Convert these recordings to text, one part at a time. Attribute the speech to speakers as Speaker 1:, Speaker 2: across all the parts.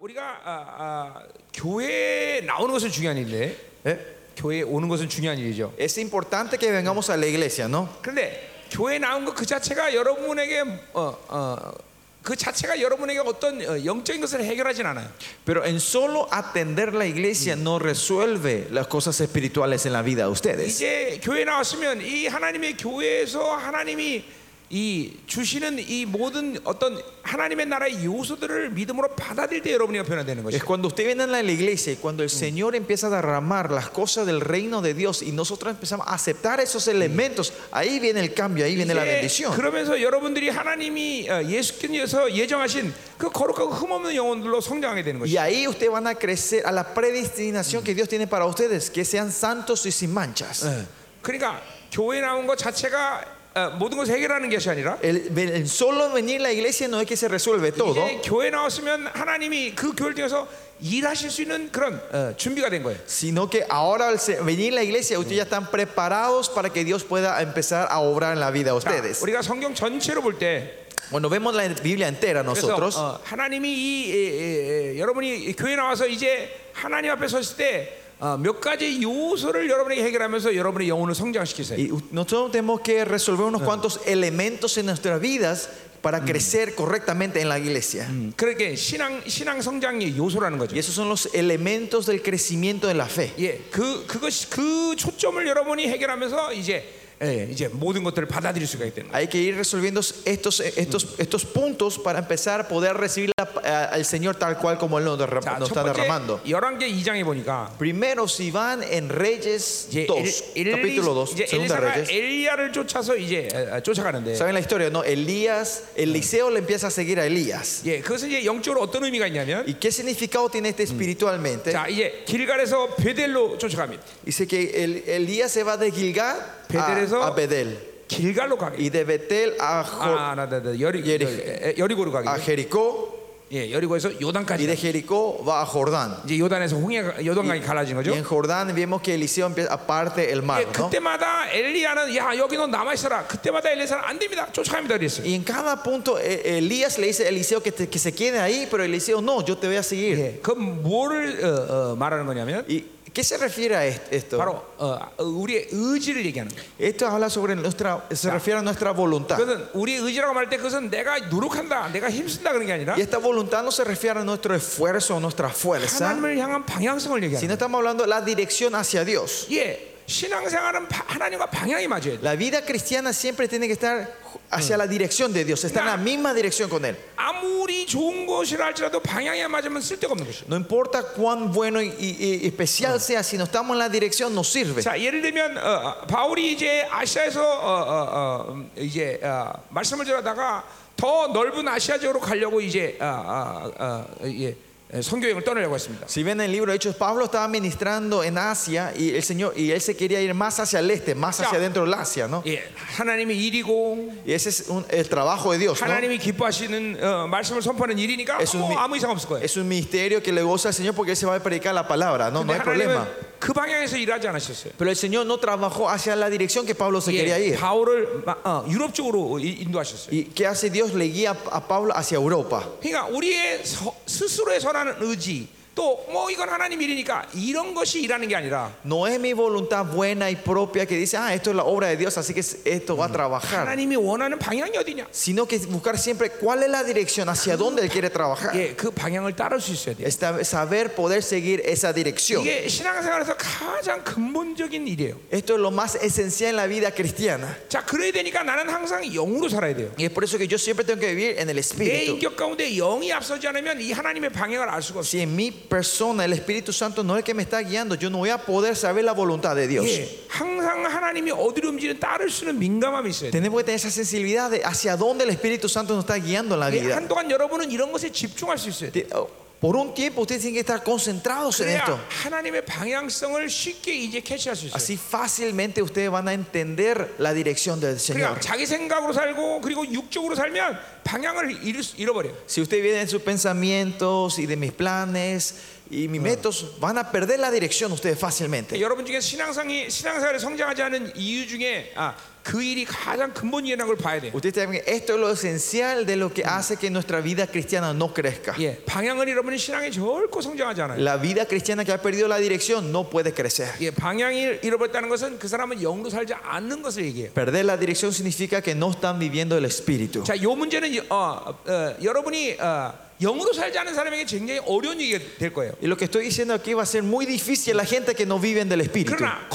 Speaker 1: 우리가 아, 아, 교회에 나오는 것은 중요한 일인데 예? 교회에 오는 것은 중요한 일이죠.
Speaker 2: Es importante que vengamos a la iglesia, ¿no?
Speaker 1: 그런데 교회에 나온 것 그 자체가 여러분에게 어, 어, 그 자체가 여러분에게 어떤 어, 영적인 것을 해결하진 않아요.
Speaker 2: Pero en solo atender la iglesia no resuelve las cosas espirituales en la vida de ustedes.
Speaker 1: 이제 교회 나왔으면 이 하나님의 교회에서 하나님이 이 주시는 이 모든 어떤 하나님의 나라의 요소들을 믿음으로 받아들일 때 여러분이 변화되는
Speaker 2: Es
Speaker 1: 것이에요.
Speaker 2: cuando ustedes vienen a la iglesia y cuando el Señor empieza a derramar las cosas del reino de Dios y nosotros empezamos a aceptar esos elementos, ahí viene el cambio, ahí viene la
Speaker 1: 이제
Speaker 2: bendición.
Speaker 1: 그러면서 여러분들이 하나님이 어, 예수께서 예정하신 그 거룩하고 흠없는 영혼들로 성장하게 되는 것이에요.
Speaker 2: Y ahí ustedes van a crecer a la predestinación que Dios tiene para ustedes, que sean santos y sin manchas.
Speaker 1: Eh. 그러니까 교회 나온 것 자체가 어, 모든 것을 해결하는 것이 아니라
Speaker 2: El, el solo venir a la iglesia no es que se resuelve todo.
Speaker 1: 이제 교회 나왔으면 하나님이 그 교회를 통해서 일하실 수 있는 그런 어, 준비가 된 거예요.
Speaker 2: sino que ahora al se- venir a la iglesia ustedes ya están preparados para que Dios pueda empezar a obrar en la vida de
Speaker 1: 자,
Speaker 2: ustedes.
Speaker 1: 우리가 성경 전체로 볼때
Speaker 2: Bueno, vemos la Biblia entera
Speaker 1: 그래서
Speaker 2: nosotros.
Speaker 1: 어, 하나님이 이, 에, 에, 에, 여러분이 이 교회 나와서 이제 하나님 앞에 섰을 때 어, 몇 가지 요소를 여러분에게 해결하면서 여러분의 영혼을 성장시키세요.
Speaker 2: Y u- nosotros tenemos que resolver unos cuantos elementos en nuestras vidas para crecer correctamente en la iglesia.
Speaker 1: 그렇게 신앙 신앙 성장의 요소라는 거죠.
Speaker 2: Y esos son los elementos del crecimiento de la fe.
Speaker 1: 예, 그 그것 그 초점을 여러분이 해결하면서 이제 예, 이제 모든 것들을 받아들일 수가 있다는 거예요.
Speaker 2: Hay que ir resolviendo estos, estos, estos puntos para empezar a poder recibir la- a- al Señor tal cual como Él nos, derra-
Speaker 1: 자,
Speaker 2: nos
Speaker 1: 첫
Speaker 2: está
Speaker 1: 번째
Speaker 2: derramando.
Speaker 1: 11개 2장에 보니까
Speaker 2: Primero, si van en Reyes
Speaker 1: 이제
Speaker 2: 2,
Speaker 1: 엘- 엘리-
Speaker 2: capítulo 2,
Speaker 1: 이제
Speaker 2: segunda
Speaker 1: 엘리사가
Speaker 2: Reyes.
Speaker 1: 엘리야를 쫓아서 이제 에, 에, 쫓아가는데
Speaker 2: ¿Saben la historia? No, Elías, Eliseo le empieza a seguir a Elías.
Speaker 1: 예, 그것은 이제 영적으로 어떤 의미가 있냐면
Speaker 2: ¿Y qué significado tiene este espiritualmente?
Speaker 1: 자, 이제 길갈에서 베델로 쫓아갑니다.
Speaker 2: Dice que el- Elías se va de Gilgal
Speaker 1: Bedel에서-
Speaker 2: a, a Bedel
Speaker 1: 길갈로 가게.
Speaker 2: y de Betel a, Jo-
Speaker 1: 아, 나, 나, 나, 여리,
Speaker 2: 예리- 아,
Speaker 1: 예, 예, 여리고로 가게.
Speaker 2: a Jericó
Speaker 1: 예, 여리고에서
Speaker 2: y
Speaker 1: 요단까지.
Speaker 2: de
Speaker 1: 가요.
Speaker 2: Jericó va a Jordán.
Speaker 1: 이제 요단에서 홍해 요단강이 갈라진
Speaker 2: Y
Speaker 1: 거죠.
Speaker 2: en Jordán vemos que Eliseo empieza aparte el mar.
Speaker 1: 예,
Speaker 2: ¿no?
Speaker 1: 그때마다 엘리야는 야 여기 너 남아 있어라. 그때마다 엘리야는 안 됩니다. 쫓아갑니다 그랬어요.
Speaker 2: Y en cada punto eh, Elías le dice a Eliseo que, te- que se quede ahí, pero Eliseo no, yo te voy a seguir.
Speaker 1: 예, 그 뭐를 어, 어, 말하는 거냐면
Speaker 2: ¿Y qué se refiere a est- esto?
Speaker 1: 바로 어, 어, 우리의 의지를 얘기하는 거예요.
Speaker 2: Esto habla sobre nuestra, se refiere a nuestra voluntad.
Speaker 1: 그것은 우리의 의지라고 말할 때 그것은 내가 노력한다, 내가 힘쓴다 그런 게 아니라
Speaker 2: Y esta voluntad no se refiere a nuestro esfuerzo o nuestra fuerza,
Speaker 1: 하나님을 향한 방향성을 얘기하는 거예요.
Speaker 2: sino estamos hablando de la dirección hacia Dios.
Speaker 1: 예, 신앙생활은 바- 하나님과 방향이 맞아야 돼.
Speaker 2: La vida cristiana siempre tiene que estar hacia la dirección de Dios, está en la misma dirección con Él.
Speaker 1: 아무리 좋은 것이라 할지라도 방향이 안 맞으면 쓸데가 없는 것이죠.
Speaker 2: No importa cuán bueno y, y- y especial sea, si no estamos en la dirección, no sirve.
Speaker 1: 자, 예를 들면 어, 어, 바울이 이제 아시아에서 어, 어, 어, 음, 이제 어, 말씀을 전하다가 더 넓은 아시아 지역으로 가려고 이제 어, 어, 어, 예, 예, 선교행을 떠나려고 했습니다.
Speaker 2: Si ven en el libro de Hechos, Pablo estaba ministrando en Asia y el Señor y él se quería ir más hacia el este, más hacia
Speaker 1: Ya.
Speaker 2: dentro del Asia, ¿no?
Speaker 1: 예, 하나님의 일이고
Speaker 2: Y ese es un- el trabajo de Dios, ¿no?
Speaker 1: 하나님이 기뻐하시는 어, 말씀을 선포하는 일이니까
Speaker 2: 예수님이-
Speaker 1: 뭐 아무 이상 없을 거예요.
Speaker 2: Es un ministerio que le goza al Señor porque él se va a predicar la palabra, ¿no? No
Speaker 1: 근데
Speaker 2: hay problema.
Speaker 1: 하나님은 그 방향에서 일하지 않으셨어요.
Speaker 2: Pero el Señor no trabajó hacia 그 la dirección que Pablo se quería
Speaker 1: 예,
Speaker 2: ir.
Speaker 1: 바울을 마- 어, 유럽 쪽으로 이- 인도하셨어요.
Speaker 2: ¿Y qué hace Dios? Le guía a Pablo 하cia Europa.
Speaker 1: 그러니까 우리의 서- 스스로의 선하는 의지 또 뭐 이건 하나님 일이니까 이런 것이 일하는 게 아니라
Speaker 2: No es mi voluntad buena y propia que dice, ah, esto es la obra de Dios, así que esto va a trabajar.
Speaker 1: 하나님이 원하는 방향이 어디냐?
Speaker 2: Sino que buscar siempre cuál es la dirección, hacia dónde Él quiere trabajar.
Speaker 1: 예, 그 방향을 따를 수 있어야 돼요.
Speaker 2: Esta- Saber poder seguir esa dirección.
Speaker 1: 이게 신앙생활에서 가장 근본적인 일이에요.
Speaker 2: Esto es lo más esencial en la vida cristiana.
Speaker 1: 자, 그래야 되니까 나는 항상 영으로 살아야 돼요.
Speaker 2: Y es por eso que yo siempre tengo que vivir en el
Speaker 1: 내
Speaker 2: Espíritu.
Speaker 1: 인격 가운데 영이 앞서지 않으면 이 하나님의 방향을 알 수가 없어요.
Speaker 2: Si en mi persona el Espíritu Santo no es el que me está guiando, yo no voy a poder saber la voluntad de Dios.
Speaker 1: 예, 항상 하나님이 어디로 움직이는 따를 수는 민감함이 있어야 돼요.
Speaker 2: Tenemos que tener esa sensibilidad de hacia dónde el Espíritu Santo nos está guiando en la
Speaker 1: 예,
Speaker 2: vida.
Speaker 1: 한동안 여러분은 이런 것에 집중할 수 있어야 돼요.
Speaker 2: Te- oh, Por un tiempo ustedes tienen que estar concentrados en
Speaker 1: 그래야
Speaker 2: esto.
Speaker 1: 하나님의 방향성을 쉽게 이제 캐치할 수 있어요.
Speaker 2: Así fácilmente ustedes van a entender la dirección del Señor.
Speaker 1: 그러니까 자기 생각으로 살고 그리고 육적으로 살면 방향을 잃을 수- 잃어버려요.
Speaker 2: Si ustedes vienen sus pensamientos y de mis planes y mis métodos van a perder la dirección ustedes fácilmente.
Speaker 1: 그러니까 여러분 중에 신앙상이 신앙생활에 성장하지 않은 이유 중에 아, 그 일이 가장 근본이라는 걸 봐야 돼요.
Speaker 2: Ustedes saben que esto es lo esencial de lo que hace que nuestra vida cristiana no crezca.
Speaker 1: 예, 방향을 잃어버린 신앙이 절코 성장하지 않아요.
Speaker 2: La vida cristiana que ha perdido la dirección no puede crecer.
Speaker 1: 예, 방향을 잃어버렸다는 것은 그 사람은 영으로 살지 않는 것을 얘기해요.
Speaker 2: Perder la dirección significa que no están viviendo el espíritu.
Speaker 1: 자, 요 문제는 어, 어, 여러분이 어, 영으로 살지 않은 사람에게 굉장히 어려운 얘기가 될 거예요.
Speaker 2: Y lo que estoy diciendo aquí va a ser muy difícil a la gente que no viven del espíritu.
Speaker 1: 그러나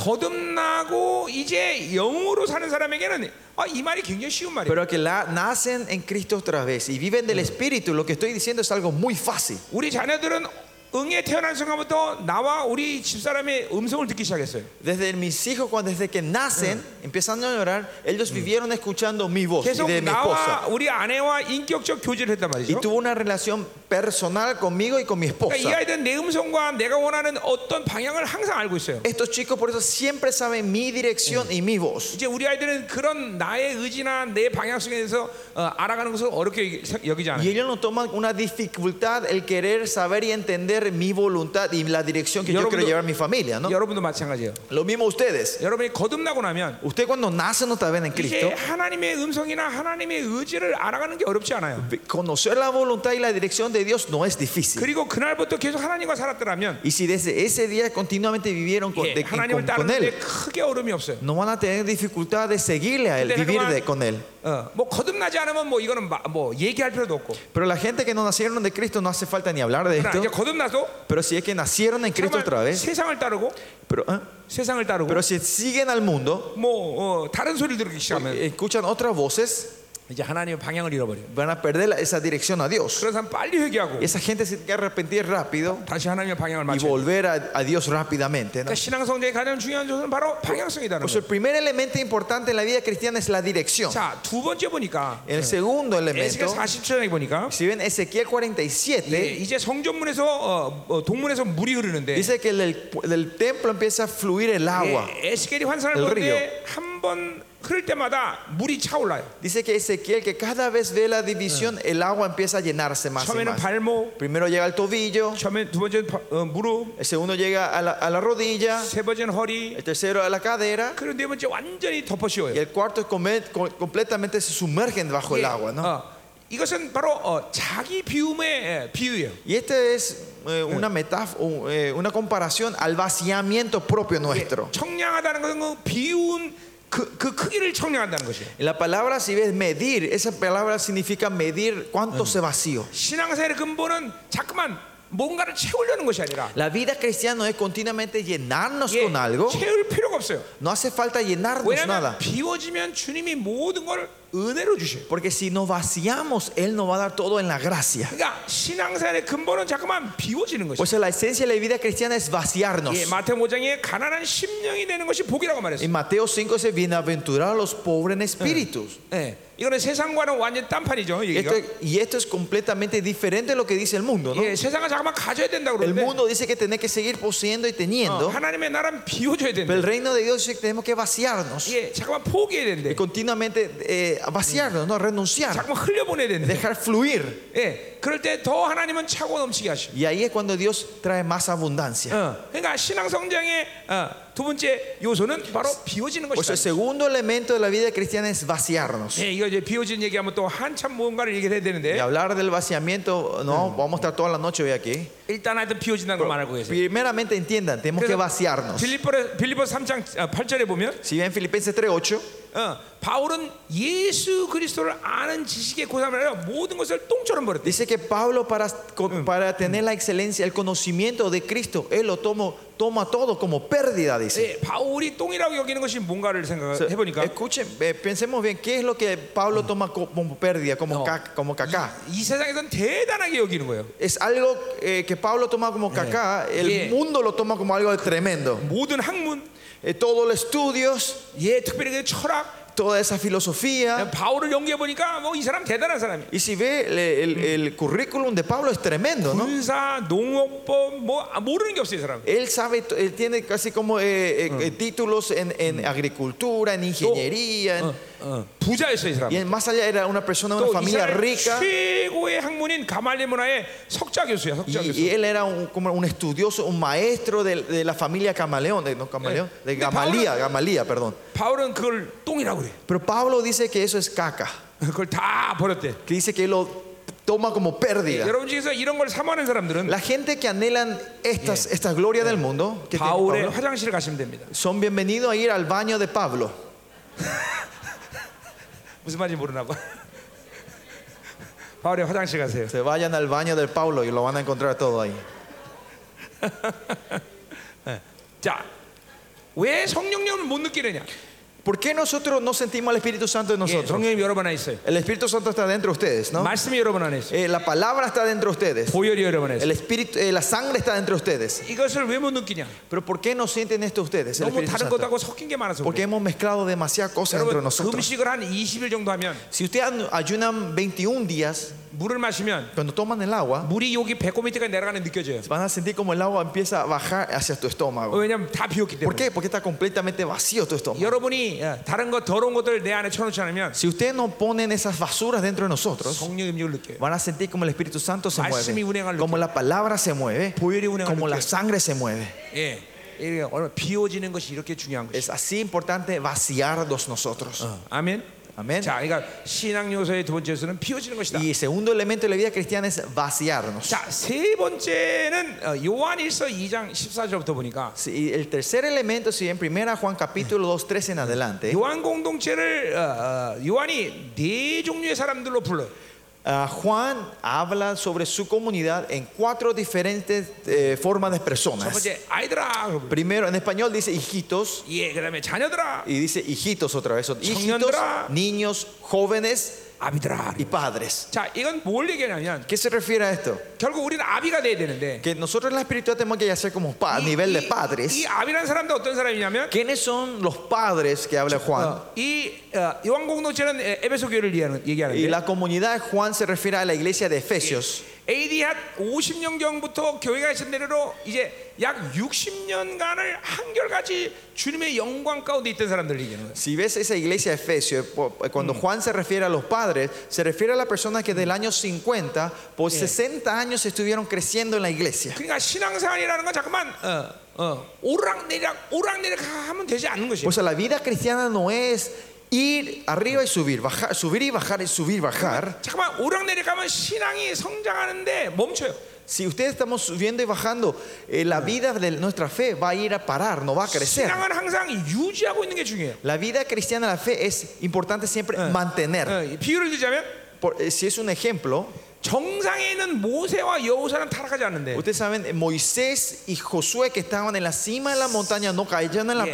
Speaker 1: 거듭나고 이제 영으로 사는 사람에게는 아, 이 말이 굉장히 쉬운 말이에요.
Speaker 2: Pero que la, nacen en Cristo otra vez y viven del espíritu, lo que estoy diciendo es algo muy fácil.
Speaker 1: 우리 자녀들은 응에 태어난 순간부터 나와 우리 집사람의 음성을 듣기 시작했어요.
Speaker 2: Desde mis hijos, cuando desde que nacen, empezando a llorar, ellos vivieron escuchando mi voz y
Speaker 1: 계속
Speaker 2: de mi
Speaker 1: 나와
Speaker 2: esposa.
Speaker 1: 우리 아내와 인격적 교제를 했단
Speaker 2: Y
Speaker 1: 말이죠.
Speaker 2: tuvo una relación personal conmigo y con mi esposa.
Speaker 1: 그러니까 이 아이들은 내 음성과 내가 원하는 어떤 방향을 항상 알고 있어요.
Speaker 2: Estos chicos por eso siempre saben mi dirección y mi voz.
Speaker 1: 이제 우리 아이들은 그런 나의 의지나 내 방향 속에서 어, 알아가는 것을 어렵게 여기- 여기지
Speaker 2: Y
Speaker 1: 않아요.
Speaker 2: ellos no toman una dificultad el querer saber y entender mi voluntad y la dirección que yo quiero
Speaker 1: Yorobundo-
Speaker 2: llevar a mi familia, ¿no?
Speaker 1: 여러분도 마찬가지예요.
Speaker 2: Lo mismo ustedes.
Speaker 1: 여러분이 거듭나고 나면
Speaker 2: Usted cuando nace no está bien en Cristo.
Speaker 1: 이제 하나님의 음성이나 하나님의 의지를 알아가는 게 어렵지 않아요.
Speaker 2: Conocer la voluntad y la dirección de Dios no es difícil.
Speaker 1: 그리고 그날부터 계속 하나님과 살았더라면
Speaker 2: Y si desde ese día continuamente vivieron con,
Speaker 1: 예,
Speaker 2: de-
Speaker 1: 하나님을
Speaker 2: con- con
Speaker 1: 따르는데
Speaker 2: Él,
Speaker 1: 크게 어려움이 없어요.
Speaker 2: no van a tener dificultad de seguirle a Él,
Speaker 1: Pero
Speaker 2: vivir
Speaker 1: 잠깐만.
Speaker 2: de- con Él.
Speaker 1: 어, 뭐 거듭나지 않으면 뭐 이거는 마- 뭐 얘기할 필요도 없고.
Speaker 2: Pero la gente que no nacieron de Cristo no hace falta ni hablar de
Speaker 1: 그러나
Speaker 2: esto.
Speaker 1: 이제 거듭나서
Speaker 2: Pero si es que nacieron en Cristo
Speaker 1: 정말
Speaker 2: otra vez,
Speaker 1: 세상을 따르고
Speaker 2: pero, ¿eh?
Speaker 1: 세상을 따르고
Speaker 2: pero si siguen al mundo,
Speaker 1: 뭐 어, 다른 소리를 들기 시작하면
Speaker 2: escuchan otras voces,
Speaker 1: 이제 하나님의 방향을 잃어버려요. 예.
Speaker 2: van a perder la- esa dirección a Dios.
Speaker 1: 그런 사람 빨리 회개하고
Speaker 2: Esa gente se tiene que arrepentir rápido
Speaker 1: 다시 하나님의 방향을
Speaker 2: y
Speaker 1: 맞춰. 그러니까
Speaker 2: volver a, a Dios rápidamente. ¿no?
Speaker 1: 신앙 성장의 가장 중요한 요소는 바로 방향성이다는
Speaker 2: Por eso
Speaker 1: 거예요.
Speaker 2: el primer elemento importante en la vida cristiana es la dirección.
Speaker 1: 자, 두 번째 보니까
Speaker 2: El segundo
Speaker 1: 에스겔
Speaker 2: elemento,
Speaker 1: 40장에 보니까
Speaker 2: si ven Ezequiel
Speaker 1: 예,
Speaker 2: 47,
Speaker 1: 이제 성전문에서 어, 어, 동문에서 물이 흐르는데
Speaker 2: dice que del, del templo empieza a fluir el agua.
Speaker 1: 예, 에스겔이 환상을
Speaker 2: El
Speaker 1: 보는데 한 번 흐를 때마다 물이 차올라요.
Speaker 2: Dice que Ezequiel que cada vez ve la división, el agua empieza a llenarse más y
Speaker 1: 처음에는
Speaker 2: más.
Speaker 1: 발목,
Speaker 2: Primero llega al tobillo,
Speaker 1: 처음에 두 번째는 바- 어, 무릎,
Speaker 2: el segundo llega a la, a la rodilla,
Speaker 1: 세 번째는 허리,
Speaker 2: el tercero a la cadera
Speaker 1: 그리고 네 번째 완전히
Speaker 2: y
Speaker 1: 덮어씌워요.
Speaker 2: el cuarto es come- co- completamente se sumergen bajo
Speaker 1: 예,
Speaker 2: el agua. ¿no?
Speaker 1: 어, 이것은 바로 어, 자기 비움의 예, 비유예요.
Speaker 2: Y esta es eh, una metáfora, una comparación al vaciamiento propio nuestro.
Speaker 1: 청량하다는 것은 그 비운 그, 그 크기를 청량한다는 것이에요.
Speaker 2: En la palabra, si ves medir, esa palabra significa medir cuánto se vació.
Speaker 1: 신앙생활의 근본은 자꾸만 뭔가를 채우려는 것이 아니라
Speaker 2: La vida cristiana es continuamente llenarnos
Speaker 1: 예,
Speaker 2: con algo.
Speaker 1: 채울 필요가 없어요.
Speaker 2: No hace falta llenarnos
Speaker 1: 왜냐하면
Speaker 2: nada.
Speaker 1: 비워지면 주님이 모든 걸 은혜로 주셔요.
Speaker 2: Porque si nos vaciamos, Él nos va a dar todo en la gracia.
Speaker 1: 그러니까 신앙생활의 근본은 자꾸만 비워지는
Speaker 2: O
Speaker 1: 것이에요.
Speaker 2: sea, la esencia de la vida cristiana es vaciarnos.
Speaker 1: 예, 마태복음 5장에 가난한 심령이 되는 것이 복이라고
Speaker 2: En
Speaker 1: 말했어요.
Speaker 2: Mateo 5 dice, bienaventurados los pobres en espíritus.
Speaker 1: 예, 이거는 세상과는 완전 딴판이죠. 얘기가.
Speaker 2: Esto- y esto es completamente diferente de lo que dice el mundo, ¿no?
Speaker 1: 예, 세상은 자꾸만 가져야 된다고
Speaker 2: El
Speaker 1: 그러는데
Speaker 2: mundo dice que tenés que seguir poseyendo y
Speaker 1: 어,
Speaker 2: teniendo,
Speaker 1: 하나님의 나라는 비워줘야
Speaker 2: pero el
Speaker 1: 된다.
Speaker 2: reino de Dios dice que tenemos que vaciarnos.
Speaker 1: 예, 자꾸만 포기해야 된대.
Speaker 2: Y continuamente eh, vaciarnos, ¿no? renunciar,
Speaker 1: 자꾸만 흘려보내야 된대.
Speaker 2: dejar fluir.
Speaker 1: 예, 그럴 때 더 하나님은 차고 넘치게 하시고.
Speaker 2: Y ahí es cuando Dios trae más abundancia.
Speaker 1: 어, 그러니까 신앙 성장의 어, 두 번째 요소는 바로 비워지는
Speaker 2: O sea, el
Speaker 1: 것이다.
Speaker 2: segundo elemento de la vida cristiana es vaciarnos.
Speaker 1: 예, 이거 이제 비워진 얘기하면 또 한참 뭔가를 얘기해야
Speaker 2: Y
Speaker 1: 되는데
Speaker 2: hablar del vaciamiento, no, vamos a estar toda la noche hoy aquí.
Speaker 1: 일단 하여튼 비워진다는 걸 말하고 계세요.
Speaker 2: Primeramente entiendan, tenemos que vaciarnos.
Speaker 1: 빌리포 빌리포 3장 아, 8절에 보면
Speaker 2: Si bien Filipenses 3.8,
Speaker 1: 어, 바울은 예수 그리스도를 아는 지식의 고삼을 아니라 모든 것을 똥처럼 버렸대.
Speaker 2: dice que Pablo para, con- para tener la excelencia, el conocimiento de Cristo, él lo tomo, toma todo como pérdida, dice.
Speaker 1: 예, 바울이 똥이라고 여기는 것이 뭔가를
Speaker 2: O sea,
Speaker 1: 생각해 보니까
Speaker 2: Escuchen, eh, pensemos bien, ¿qué es lo que Pablo toma co- como pérdida, como,
Speaker 1: No.
Speaker 2: caca, como caca?
Speaker 1: 이 세상에선 대단하게 여기는 거예요.
Speaker 2: Es algo eh, que Pablo toma como caca, el
Speaker 1: Yeah.
Speaker 2: mundo lo toma como algo tremendo.
Speaker 1: 모든 학문,
Speaker 2: Eh, todos los estudios,
Speaker 1: 예, 특별히 그 철학,
Speaker 2: toda esa filosofía.
Speaker 1: 바울을 연기해 보니까 뭐 이 사람 대단한 사람이야.
Speaker 2: Y si ve el, el- el currículum de Pablo es tremendo, ¿no?
Speaker 1: 군사, 농업법 뭐 아, 모르는 게 없어요, 이 사람.
Speaker 2: Él sabe, to- él tiene casi como eh, eh, eh, títulos en, en agricultura, en ingeniería, en-
Speaker 1: 어, 어, 부자였어요, 이 사람.
Speaker 2: Y en- más allá era una persona de una
Speaker 1: 또
Speaker 2: 예, familia
Speaker 1: 이스라엘
Speaker 2: rica.
Speaker 1: 최고의 학문인 가말리 문화의 석자 교수야, 석자
Speaker 2: Y,
Speaker 1: 교수.
Speaker 2: y él era un, como un estudioso, un maestro de, de la familia Camaleón, de, no Camaleón, Eh, de
Speaker 1: De
Speaker 2: Gamalía,
Speaker 1: Pablo.
Speaker 2: Gamalía, perdón.
Speaker 1: 바울은 그걸 똥이라고 그래.
Speaker 2: Pero Pablo dice que eso es caca,
Speaker 1: 그걸 다 버렸대.
Speaker 2: que dice que él lo toma como pérdida.
Speaker 1: 여러분 중에서 이런 걸 사모하는 사람들은
Speaker 2: La gente que anhelan estas, estas glorias del mundo, que tiene
Speaker 1: 바울의
Speaker 2: Pablo,
Speaker 1: 화장실 가시면 됩니다.
Speaker 2: son bienvenidos a ir al baño de Pablo.
Speaker 1: 무슨 말인지 모르나 봐. 바울의 화장실 가세요.
Speaker 2: Se vayan al baño de Pablo y lo van a encontrar todo ahí.
Speaker 1: 자, 왜 성령님을 못 느끼느냐?
Speaker 2: ¿Por qué nosotros no sentimos al Espíritu Santo
Speaker 1: 예,
Speaker 2: en nosotros?
Speaker 1: 성령님 여러 번 안에 있어요.
Speaker 2: El Espíritu Santo está dentro de ustedes, ¿no?
Speaker 1: 말씀이 여러 번 안에 있어요.
Speaker 2: Eh, la palabra está dentro de ustedes.
Speaker 1: 보혈이 여러 번 안에
Speaker 2: El
Speaker 1: 있어요.
Speaker 2: espíritu, eh, la sangre está dentro de ustedes.
Speaker 1: 이것을 왜 못 느끼냐?
Speaker 2: Pero ¿por qué no sienten esto ustedes? el
Speaker 1: 너무
Speaker 2: Espíritu
Speaker 1: 다른
Speaker 2: Santo?
Speaker 1: 것하고 섞인 게 많아서
Speaker 2: Porque
Speaker 1: 그래요.
Speaker 2: hemos mezclado demasiadas cosas dentro de
Speaker 1: 여러분
Speaker 2: nosotros.
Speaker 1: 금식을 한 20일 정도 하면
Speaker 2: Si ustedes an- ayunan 21 días,
Speaker 1: 물을 마시면
Speaker 2: cuando toman el agua,
Speaker 1: 물이 여기 배꼽 밑에까지 내려가는 게 느껴져요.
Speaker 2: van a sentir como el agua empieza a bajar hacia tu estómago.
Speaker 1: 왜냐면 다 비웠기
Speaker 2: ¿Por
Speaker 1: 때문에.
Speaker 2: qué? Porque está completamente vacío tu estómago.
Speaker 1: 여러분이 어, 다른 것 더러운 것들 내 안에 쳐놓지 않으면
Speaker 2: Si ustedes no ponen esas basuras dentro de nosotros,
Speaker 1: 성령 음력을 느껴요.
Speaker 2: van a sentir como el Espíritu Santo se
Speaker 1: 말씀이
Speaker 2: mueve,
Speaker 1: 운행할
Speaker 2: como la palabra se mueve,
Speaker 1: 보혈이 운행할
Speaker 2: como la
Speaker 1: 때.
Speaker 2: sangre se mueve.
Speaker 1: 예, 이게 얼마나 비워지는 것이 이렇게 중요한 것이.
Speaker 2: Es así importante vaciarnos nosotros.
Speaker 1: Ah. 아멘.
Speaker 2: Amén.
Speaker 1: 자, 그러니까 신앙 요소의 두 번째 요소는 비워지는 것이다.
Speaker 2: Y segundo elemento de la vida cristiana es vaciarnos.
Speaker 1: 자, 세 번째는 어, 요한일서 2장 14절부터 보니까
Speaker 2: Sí, Y el tercer elemento, si en primera Juan capítulo 2, 3 en adelante,
Speaker 1: 요한 공동체를 어, 어, 요한이 네 종류의 사람들로 불러요.
Speaker 2: ah, Juan habla sobre su comunidad en cuatro diferentes eh, formas de
Speaker 1: 첫
Speaker 2: personas.
Speaker 1: 번째 아이들아. 그러고 불러요.
Speaker 2: Primero, en español dice hijitos,
Speaker 1: 예, 그다음에 자녀들아,
Speaker 2: y dice hijitos otra vez. Son hijitos,
Speaker 1: Señora.
Speaker 2: niños, jóvenes
Speaker 1: 아비들아.
Speaker 2: y padres.
Speaker 1: 자, 이건 뭘 얘기하냐면
Speaker 2: ¿Qué se refiere a esto?
Speaker 1: 결국 우리는 아비가 돼야 되는데
Speaker 2: Que nosotros en la espiritualidad tenemos que hacer como pa- a
Speaker 1: 이-
Speaker 2: nivel de
Speaker 1: 이-
Speaker 2: padres.
Speaker 1: 이 아비라는 사람도 어떤 사람이냐면
Speaker 2: ¿Quiénes son los padres que habla Juan?
Speaker 1: 어, 이 어, 요한 공동체는 에- 에베소 교회를 얘기하는,
Speaker 2: Y
Speaker 1: 얘기하는데
Speaker 2: la comunidad de Juan se refiere a la iglesia de Efesios.
Speaker 1: AD 한 50년경부터 교회가 있은 대로 이제 약 60년간을 한결같이 주님의 영광 가운데 있던 사람들을 얘기하는 거예요.
Speaker 2: Si ves esa iglesia de Efesios, po- eh, cuando Juan se refiere a los padres, se refiere a la persona que del año 50 por 60 años estuvieron creciendo en la iglesia.
Speaker 1: 그러니까 신앙생활이라는 건 잠깐만 어, 어, 오락내락 오락내락 하면 되지 않는 것이에요.
Speaker 2: O sea, la vida cristiana no es ir arriba y subir, bajar, subir y bajar, y subir y bajar.
Speaker 1: 잠깐만 오락내락 하면 신앙이 성장하는데 멈춰요.
Speaker 2: Si ustedes estamos subiendo y bajando, eh, la vida de nuestra fe va a ir a parar, no va a crecer.
Speaker 1: 신앙은 항상 유지하고 있는 게 중요해요.
Speaker 2: La vida cristiana, la fe es importante siempre mantener.
Speaker 1: 어, 이 비유를 들자면
Speaker 2: Por- eh, si es un ejemplo,
Speaker 1: 정상에 있는 모세와 여호사는 타락하지 않는데
Speaker 2: ustedes saben, eh, Moisés y Josué que estaban en la cima de la montaña no caían en el
Speaker 1: 예,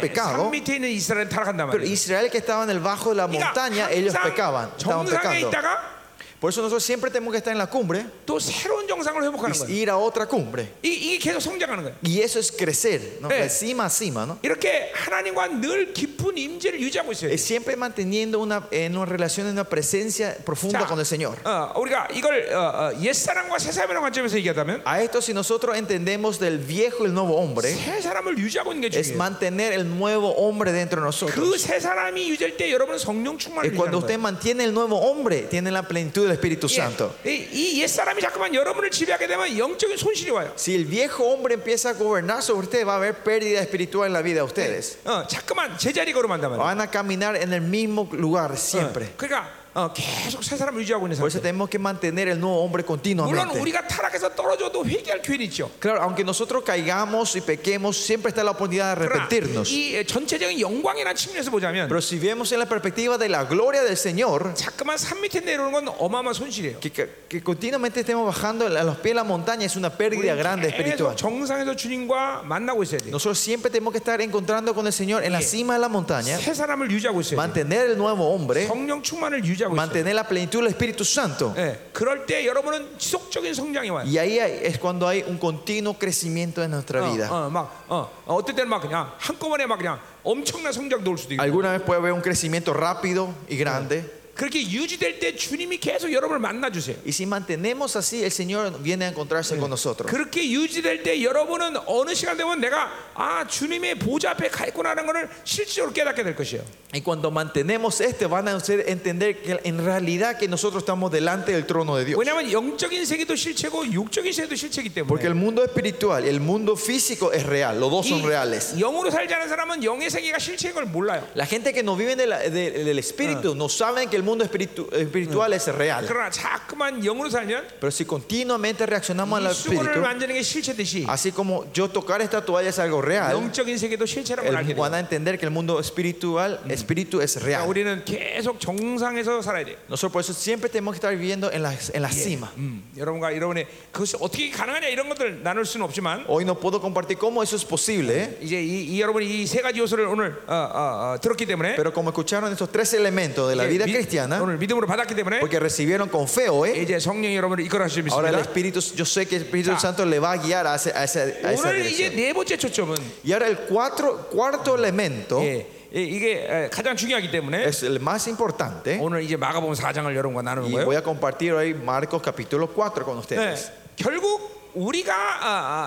Speaker 1: 산
Speaker 2: pecado.
Speaker 1: 밑에 있는 이스라엘은 타락한단
Speaker 2: Pero
Speaker 1: 말이에요. 그러니까
Speaker 2: Israel que estaban en el bajo de la montaña, ellos
Speaker 1: 항상
Speaker 2: pecaban, estaban
Speaker 1: 정상에
Speaker 2: pecando.
Speaker 1: 있다가
Speaker 2: Por eso nosotros siempre tenemos que estar en la cumbre
Speaker 1: 또 새로운 정상을 회복하는
Speaker 2: y
Speaker 1: 거예요.
Speaker 2: ir a otra cumbre.
Speaker 1: 이, 이게 계속 성장하는 거예요.
Speaker 2: Y eso es crecer, ¿no?
Speaker 1: Eh.
Speaker 2: de cima a cima, ¿no?
Speaker 1: 이렇게 하나님과 늘 깊은 임재를 유지하고 있어요.
Speaker 2: Es siempre manteniendo una, en una relación, en una presencia profunda con el Señor.
Speaker 1: 어, 우리가 이걸 어, 어, 옛사람과 새사람이라는 관점에서 얘기하다면
Speaker 2: A esto si nosotros entendemos del viejo y el nuevo hombre,
Speaker 1: 새사람을 유지하고 있는 게
Speaker 2: es
Speaker 1: 중요해요.
Speaker 2: mantener el nuevo hombre dentro de
Speaker 1: 그
Speaker 2: nosotros.
Speaker 1: 새사람이 유지할 때 여러분은 성령 충만을
Speaker 2: Y
Speaker 1: 유지하는
Speaker 2: cuando usted
Speaker 1: 거예요.
Speaker 2: mantiene el nuevo hombre, tiene la plenitud del Espíritu Santo.
Speaker 1: 예, 이, 이 옛사람이 자꾸만 여러분을 지배하게 되면 영적인 손실이 와요.
Speaker 2: Si el viejo hombre empieza a gobernar sobre usted, va a haber pérdida espiritual en la vida de ustedes.
Speaker 1: 어, 자꾸만 제자리 걸음한단 말이에요. 어,
Speaker 2: Van a caminar en el mismo lugar siempre.
Speaker 1: 그러니까 어, 계속 새사람을 유지하고 있는
Speaker 2: Por eso
Speaker 1: 상태.
Speaker 2: tenemos que mantener el nuevo hombre
Speaker 1: 물론
Speaker 2: continuamente.
Speaker 1: 우리가 타락해서 떨어져도 회개할 기회는 있죠.
Speaker 2: Claro, aunque nosotros caigamos y pequemos, siempre está la oportunidad de
Speaker 1: 그러나
Speaker 2: arrepentirnos.
Speaker 1: 이 예, 전체적인 영광이라는 측면에서 보자면
Speaker 2: Pero si vemos en la perspectiva de la gloria del Señor,
Speaker 1: 자꾸만 산 밑에 내려오는 건 어마어마한 손실이에요.
Speaker 2: que, que- que continuamente estemos bajando a los pies de la montaña es una pérdida grande
Speaker 1: 계속
Speaker 2: espiritual.
Speaker 1: 정상에서 주님과 만나고 있어야 돼요.
Speaker 2: Nosotros siempre tenemos que estar encontrando con el Señor en la cima de la montaña,
Speaker 1: 새 사람을 유지하고 있어야 돼요.
Speaker 2: mantener el nuevo hombre,
Speaker 1: 성령 충만을 유지하고 있어야 돼요.
Speaker 2: mantener la plenitud del Espíritu Santo.
Speaker 1: 예, 그럴 때 여러분은 지속적인 성장이 와요.
Speaker 2: Y ahí hay- es cuando hay un continuo crecimiento en nuestra vida.
Speaker 1: 어, 어, 막, 어, 어, 어떨 때는 막 그냥 한꺼번에 막 그냥 엄청난 성장도 올 수도 있고
Speaker 2: Alguna vez puede haber un crecimiento rápido y grande.
Speaker 1: 그렇게 유지될 때 주님이 계속 여러분을 만나 주세요.
Speaker 2: Y si mantenemos así, el Señor viene a encontrarse con nosotros.
Speaker 1: 그렇게 유지될 때 여러분은 어느 시간 되면 내가 아 주님의 보좌 앞에 가 있구나라는 것을 실질적으로 깨닫게 될 것이에요.
Speaker 2: Y cuando mantenemos este, van a usted entender que en realidad que nosotros estamos delante del trono de Dios.
Speaker 1: 왜냐하면 영적인 세계도 실체고 육적인 세계도 실체이기
Speaker 2: Porque
Speaker 1: 때문에
Speaker 2: el mundo espiritual y el mundo físico es real, los dos son reales.
Speaker 1: 이 영으로 살지 않은 사람은 영의 세계가 실체인 걸 몰라요.
Speaker 2: La gente que no vive de la- de- del espíritu no saben que el mundo espiritu- espiritual es real.
Speaker 1: 그러나 자꾸만 영으로 살면
Speaker 2: Pero si continuamente reaccionamos al
Speaker 1: 이 수건을
Speaker 2: espíritu,
Speaker 1: 만지는 게 실체듯이
Speaker 2: así como yo tocar esta toalla es algo real,
Speaker 1: 영적인 세계도 실체라고 알게 돼요.
Speaker 2: el- van a entender que el mundo espiritual, espíritu es
Speaker 1: 그러니까
Speaker 2: real.
Speaker 1: 우리는 계속 정상에서 살아야 돼요.
Speaker 2: Nosotros por eso siempre tenemos que estar viviendo en la, en la cima.
Speaker 1: 음, 여러분과 여러분의 그것이 어떻게 가능하냐 이런 것들 나눌 수는 없지만
Speaker 2: Hoy no puedo compartir cómo eso es posible, ¿eh?
Speaker 1: 이제 이, 이 여러분이 이 세 가지 요소를 오늘 어, 어, 어, 들었기 때문에 예,
Speaker 2: pero como escucharon estos tres elementos de la vida
Speaker 1: 미-
Speaker 2: cristiana,
Speaker 1: 오늘 믿음으로 받았기 때문에
Speaker 2: porque recibieron con fe hoy,
Speaker 1: 이제 성령 이 여러분을 이끌어 가실 수
Speaker 2: ahora el
Speaker 1: 있습니다.
Speaker 2: Espíritu, yo sé que el Espíritu
Speaker 1: 자.
Speaker 2: Santo le va a guiar a, ese- a esa, a esa
Speaker 1: 오늘 이제
Speaker 2: dirección.
Speaker 1: 네 번째 초점은
Speaker 2: Y ahora el cuatro, cuarto elemento
Speaker 1: 예, 예, 이게 에, 가장 중요하기 때문에
Speaker 2: es el más importante.
Speaker 1: 오늘 이제 마가복음 4장을 여러분과 나누는
Speaker 2: Y
Speaker 1: 거예요.
Speaker 2: voy a compartir hoy Marcos capítulo 4 con
Speaker 1: 네,
Speaker 2: ustedes.
Speaker 1: 결국 우리가 아,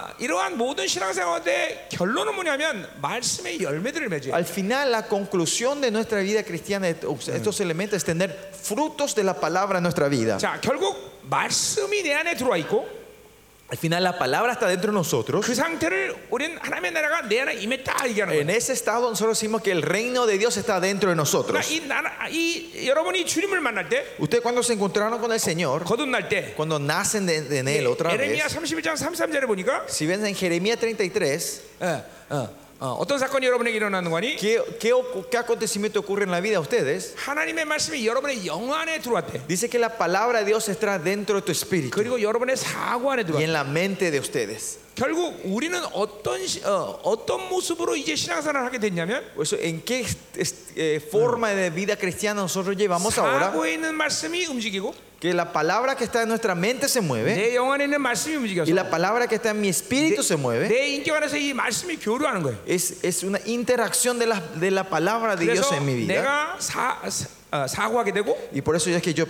Speaker 1: 아, 이러한 모든 신앙생활의 결론은 뭐냐면 말씀의 열매들을 맺어요.
Speaker 2: Al Mm. final, la conclusión de nuestra vida cristiana, estos estos elementos, es tener frutos de la palabra en nuestra vida.
Speaker 1: 자, 결국 말씀이 내 안에 들어와 있고
Speaker 2: Al final, la palabra está dentro de nosotros.
Speaker 1: 그 상태를 우리는 하나님의 나라가 내 안에 임했다 얘기하는 거예요.
Speaker 2: En ese estado nosotros decimos que el reino de Dios está dentro de nosotros.
Speaker 1: 그러니까 이 나라, 이 여러분이 주님을 만날 때
Speaker 2: Ustedes cuando se encontraron con el Señor,
Speaker 1: 거듭날 때
Speaker 2: cuando nacen de, de en Él otra
Speaker 1: 에레미야
Speaker 2: vez,
Speaker 1: 31장 33절에 보니까
Speaker 2: si ven en Jeremías 33,
Speaker 1: 어, 어, 어, 어떤 사건이 여러분에게 일어나는 거니?
Speaker 2: ¿qué, qué, ocu- qué acontecimiento ocurre en la vida de ustedes?
Speaker 1: 하나님의 말씀이 여러분의 영 안에 들어왔대.
Speaker 2: Dice que la palabra de Dios está dentro de tu espíritu
Speaker 1: 그리고 여러분의 사고 안에
Speaker 2: y
Speaker 1: 들어왔대.
Speaker 2: en la mente de ustedes.
Speaker 1: 결국 우리는 어떤 시- 어, 어떤 모습으로 이제 신앙생활을 하게 됐냐면
Speaker 2: Por eso, ¿en qué es- es- eh, forma de vida cristiana nosotros llevamos ahora?
Speaker 1: 사고에 있는 말씀이 움직이고
Speaker 2: Que la palabra que está en nuestra mente se mueve
Speaker 1: 내 영 안에 있는 말씀이
Speaker 2: y
Speaker 1: 움직여서
Speaker 2: la palabra que está en mi espíritu se mueve.
Speaker 1: 내 인격 안에서 이 말씀이 교류하는 거예요.
Speaker 2: Es, es una interacción de la, de la palabra de Dios
Speaker 1: 그래서
Speaker 2: en mi vida.
Speaker 1: 내가 사, 사, 어, 사고하게 되고
Speaker 2: Y por eso es que yo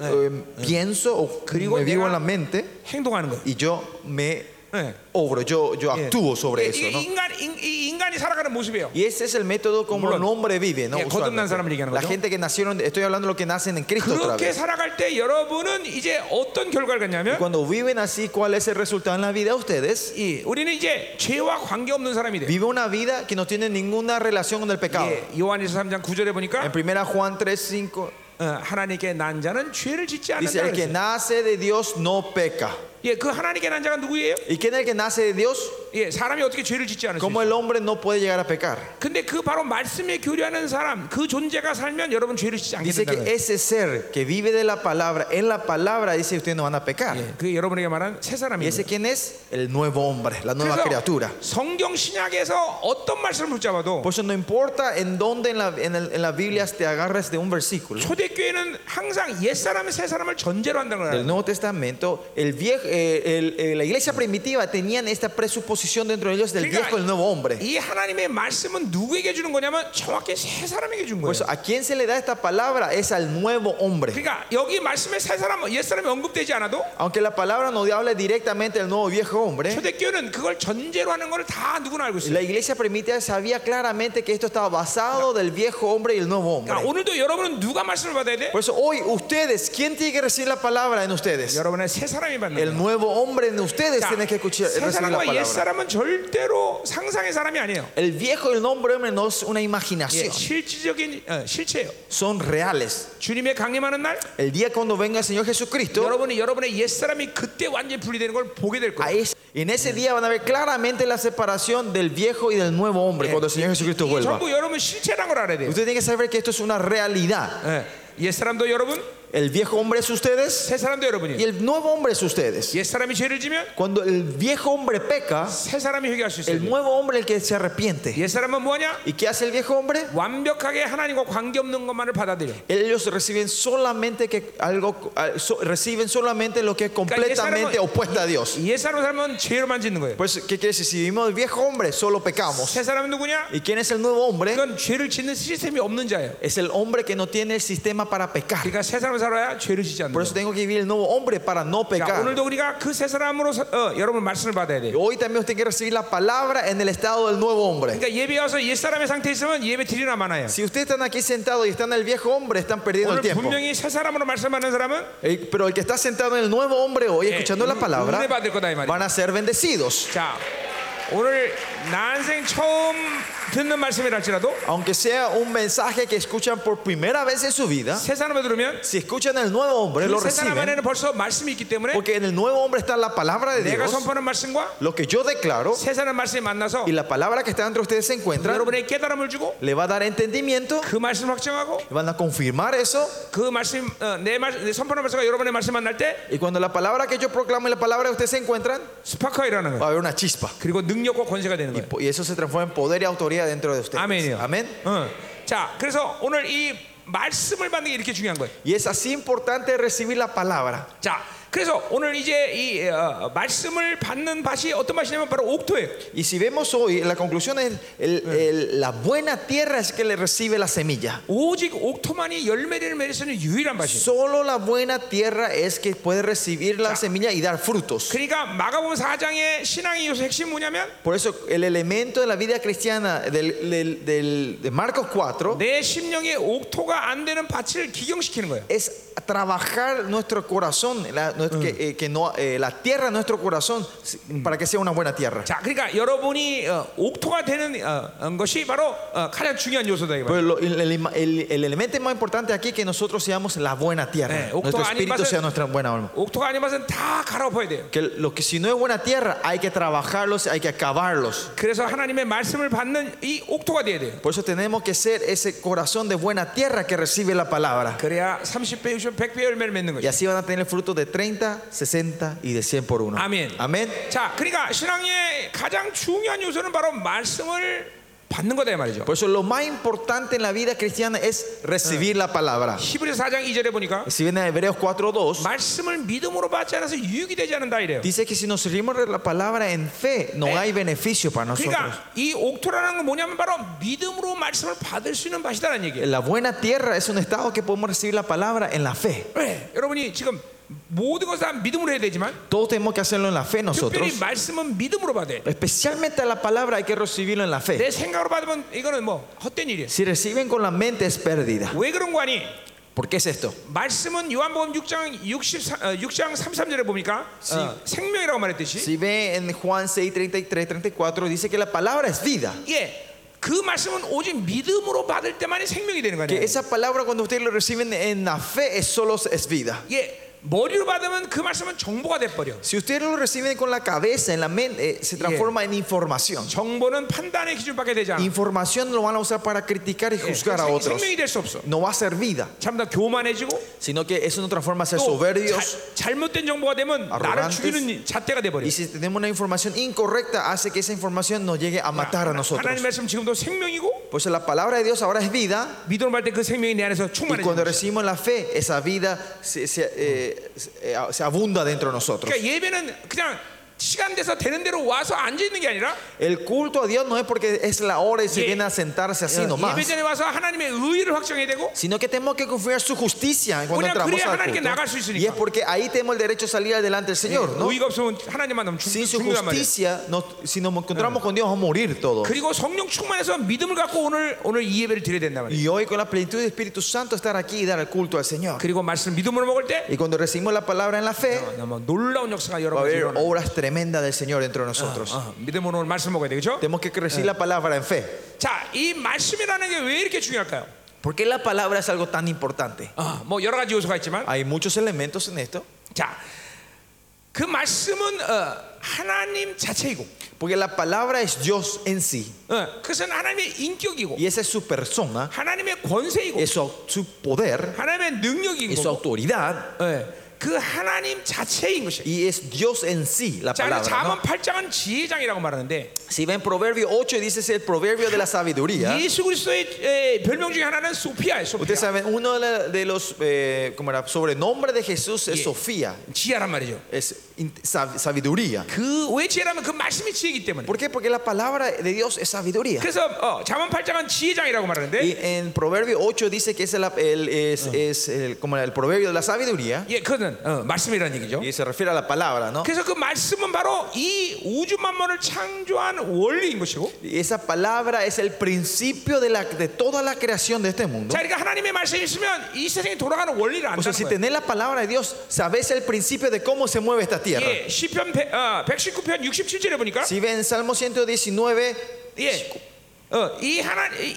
Speaker 2: eh, pienso o
Speaker 1: Griego
Speaker 2: me vivo
Speaker 1: llega-
Speaker 2: en la mente
Speaker 1: 행동하는 거예요.
Speaker 2: y yo me
Speaker 1: 예.
Speaker 2: obro, yo, yo
Speaker 1: 예.
Speaker 2: actúo
Speaker 1: 이게-
Speaker 2: sobre eso.
Speaker 1: 이게
Speaker 2: ¿no?
Speaker 1: 인간, 인, 이 인간이 살아가는 모습이에요.
Speaker 2: Y ese es el método como
Speaker 1: 물론,
Speaker 2: el hombre vive. ¿no?
Speaker 1: 예, 거듭난
Speaker 2: Usualmente.
Speaker 1: 사람을 얘기하는
Speaker 2: La
Speaker 1: 거죠.
Speaker 2: gente que nacieron, estoy hablando de los que nacen en Cristo otra
Speaker 1: 그렇게
Speaker 2: vez.
Speaker 1: 살아갈 때 여러분은 이제 어떤 결과를 갖냐면
Speaker 2: Cuando viven así, ¿cuál es el resultado en la vida de ustedes?
Speaker 1: 예, 우리는 이제 죄와 관계없는 사람이 돼.
Speaker 2: Vive una vida que no tiene ninguna relación con el pecado.
Speaker 1: 예, 요한일서 3장 9절에 보니까
Speaker 2: En 1 Juan 3, 5
Speaker 1: 어, 하나님께 난 자는 죄를 짓지
Speaker 2: dice,
Speaker 1: 않는다.
Speaker 2: el que
Speaker 1: 그랬어요.
Speaker 2: nace de Dios no peca.
Speaker 1: 예, 그 하나님께 난 자가 누구예요?
Speaker 2: ¿Y quién es el que nace de Dios?
Speaker 1: 예, 사람이 어떻게 죄를 짓지 않을 수
Speaker 2: ¿Cómo
Speaker 1: 있어요?
Speaker 2: el hombre no puede llegar a pecar?
Speaker 1: 근데 그 바로 말씀에 교류하는 사람, 그 존재가 살면 여러분 죄를 짓지 않게
Speaker 2: Dice
Speaker 1: 된다.
Speaker 2: que ese ser que vive de la palabra, en la palabra dice ustedes no van a pecar.
Speaker 1: 예, 그게 여러분에게 말한 새
Speaker 2: ¿Y
Speaker 1: 사람이에요.
Speaker 2: ese quién es? El nuevo hombre, la nueva criatura.
Speaker 1: 그래서 성경 신약에서 어떤 말씀을 붙잡아도
Speaker 2: Por eso no importa en dónde en la, en el- en la Biblia te agarres de un versículo.
Speaker 1: 초대교회는 항상 옛 사람의 새 사람을 전제로 한다는
Speaker 2: Del
Speaker 1: 거예요.
Speaker 2: Nuevo Testamento, el viejo, eh, el- eh, la iglesia primitiva tenían esta presuposición dentro de ellos del
Speaker 1: Mira,
Speaker 2: viejo y el nuevo hombre.
Speaker 1: 이 하나님의 말씀은 누구에게 주는 거냐면 정확히 새 사람에게 준
Speaker 2: Por
Speaker 1: 거예요.
Speaker 2: eso, ¿a quién se le da esta palabra? Es al nuevo hombre.
Speaker 1: 그러니까 여기 말씀에 새 사람, 옛 사람이 언급되지 않아도
Speaker 2: Aunque la palabra no habla directamente del nuevo viejo hombre,
Speaker 1: 초대교회는 그걸 전제로 하는 걸 다 누구나 알고 있어요.
Speaker 2: la iglesia primitiva sabía claramente que esto estaba basado del viejo hombre y el nuevo hombre.
Speaker 1: 그러니까 오늘도 여러분은 누가 말씀을 받아야 돼?
Speaker 2: Por eso hoy ustedes, ¿quién tiene que recibir la palabra en ustedes?
Speaker 1: 여러분의 새 사람이 받는 거예요.
Speaker 2: El nuevo hombre en ustedes
Speaker 1: 자,
Speaker 2: tiene que escuchar,
Speaker 1: 새
Speaker 2: recibir la
Speaker 1: 사람과 옛
Speaker 2: palabra.
Speaker 1: 사람은 절대로 상상의 사람이 아니에요.
Speaker 2: El viejo y el hombre hombre no es una
Speaker 1: 예,
Speaker 2: imaginación,
Speaker 1: 실질적인 어, 실체예요.
Speaker 2: son reales.
Speaker 1: 주님의 강림하는 날
Speaker 2: El día cuando venga el Señor Jesucristo,
Speaker 1: 여러분이 여러분의 옛 사람이 그때 완전히 분리되는 걸 보게 될 거예요.
Speaker 2: ahí es- en ese día van a ver claramente la separación del viejo y del nuevo hombre cuando el Señor Jesucristo vuelva.
Speaker 1: 전부 여러분 실체라는 걸 알아야 돼요.
Speaker 2: Usted tiene que saber que esto es una realidad.
Speaker 1: 예, 옛 사람도 여러분
Speaker 2: El viejo hombre es ustedes
Speaker 1: 새 사람도
Speaker 2: y
Speaker 1: 여러분이에요.
Speaker 2: el nuevo hombre es ustedes.
Speaker 1: 옛 사람이 죄를 지면
Speaker 2: Cuando el viejo hombre peca,
Speaker 1: 새 사람이 회개할 수
Speaker 2: el
Speaker 1: 있어요.
Speaker 2: nuevo hombre es el que se arrepiente.
Speaker 1: 옛 사람은 뭐냐?
Speaker 2: ¿Y qué hace el viejo hombre?
Speaker 1: 완벽하게 하나님과 관계 없는 것만을 받아들여.
Speaker 2: Ellos reciben solamente que algo ah, so- reciben solamente lo que es completamente opuesta a Dios.
Speaker 1: 옛 사람 사람은 죄로만 짓는 거예요.
Speaker 2: Pues qué quiere decir si vivimos el viejo hombre solo pecamos.
Speaker 1: 새 사람은 누구냐?
Speaker 2: ¿Y quién es el nuevo hombre?
Speaker 1: 이건 죄를 짓는 시스템이 없는 자예요.
Speaker 2: Es el hombre que no tiene el sistema para pecar.
Speaker 1: 그러니까 새 사람을 살아야 죄를 짓지 않는
Speaker 2: Por eso
Speaker 1: 거예요.
Speaker 2: tengo que vivir el nuevo hombre para no
Speaker 1: 자,
Speaker 2: pecar.
Speaker 1: 오늘도 우리가 그 새 사람으로 사- 어, 여러분 말씀을 받아야 돼요.
Speaker 2: Hoy también usted tiene que recibir la palabra en el estado del nuevo hombre.
Speaker 1: 그러니까 예배 와서 옛 사람의 상태에 있으면 예배 드리나 많아요.
Speaker 2: Si ustedes están aquí sentados y están en el viejo hombre, están perdiendo
Speaker 1: 오늘
Speaker 2: el tiempo.
Speaker 1: 분명히 새 사람으로 말씀하는 사람은
Speaker 2: El- Pero el que está sentado en el nuevo hombre hoy, escuchando la palabra,
Speaker 1: 은혜 받을 거다 이 말이에요.
Speaker 2: van a ser bendecidos.
Speaker 1: 자, 오늘 난생 처음 듣는 말씀이랄지라도
Speaker 2: Aunque sea un mensaje que escuchan por primera vez en su vida,
Speaker 1: 새 사람을 들으면
Speaker 2: si escuchan el nuevo hombre, lo
Speaker 1: 그 새 사람
Speaker 2: reciben.
Speaker 1: 안에는 벌써 말씀이 있기 때문에
Speaker 2: Porque en el nuevo hombre está la palabra de
Speaker 1: 내가
Speaker 2: Dios,
Speaker 1: 선포하는 말씀과
Speaker 2: lo que yo declaro
Speaker 1: 새 사람 말씀이 만나서
Speaker 2: y la palabra que está entre ustedes se encuentran,
Speaker 1: 여러분의 깨달음을 주고
Speaker 2: le va a dar entendimiento,
Speaker 1: 그 말씀 확정하고
Speaker 2: van a confirmar eso.
Speaker 1: 그 말씀 어, 내, 말, 내 선포하는 말씀과 여러분의 말씀 만날 때
Speaker 2: Y cuando la palabra que yo proclamo y la palabra que ustedes se encuentran,
Speaker 1: 스파크가 일어나는
Speaker 2: va
Speaker 1: 거예요.
Speaker 2: a haber una chispa.
Speaker 1: 그리고 능력과 권세가 되는
Speaker 2: Y
Speaker 1: 거예요.
Speaker 2: po- Y eso se transforma en poder y autoridad dentro de ustedes.
Speaker 1: 아멘이요.
Speaker 2: Amén.
Speaker 1: 어. 자, 그래서 오늘 이 말씀을 받는 게 이렇게 중요한 거예요.
Speaker 2: Y es así importante recibir la palabra.
Speaker 1: 자, 그래서 오늘 이제 이 어, 말씀을 받는 밭이 어떤 밭이냐면 바로 옥토예요.
Speaker 2: Y si vemos hoy, la conclusión es, el- el- la buena tierra es que le recibe la semilla.
Speaker 1: 오직 옥토만이 열매를 맺을 수 있는 유일한 밭이에요.
Speaker 2: Solo la buena tierra es que puede recibir la semilla y dar frutos.
Speaker 1: 그러니까 마가복음 4장의 신앙의 요소 핵심 뭐냐면
Speaker 2: Por eso el elemento de la vida cristiana del- del- del- de Marcos 4
Speaker 1: 내 심령의 옥토가 안 되는 밭을 기경시키는 거예요.
Speaker 2: es trabajar nuestro corazón, la, no- que, eh, que no, eh, la tierra de nuestro corazón para que sea una buena tierra.
Speaker 1: 자, 그러니까 여러분이 어, 옥토가 되는 어, 어, 것이 바로 어, 가장 중요한 요소다 이 말이에요.
Speaker 2: Pero lo- el, el- el- el elemento más importante aquí es que nosotros seamos la buena tierra.
Speaker 1: Eh,
Speaker 2: nuestro
Speaker 1: octava
Speaker 2: espíritu
Speaker 1: animal-
Speaker 2: sea nuestra buena alma.
Speaker 1: 옥토가 아닌 밭은 다 갈아엎어야 돼요.
Speaker 2: Que lo que si no es buena tierra, hay que trabajarlos, hay que acabarlos.
Speaker 1: 그래서 하나님의 말씀을 받는 이 옥토가 돼야 돼요.
Speaker 2: Por eso tenemos que ser ese corazón de buena tierra que recibe la palabra.
Speaker 1: 그래야 30배, 60배, 100배 열매를 맺는
Speaker 2: Y
Speaker 1: 거죠.
Speaker 2: así van a tener frutos de 30, 60 y de 100 por uno.
Speaker 1: Amén.
Speaker 2: Amén.
Speaker 1: 자, 그러니까 신앙의 가장 중요한 요소는 바로 말씀을 받는 거다 이 말이죠.
Speaker 2: Por eso lo más importante en la vida cristiana es recibir la palabra.
Speaker 1: 히브리서 4장 2절에 보니까
Speaker 2: Si ven a Hebreos 4.2,
Speaker 1: 말씀을 믿음으로 받지 않아서 유익이 되지 않는다 이래요.
Speaker 2: dice que si nos servimos de la palabra en fe, no hay beneficio para nosotros.
Speaker 1: 그러니까 이 옥토라는 건 뭐냐면 바로 믿음으로 말씀을 받을 수 있는 밭이다라는 얘기예요.
Speaker 2: La buena tierra es un estado que podemos recibir la palabra en la fe.
Speaker 1: 네, 여러분이 지금 모든 것을 다 믿음으로 해야 되지만
Speaker 2: Todos tenemos que hacerlo en la fe nosotros.
Speaker 1: 특별히 말씀은 믿음으로 받아야 돼.
Speaker 2: Especialmente a la palabra hay que recibirlo en la fe.
Speaker 1: 내 생각으로 받으면 이거는 뭐 헛된 일이에요.
Speaker 2: Si reciben con la mente es pérdida.
Speaker 1: 왜 그런 거 아니?
Speaker 2: ¿Por qué es esto?
Speaker 1: 말씀은 요한복음 6장 63, 6장 33절에 보니까 어, 생명이라고 말했듯이
Speaker 2: Si ve en Juan 6, 33, 34, dice que la palabra es vida.
Speaker 1: 예, 그 말씀은 오직 믿음으로 받을 때만이 생명이 되는 거
Speaker 2: Que
Speaker 1: 아니에요.
Speaker 2: esa palabra cuando ustedes lo reciben en la fe es solo es vida.
Speaker 1: 예, 머리로 받으면 그 말씀은 정보가 돼 버려.
Speaker 2: Si ustedes lo reciben con la cabeza, en la mente, eh, se transforma en información.
Speaker 1: 정보는 판단의 기준밖에 되지 않아.
Speaker 2: Información lo van a usar para criticar y
Speaker 1: 예,
Speaker 2: juzgar a
Speaker 1: 생-
Speaker 2: otros.
Speaker 1: 생명이 될 수 없어.
Speaker 2: No va a ser vida,
Speaker 1: 참다 교만해지고
Speaker 2: sino que eso no transforma a ser
Speaker 1: 또
Speaker 2: soberbios.
Speaker 1: 자- 잘못된 정보가 되면 나를
Speaker 2: arrogantes.
Speaker 1: 죽이는 잣대가 돼 버려.
Speaker 2: Y si tenemos una información incorrecta, hace que esa información nos llegue a matar a
Speaker 1: 하나님
Speaker 2: nosotros.
Speaker 1: 말씀 지금도 생명이고
Speaker 2: Por eso Pues la palabra de Dios ahora es vida.
Speaker 1: 믿음을 받을 때 그 생명이 내 안에서
Speaker 2: Y
Speaker 1: 충만해져.
Speaker 2: cuando recibimos la fe, esa vida se, se, eh, se, eh, se abunda dentro de nosotros.
Speaker 1: 그러니까 예배는 그냥 시간 돼서 되는 대로 와서 앉아 있는 게 아니라
Speaker 2: El culto a Dios no es porque es la hora y se
Speaker 1: Yeah.
Speaker 2: viene a sentarse así
Speaker 1: 예배 어?
Speaker 2: nomás,
Speaker 1: 전에 와서 하나님의 의를 확정해야 되고
Speaker 2: sino que tenemos que confiar su justicia cuando
Speaker 1: Bueno,
Speaker 2: entramos
Speaker 1: 그래야
Speaker 2: al
Speaker 1: 하나님께
Speaker 2: culto.
Speaker 1: 나갈 수 있으니까.
Speaker 2: Y es porque ahí tenemos el derecho a salir adelante del Señor, ¿no?
Speaker 1: 의가 없으면 하나님만 너무 죽-
Speaker 2: Sin su
Speaker 1: 죽는단 말이에요.
Speaker 2: justicia, nos- si nos encontramos con Dios, vamos a morir todos.
Speaker 1: 그리고 성령 충만해서 믿음을 갖고 오늘 오늘 이 예배를 드려야 된단 말이에요.
Speaker 2: Y hoy con la plenitud del Espíritu Santo estar aquí y dar el culto al Señor.
Speaker 1: 그리고 말씀 믿음으로 먹을 때
Speaker 2: Y cuando recibimos la palabra en la fe,
Speaker 1: 너무 놀라운 역사가
Speaker 2: va a
Speaker 1: 여러분
Speaker 2: haber
Speaker 1: 일어나.
Speaker 2: obras tremendas del Señor dentro de nosotros.
Speaker 1: 어, 믿음으로 오늘 말씀 먹어야 되겠죠?
Speaker 2: Tenemos que recibir la palabra en fe.
Speaker 1: 자, 이 말씀이라는 게 왜 이렇게 중요할까요?
Speaker 2: ¿Por qué la palabra es algo tan importante?
Speaker 1: 어, 뭐 여러 가지 요소가 있지만,
Speaker 2: Hay muchos elementos en esto,
Speaker 1: 자, 그 말씀은 어, 하나님 자체이고,
Speaker 2: Porque la palabra es Dios en sí.
Speaker 1: 어, 그것은 하나님의 인격이고
Speaker 2: Y esa es su persona,
Speaker 1: 하나님의 권세이고
Speaker 2: es su, au- su poder,
Speaker 1: 하나님의 능력인
Speaker 2: es su
Speaker 1: 거고
Speaker 2: autoridad.
Speaker 1: 예, 그 하나님 자체인 것이.
Speaker 2: Y es Dios en sí la
Speaker 1: 자, 그래서
Speaker 2: palabra.
Speaker 1: 잠언
Speaker 2: ¿no?
Speaker 1: 8장은 지혜장이라고 말하는데
Speaker 2: Si ven Proverbio 8, dice es el proverbio de la sabiduría.
Speaker 1: 예수 그리스도의 에, 별명 중에 하나는 소피아예요. 소피아.
Speaker 2: Ustedes saben, uno de la- de los eh, ¿cómo era? sobrenombres de Jesús es
Speaker 1: Yeah.
Speaker 2: Sofía,
Speaker 1: 지혜란 말이죠.
Speaker 2: es in- sab- sabiduría.
Speaker 1: 그 왜 지혜라면 그 말씀이 지혜이기 때문에.
Speaker 2: ¿Por qué? Porque la palabra de Dios es sabiduría.
Speaker 1: 그래서 어, 잠언 8장은 지혜장이라고 말하는데
Speaker 2: Y en Proverbio 8 dice que es, el, el- es, es el, como el proverbio de la sabiduría
Speaker 1: 예, 그거는 어, 말씀이라는 얘기죠.
Speaker 2: y se refiere a la palabra, ¿no?
Speaker 1: 그래서 그 말씀은 바로 이 우주 만물을 창조한 원리인 것이고
Speaker 2: Y esa palabra es el principio de, la, de toda la creación de este mundo.
Speaker 1: 자, 그러니까 하나님의 말씀이 있으면 이 세상이 돌아가는 원리를
Speaker 2: O sea,
Speaker 1: 안다는
Speaker 2: si
Speaker 1: 거예요.
Speaker 2: tenés la palabra de Dios, sabés el principio de cómo se mueve esta tierra.
Speaker 1: 예, 시편 100, 어, 119편 67절에 보니까
Speaker 2: Si ven Salmo 119,
Speaker 1: 예, 어, 이 하나 이,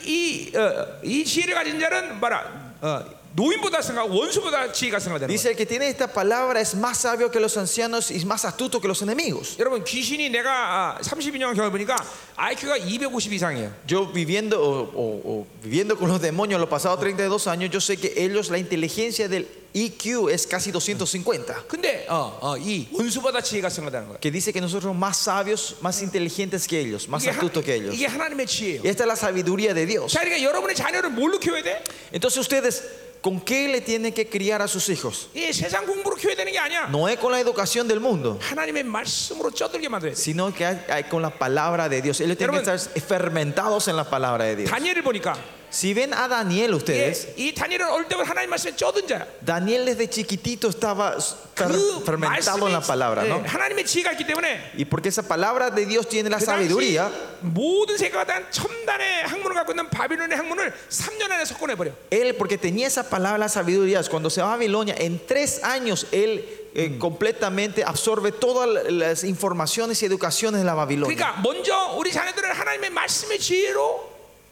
Speaker 1: 이, 어, 이 지혜를 가진 자는 봐라 어, 노인보다 생각하고 원수보다 지혜가 생각되는 거예요.
Speaker 2: Dice el que tiene esta palabra es más sabio que los ancianos y más astuto que los enemigos.
Speaker 1: 여러분 귀신이 내가 아, 32년 경험해보니까 IQ가 250 이상이에요.
Speaker 2: Yo viviendo o, o- o viviendo con los demonios los pasados 32 años, yo sé que ellos la inteligencia del IQ es casi 250.
Speaker 1: 근데 어, 어, 이 원수보다 지혜가 생각되는 거예요.
Speaker 2: Oh, Que dice que nosotros somos más sabios, más inteligentes que ellos, más
Speaker 1: 이게, 하,
Speaker 2: astutos que ellos.
Speaker 1: 이게 하나님의 지혜예요.
Speaker 2: Y esta es la sabiduría de Dios.
Speaker 1: 자, 그러니까 여러분의 자녀를 뭘로 키워야 돼?
Speaker 2: Entonces ustedes, ¿con qué le tienen que criar a sus hijos?
Speaker 1: 이 세상 공부로 키워야 되는 게 아니야.
Speaker 2: No es con la educación del mundo,
Speaker 1: 하나님의 말씀으로 쪄들게 만들어야 돼.
Speaker 2: sino que hay- hay con la palabra de Dios. Ellos tienen que
Speaker 1: Hermano.
Speaker 2: estar fermentados en la palabra de Dios.
Speaker 1: 다니엘을 보니까
Speaker 2: Si ven a Daniel
Speaker 1: 예,
Speaker 2: ustedes,
Speaker 1: 이 다니엘은 어릴 때부터 하나님 말씀에 쪄든 자야.
Speaker 2: Daniel desde chiquitito estaba fer-
Speaker 1: 그
Speaker 2: fermentado en la palabra,
Speaker 1: 말씀에 예,
Speaker 2: ¿no?
Speaker 1: 하나님의 지혜가 있기 때문에
Speaker 2: Y porque esa palabra de Dios tiene la
Speaker 1: 그 당시
Speaker 2: sabiduría,
Speaker 1: 모든 세계가 단 첨단의 학문을 갖고 있는 바빌론의 학문을 3년 안에 섞어내 버려.
Speaker 2: él, porque tenía esa palabra, la sabiduría, cuando se va a Babilonia, en tres años él eh, completamente absorbe todas las informaciones y educaciones de la Babilonia.
Speaker 1: 그러니까 먼저 우리 자녀들을 하나님의 말씀의 지혜로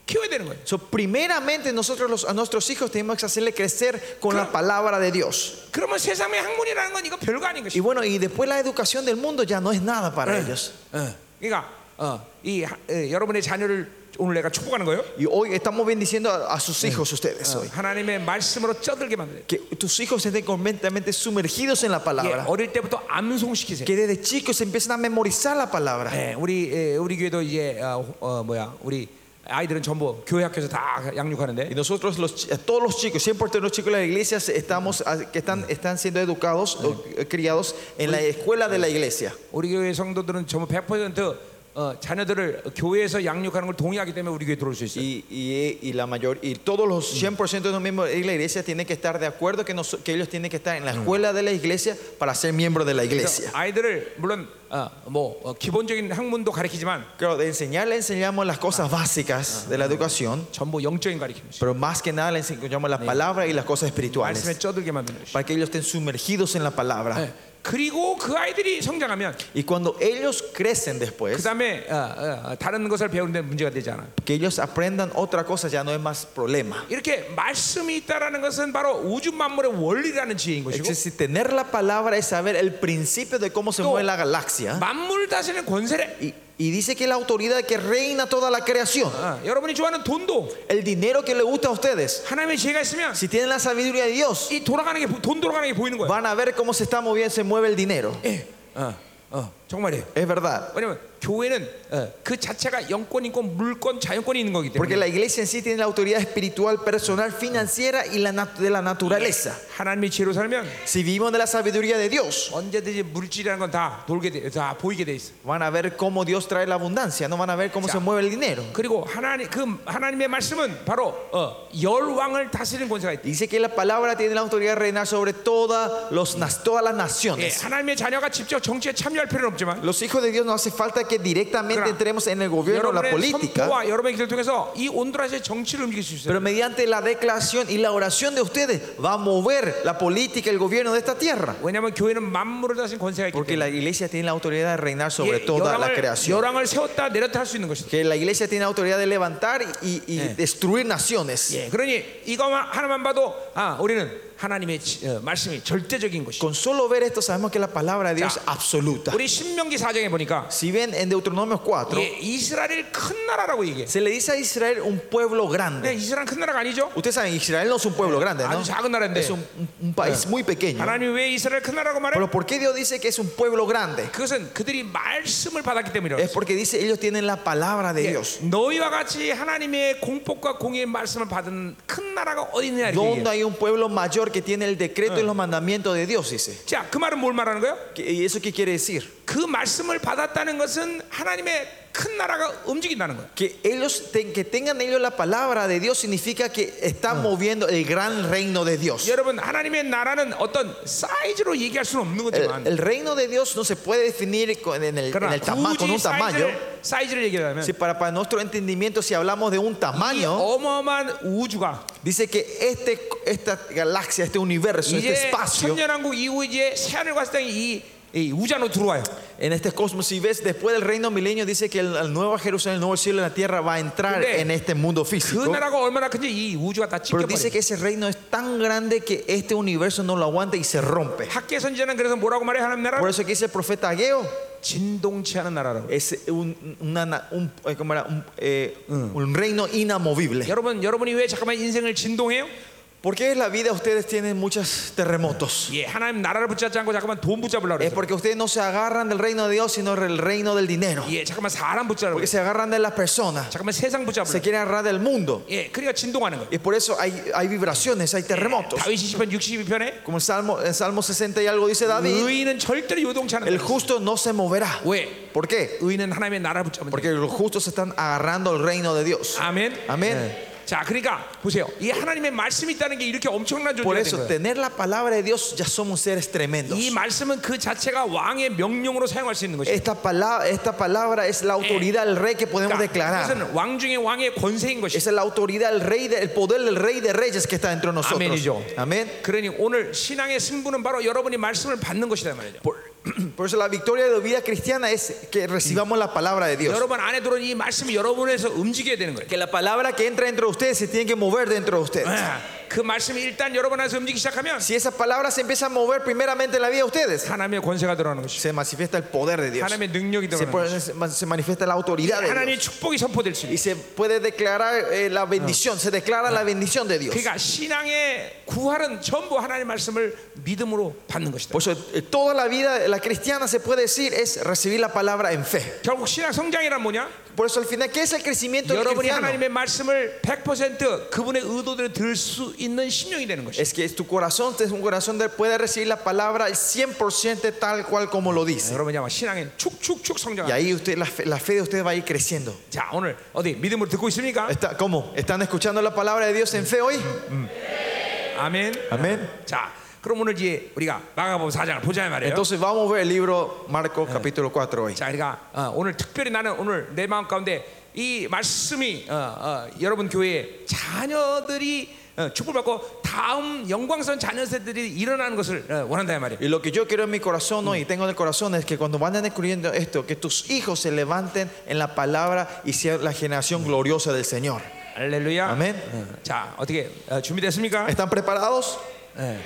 Speaker 1: 키워야 되는 거예요.
Speaker 2: So, primeramente nosotros los- a nuestros hijos tenemos que hacerle crecer con la palabra de Dios.
Speaker 1: 그러면 세상의 학문이라는 건 이거 별거 아닌
Speaker 2: Y
Speaker 1: 것이.
Speaker 2: bueno, y después la educación del mundo ya no es nada para ellos.
Speaker 1: 어. 그러니까 어, 이 하- 예, 여러분의 자녀를 오늘 내가 축복하는 거예요.
Speaker 2: Y hoy estamos bendiciendo a, a sus hijos ustedes
Speaker 1: Ah.
Speaker 2: hoy.
Speaker 1: 하나님의 말씀으로 쩌들게 만들어요.
Speaker 2: Que tus hijos estén completamente sumergidos en la
Speaker 1: 예,
Speaker 2: palabra.
Speaker 1: 어릴 때부터 암송시키세요.
Speaker 2: Que desde chicos empiecen a memorizar la palabra.
Speaker 1: 예, 우리 예, 우리 교회도 이제 어, 어, 뭐야 우리 아이들은 전부 교회 학교에서 다 양육하는데
Speaker 2: Y nosotros, los, chi- todos los chicos, 100% de los chicos de la iglesia estamos, a- que están, están siendo educados o eh, criados en la escuela de la iglesia.
Speaker 1: 우리 교회 성도들은 전부 100% 어, 자녀들을 교회에서 양육하는 걸 동의하기 때문에 우리 교회 들어올 수 있어요.
Speaker 2: Y, y, y la mayor, y todos los 100% de los miembros de la iglesia tienen que estar de acuerdo que, nos- que ellos tienen que estar en la escuela de la iglesia para ser miembros de la iglesia.
Speaker 1: 아이들을 물론 어, 뭐 어, 기본적인 학문도 가르치지만
Speaker 2: Claro, de enseñar le enseñamos las cosas básicas de la educación,
Speaker 1: 전부 영적인 가르침이죠.
Speaker 2: pero más que nada le enseñamos la palabra y las cosas espirituales.
Speaker 1: 말씀에 쩌들게 만드는 것이.
Speaker 2: para que ellos estén sumergidos en la palabra.
Speaker 1: 예. 그리고 그 아이들이 성장하면
Speaker 2: Y cuando ellos crecen
Speaker 1: 그
Speaker 2: después,
Speaker 1: 다음에 어, 어, 다른 것을 배우는 데 문제가 되지 않아.
Speaker 2: que ellos aprendan otra cosa ya no es más problema.
Speaker 1: 이렇게 말씀이 있다라는 것은 바로 우주 만물의 원리라는 지혜인
Speaker 2: Es
Speaker 1: 것이고
Speaker 2: que si tener la palabra es saber el principio de cómo se
Speaker 1: No.
Speaker 2: mueve la galaxia.
Speaker 1: 만물 다스리는 권세래.
Speaker 2: Y, y dice que la autoridad que reina toda la creación,
Speaker 1: 어, 여러분이 좋아하는 돈도
Speaker 2: el dinero que le gusta a ustedes,
Speaker 1: 하나님의 지혜가 있으면
Speaker 2: si tienen la sabiduría de Dios,
Speaker 1: 이 돌아가는 게 돈 돌아가는 게 보이는 거야.
Speaker 2: van a ver cómo se está moviendo, se mueve el dinero.
Speaker 1: 예, 어, 어, 정말이에요.
Speaker 2: Es verdad.
Speaker 1: 왜냐면 교회는 어, 그 자체가 영권, 인권, 물권, 자연권이 있는 거기
Speaker 2: Porque
Speaker 1: 때문에
Speaker 2: la iglesia en sí tiene la autoridad espiritual, personal, financiera y la nat- de la naturaleza.
Speaker 1: 하나님의 지혜로 살면
Speaker 2: Si vivimos de la sabiduría de Dios,
Speaker 1: 언제든지 물질이라는 건 다 돌게 돼, 다 보이게 돼 있어.
Speaker 2: Van a ver cómo Dios trae la abundancia, no van a ver cómo
Speaker 1: Ya.
Speaker 2: se mueve el dinero.
Speaker 1: 그리고 하나님 그 하나님의 말씀은 바로 어, 열왕을 다스리는 권세가 있다.
Speaker 2: Dice que la palabra tiene la autoridad de reinar sobre todas, los, nas- todas las
Speaker 1: 예,
Speaker 2: naciones.
Speaker 1: 하나님의 자녀가 직접 정치에 참여할 필요는 없지만
Speaker 2: Los hijos de Dios no hace falta que directamente
Speaker 1: Claro.
Speaker 2: entremos en el gobierno o la
Speaker 1: 여러분의
Speaker 2: política,
Speaker 1: 선포와 여러분의 기도를 통해서 이 온드라시의 정치를 움직일 수 있어요.
Speaker 2: pero mediante la declaración y la oración de ustedes va a mover la política y el gobierno de esta tierra.
Speaker 1: 왜냐하면 교회는 만물을 다스리는 권세가 있기
Speaker 2: Porque
Speaker 1: 때문에.
Speaker 2: la iglesia tiene la autoridad de reinar sobre
Speaker 1: 예,
Speaker 2: toda la
Speaker 1: 열왕을,
Speaker 2: creación.
Speaker 1: 열왕을 세웠다 내렸다 할 수 있는 것이다.
Speaker 2: Que la iglesia tiene la autoridad de levantar y, y destruir naciones.
Speaker 1: 예, 그러니 이거 하나만 봐도 아, 우리는 하나님의 지- 어, 말씀이 절대적인 것이.
Speaker 2: Con solo ver esto sabemos que la palabra de Dios
Speaker 1: Ya.
Speaker 2: es absoluta.
Speaker 1: 우리 신명기 사정에 보니까
Speaker 2: Si ven en Deuteronomio 4,
Speaker 1: 예, 이스라엘 큰 나라라고 얘기해.
Speaker 2: se le dice a Israel un pueblo
Speaker 1: 근데
Speaker 2: grande.
Speaker 1: 이스라엘 큰 나라가 아니죠?
Speaker 2: Ustedes saben, Israel no es un pueblo grande, ¿no?
Speaker 1: 아주 작은 나라인데.
Speaker 2: Es un, un- un país muy pequeño.
Speaker 1: 하나님이 왜 이스라엘 큰 나라라고 말해?
Speaker 2: Pero ¿por qué Dios dice que es un pueblo grande?
Speaker 1: 그것은 그들이 말씀을 받았기 때문이라고.
Speaker 2: Es porque dice ellos tienen la palabra de Dios.
Speaker 1: 너희와 같이 하나님의 공법과 공의의 말씀을 받은 큰 나라가 어디 있느냐 이렇게
Speaker 2: ¿Dónde
Speaker 1: 얘기해요.
Speaker 2: hay un pueblo mayor que tiene el decreto y los mandamientos de Dios? Dice.
Speaker 1: 자, 그 말은 뭘 말하는 거예요?
Speaker 2: ¿Qué- ¿Y eso qué quiere decir?
Speaker 1: 그 말씀을 받았다는 것은 하나님의 큰 나라가 움직인다는 거예요.
Speaker 2: Que ellos te- que tengan ellos la palabra de Dios significa que están moviendo el gran reino de Dios.
Speaker 1: 여러분, 하나님의 나라는 어떤 사이즈로 얘기할 수는 없는 거지만
Speaker 2: El, el reino de Dios no se puede definir con, en el, en
Speaker 1: 그러나
Speaker 2: el tama- con
Speaker 1: 굳이
Speaker 2: un tamaño.
Speaker 1: 사이즈를, 사이즈를 얘기하면
Speaker 2: Si para, para nuestro entendimiento, si hablamos de un tamaño,
Speaker 1: 어마어마한 우주가
Speaker 2: dice que este, esta galaxia, este universo, este
Speaker 1: 이제
Speaker 2: espacio,
Speaker 1: 천년왕국 이후 이제 새하늘과 새 땅이 이, 이 우주 안으로 들어와요.
Speaker 2: en este cosmos, si ves después del reino milenio, dice que el, el nuevo Jerusalén, el nuevo cielo y la tierra va a entrar
Speaker 1: Pero-
Speaker 2: en este mundo
Speaker 1: 그
Speaker 2: físico.
Speaker 1: 나라가 얼마나 큰지 이 우주가 다
Speaker 2: Pero dice
Speaker 1: 찢겨버려요.
Speaker 2: que ese reino es tan grande que este universo no lo aguanta y se rompe.
Speaker 1: 학계 선지자는 그래서 뭐라고 말해 하나님 나라?
Speaker 2: Por eso que dice el profeta Ageo
Speaker 1: 진동치 않은 나라라고.
Speaker 2: es un, una na- un- eh, ¿cómo era? Un, eh, un reino inamovible.
Speaker 1: 여러분 여러분이 왜 잠깐만 인생을 진동해요?
Speaker 2: ¿Por qué la vida ustedes tienen muchos terremotos?
Speaker 1: 예, 하나님 나라를 붙잡지 않고 잠깐만 돈 붙잡으려고 그래요.
Speaker 2: Es porque ustedes no se agarran del reino de Dios, sino del reino del dinero.
Speaker 1: 예, 잠깐만 사람 붙잡으려고.
Speaker 2: Porque
Speaker 1: 그래요.
Speaker 2: se agarran de las personas,
Speaker 1: 잠깐만 세상
Speaker 2: se
Speaker 1: 붙잡으려고.
Speaker 2: quieren agarrar del mundo.
Speaker 1: 예, 그러니까 진동하는 거예요.
Speaker 2: Y por eso hay, hay vibraciones, hay terremotos.
Speaker 1: 다윗이 시편 62편에
Speaker 2: Como el Salmo, el Salmo 60 y algo dice David,
Speaker 1: 의인은 절대로 요동치 않는다.
Speaker 2: el justo no se moverá.
Speaker 1: 왜?
Speaker 2: ¿Por qué?
Speaker 1: 의인은 하나님의 나라를 붙잡는 거예요.
Speaker 2: Porque los justos están agarrando el reino de Dios.
Speaker 1: 아멘.
Speaker 2: Amén.
Speaker 1: 자, 그러니까 보세요. 이 하나님의 말씀이 있다는 게 이렇게 엄청난
Speaker 2: Por
Speaker 1: 존재가 된
Speaker 2: eso,
Speaker 1: 거예요.
Speaker 2: tener la palabra de Dios ya somos seres tremendos.
Speaker 1: 이 말씀은 그 자체가 왕의 명령으로 사용할 수 있는 것이에요.
Speaker 2: Esta palabra, esta palabra es la autoridad del rey que podemos declarar.
Speaker 1: 그러니까 그것은 왕 중에 왕의 권세인 것이에요.
Speaker 2: Esa es la autoridad, el, rey de- el poder del rey de reyes que está dentro de
Speaker 1: Amén y yo.
Speaker 2: nosotros. Amén.
Speaker 1: 그러니 오늘 신앙의 승부는 바로 여러분이 말씀을 받는 것이다 말이죠.
Speaker 2: Por eso la victoria de la vida cristiana es que recibamos la palabra de Dios.
Speaker 1: 여러분 안에 들어온 이 말씀이 여러분에서 움직여야 되는 거예요.
Speaker 2: Que la palabra que entra dentro de ustedes se tiene que mover dentro de
Speaker 1: Ah.
Speaker 2: ustedes.
Speaker 1: 아, 그 말씀이 일단 여러분 안에서 움직이기 시작하면
Speaker 2: Si esa palabra se empieza a mover primeramente en la vida de ustedes,
Speaker 1: 하나님의 권세가 들어가는 것이죠.
Speaker 2: se manifiesta el poder de Dios.
Speaker 1: 하나님의 능력이
Speaker 2: Se,
Speaker 1: 들어가는 것이죠.
Speaker 2: pone- se ma- se manifiesta la autoridad de
Speaker 1: 하나님의
Speaker 2: Dios.
Speaker 1: 축복이 선포될 수
Speaker 2: Y
Speaker 1: 있는.
Speaker 2: se puede declarar eh, la bendición, se declara la bendición de Dios.
Speaker 1: 그러니까 신앙의 구할은 전부 하나님의 말씀을 믿음으로 받는 것이다.
Speaker 2: Por eso eh, toda la vida la cristiana se puede decir es recibir la palabra en fe.
Speaker 1: 결국 신앙 성장이란 뭐냐?
Speaker 2: Por eso al final qué es el crecimiento del
Speaker 1: 여러분이
Speaker 2: cristiano?
Speaker 1: 하나님의 말씀을 100% 그분의 의도대로 들 수 있는 심령이 되는 것이죠.
Speaker 2: Es que tu corazón es un corazón que puede recibir la palabra al 100% tal cual como lo dice.
Speaker 1: 여러분이 아마 신앙에 축축축
Speaker 2: Y
Speaker 1: 성장합니다.
Speaker 2: ahí usted la fe, la fe de ustedes va a ir creciendo.
Speaker 1: 자, 오늘 어디 믿음으로 듣고 있습니까?
Speaker 2: Está, ¿Cómo? ¿Están escuchando la palabra de Dios en fe hoy?
Speaker 1: 아멘.
Speaker 2: Amén.
Speaker 1: 자, 그럼 오늘 이제 우리가 마가복음 4장을 보자 이 말이에요.
Speaker 2: Entonces vamos a ver el libro Marcos capítulo 4 hoy.
Speaker 1: 자, 그러니까 어, 오늘 특별히 나는 오늘 내 마음 가운데 이 말씀이 어, 어, 여러분 교회 자녀들이 어, 축복받고 다음 영광선 자녀 세들이 일어나는 것을 어, 원한다 이 말이에요.
Speaker 2: Y lo que yo quiero en mi corazón hoy, y tengo en el corazón, es que cuando van descubriendo esto, que tus hijos se levanten en la palabra y sean la generación gloriosa del Señor.
Speaker 1: 할렐루야.
Speaker 2: 아멘.
Speaker 1: 어, 자, 어떻게 어, 준비됐습니까?
Speaker 2: ¿Están preparados?
Speaker 1: 예,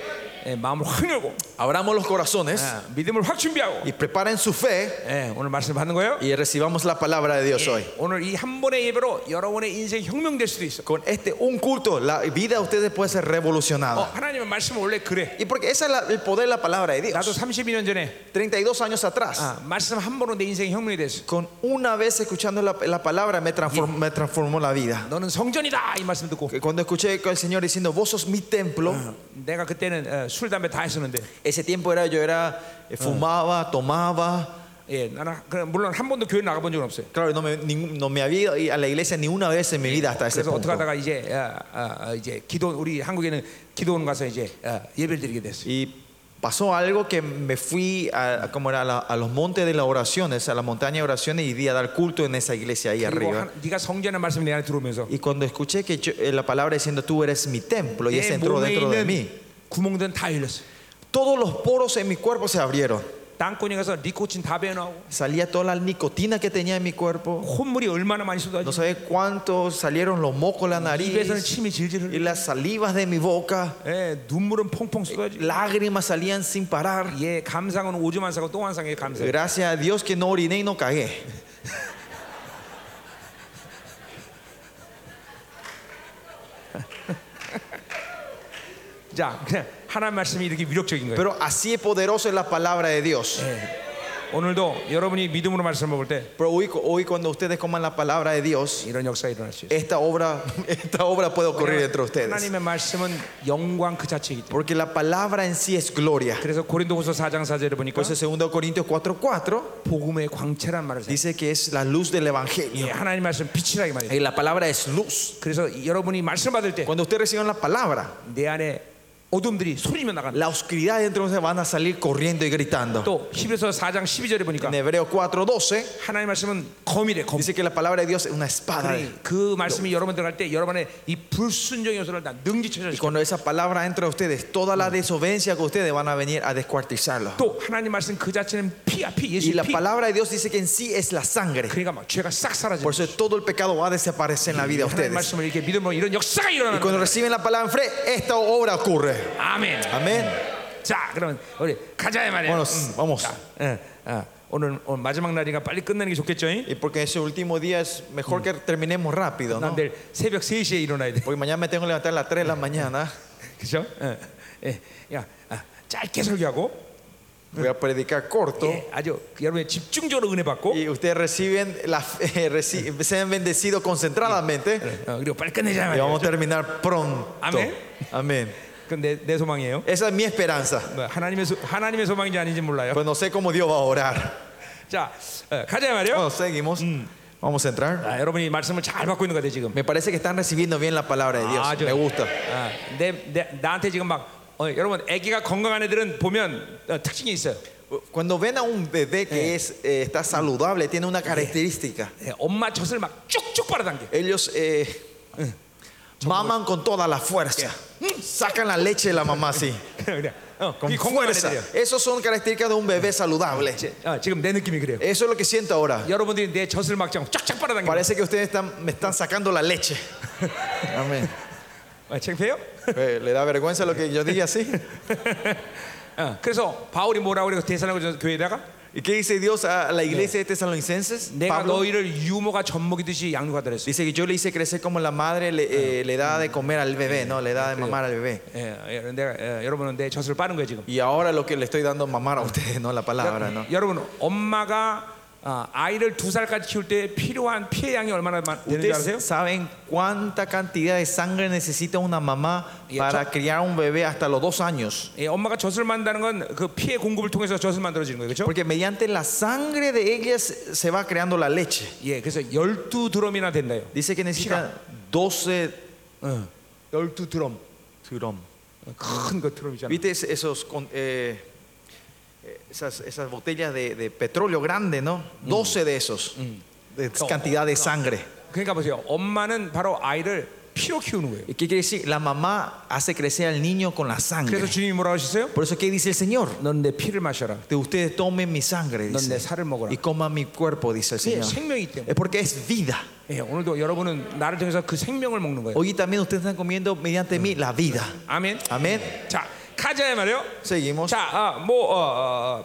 Speaker 1: 예, 마음을 확 열고
Speaker 2: Abramos los corazones
Speaker 1: 예, 믿음을 확 준비하고
Speaker 2: y preparen su fe
Speaker 1: 예, 오늘 말씀 받는 거예요.
Speaker 2: y recibamos la palabra de Dios hoy.
Speaker 1: 오늘 이 한 번의 예배로 여러분의 인생 혁명될 수도 있어.
Speaker 2: Con este un culto, la vida de ustedes puede ser
Speaker 1: 어,
Speaker 2: revolucionada.
Speaker 1: 하나님의 말씀은 원래 그래.
Speaker 2: Y porque ese es la- el poder de la palabra de
Speaker 1: 나도
Speaker 2: Dios.
Speaker 1: 32년 전에
Speaker 2: 32 años atrás,
Speaker 1: 아, 말씀 한 번으로 내 인생 혁명이 됐어.
Speaker 2: con una vez escuchando la, la palabra, me transformó, me transformó la vida.
Speaker 1: 너는 성전이다 이 말씀 듣고
Speaker 2: Que Cuando escuché al Señor diciendo, vos sos mi templo,
Speaker 1: 내가 그때는 어, 술 담배 다 했었는데
Speaker 2: ese tiempo era yo era eh, fumaba, tomaba.
Speaker 1: 예 나는 그냥 물론 한 번도 교회 나가본 적은 없어요.
Speaker 2: Claro, no me, ningún- no me había ido a la iglesia ni una vez en mi vida hasta ese
Speaker 1: 그래서 어떻게
Speaker 2: punto.
Speaker 1: 하다가 이제 어, 어, 어, 이제 기도 우리 한국에는 기도원 가서 이제 어, 예배를 드리게 됐어.
Speaker 2: Y pasó algo que me fui a, a- como era, a, la- a los montes de las oraciones, a la montaña de oraciones y di a dar culto en esa iglesia ahí
Speaker 1: 그리고
Speaker 2: arriba.
Speaker 1: 한, 네가 성전의 말씀이 내 안에 들어오면서
Speaker 2: Y cuando escuché que yo- eh, la palabra diciendo tú eres mi
Speaker 1: 어,
Speaker 2: templo y ese
Speaker 1: 내
Speaker 2: entró
Speaker 1: 몸에
Speaker 2: dentro de mí,
Speaker 1: 있는 구멍들은 다 열렸어.
Speaker 2: todos los poros en mi cuerpo se abrieron.
Speaker 1: 땅콩이 가서 니코틴 다 배어나고
Speaker 2: Salía toda la nicotina que tenía en mi cuerpo.
Speaker 1: 콧물이 얼마나 많이
Speaker 2: No
Speaker 1: 쏟아지고
Speaker 2: sabe cuánto salieron los mocos, la
Speaker 1: 입에서는
Speaker 2: nariz
Speaker 1: 침이 질질
Speaker 2: y
Speaker 1: 흘러
Speaker 2: las salivas de mi boca.
Speaker 1: 예, 눈물은 펑펑 쏟아지고
Speaker 2: Lágrimas salían sin parar.
Speaker 1: 예, 감상은 오줌 안 사고 똥 안 상해 감상
Speaker 2: Gracias a Dios que no oriné y no cagué.
Speaker 1: 자, 그냥 하나님 말씀이 이렇게 위력적인 거예요
Speaker 2: Pero así es poderoso es la palabra de Dios.
Speaker 1: 오늘도 여러분이 믿음으로 말씀 먹을 때
Speaker 2: Pero hoy, hoy cuando ustedes coman la palabra de Dios,
Speaker 1: 이런 역사가 일어날 수 있어요
Speaker 2: esta obra, esta obra puede ocurrir entre ustedes.
Speaker 1: 하나님의 말씀은 영광 그 자체이기 때문에
Speaker 2: Porque la palabra en sí es gloria.
Speaker 1: 그래서 고린도후서 4장 4절을 보니까
Speaker 2: Entonces 2 Corintios 4:4
Speaker 1: 복음의 광채란 말을 써요.
Speaker 2: dice que es la luz del
Speaker 1: 예,
Speaker 2: Evangelio.
Speaker 1: 하나님 말씀 빛이라 이 말이에요.
Speaker 2: Y la palabra es luz.
Speaker 1: 그래서 아, 여러분이 말씀 받을 때 내
Speaker 2: Cuando ustedes reciban la palabra,
Speaker 1: 안에 어둠들이 소리며 나간다.
Speaker 2: la oscuridad dentro de ustedes van a salir corriendo y gritando.
Speaker 1: 또 히브리서 4장 12절에 보니까
Speaker 2: En Hebreo 4:12
Speaker 1: 하나님 말씀은 네. 검이래 검.
Speaker 2: dice que la palabra de Dios es una espada.
Speaker 1: 그러니 그 말씀이 여러분 들어갈 때 여러분의 이 불순종의 요소를 다
Speaker 2: Y
Speaker 1: 능지쳐져.
Speaker 2: cuando esa palabra entra a ustedes, toda la desobediencia que ustedes van a venir a descuartizarlo.
Speaker 1: 또 하나님 말씀 그 자체는 피야 피
Speaker 2: Y
Speaker 1: 예수
Speaker 2: la
Speaker 1: 피.
Speaker 2: palabra de Dios dice que en sí es la sangre.
Speaker 1: 그러니까 막 죄가 싹 사라져.
Speaker 2: Por eso todo el pecado va a desaparecer en la vida
Speaker 1: 하나님
Speaker 2: de ustedes.
Speaker 1: 말씀을 이렇게 믿음으로 이런 역사가
Speaker 2: Y
Speaker 1: 일어나는
Speaker 2: cuando
Speaker 1: 거예요.
Speaker 2: reciben la palabra en fe, esta obra ocurre.
Speaker 1: 아멘.
Speaker 2: Amén.
Speaker 1: 자, 그러면 우리 가자 이 말이에요.
Speaker 2: Bueno, vamos.
Speaker 1: 자, 예, 아, 오늘, 오늘 마지막 날이니까 빨리 끝내는 게 좋겠죠? 잉?
Speaker 2: Y porque ese último día es mejor que terminemos rápido,
Speaker 1: 난
Speaker 2: ¿no?
Speaker 1: 내일 새벽 3시에 일어나야 돼.
Speaker 2: Porque mañana me tengo que levantar a las 3 de la mañana.
Speaker 1: 그죠? 예, 예, 야, 아, 짧게 설교하고
Speaker 2: Voy a predicar corto.
Speaker 1: 예, 아주 여러분의 집중적으로 은혜 받고
Speaker 2: Y ustedes reciben, la, eh, reci- sean bendecidos concentradamente.
Speaker 1: 어, 그리고 빨리 끝내자
Speaker 2: Y
Speaker 1: 말이에요.
Speaker 2: vamos a terminar pronto.
Speaker 1: Amén.
Speaker 2: Amén.
Speaker 1: 그건 내, 내 소망이에요.
Speaker 2: Esa es mi esperanza.
Speaker 1: 뭐, 하나님의, 소, 하나님의 소망인지 아닌지 몰라요.
Speaker 2: Pues no sé cómo Dios va a orar.
Speaker 1: 자, 어, 가자 말이에요.
Speaker 2: Bueno, seguimos. Vamos a entrar.
Speaker 1: 아, 여러분이 말씀을 잘 받고 있는 것 같아요 지금.
Speaker 2: Me parece que están recibiendo bien la palabra de Dios.
Speaker 1: 아주
Speaker 2: Me gusta.
Speaker 1: 아, 내, 내, 나한테 지금 막 어, 여러분 아기가 건강한 애들은 보면 어, 특징이 있어요.
Speaker 2: Cuando ven a un bebé que es, eh, está saludable, tiene una característica.
Speaker 1: 예, 엄마 젖을 막 쭉쭉 빨아당겨.
Speaker 2: Ellos eh, maman con toda la fuerza. Mm, Sacan la leche de la mamá así.
Speaker 1: 그냥 그냥. 어,
Speaker 2: Con
Speaker 1: 이 건강한
Speaker 2: fuerza.
Speaker 1: 애들이에요.
Speaker 2: Esas son características de un bebé saludable.
Speaker 1: 제- 어, 지금 내 느낌이 그래요.
Speaker 2: Eso es lo que siento ahora.
Speaker 1: 여러분들이 내 젖을 막 지금 쫙쫙 예. 빨아당겨.
Speaker 2: Parece que ustedes están, me están sacando la leche. Amén.
Speaker 1: 어, 창피해요?
Speaker 2: Eh, ¿Le da vergüenza lo que yo diga así?
Speaker 1: 어, 그래서 바울이 뭐라고 그래요? 대사라고 교회에다가
Speaker 2: ¿Y qué dice Dios a la iglesia de Tesalonicenses?
Speaker 1: 내가
Speaker 2: Pablo
Speaker 1: 너희를 유모가 젖 먹이듯이 양육하다 그랬어.
Speaker 2: Dice que yo le hice crecer como la madre le, eh, le da de comer al bebé, ¿no? Le da de mamar al bebé.
Speaker 1: 예, 예, 내가 예, 여러분은 내 젖을 빠는 거예요 지금.
Speaker 2: Y ahora lo que le estoy dando mamar a ustedes, ¿no? La palabra, ¿no?
Speaker 1: 여러분 엄마가 아, 아이를 두 살까지 키울 때 필요한 피해 양이 얼마나 많- 되는 줄 아세요?
Speaker 2: Ustedes saben cuánta cantidad de sangre necesita una mamá
Speaker 1: Y
Speaker 2: para criar un bebé hasta los dos años.
Speaker 1: 예, 엄마가 젖을 만다는 건 그 피해 공급을 통해서 젖을 만들어지는 거예요, 그렇죠?
Speaker 2: Porque mediante la sangre de ellas se va creando la leche.
Speaker 1: 예, 그래서 12 드럼이나 된다요.
Speaker 2: Dice que necesita 12
Speaker 1: 어, 12 드럼,
Speaker 2: turón.
Speaker 1: 큰그 드럼이잖아.
Speaker 2: ¿Viste es- esos, con- eh, esas, esas botellas de, de petróleo grande, ¿no? 12 de esos. De cantidad de sangre.
Speaker 1: 그러니까 보세요, 엄마는 바로 아이를 피로 키우는 거예요.
Speaker 2: ¿Y ¿Qué quiere decir? La mamá hace crecer al niño con la
Speaker 1: 그래서
Speaker 2: sangre.
Speaker 1: 주님이 뭐라고 하셨어요?
Speaker 2: Por eso, ¿qué dice el Señor?
Speaker 1: 넌 내 피를 마셔라.
Speaker 2: De ustedes tomen mi sangre
Speaker 1: 넌
Speaker 2: dice,
Speaker 1: 내 살을 먹어라.
Speaker 2: y coman mi cuerpo, dice el
Speaker 1: 예,
Speaker 2: Señor.
Speaker 1: 생명이기 때문에.
Speaker 2: Es porque es vida.
Speaker 1: 예, 오늘도 여러분은 나를 통해서 그 생명을 먹는 거예요.
Speaker 2: Hoy también ustedes están comiendo mediante mí la vida.
Speaker 1: 아멘.
Speaker 2: Amén.
Speaker 1: 자, 가자 말이요.
Speaker 2: Seguimos.
Speaker 1: 자, 아, 뭐 어,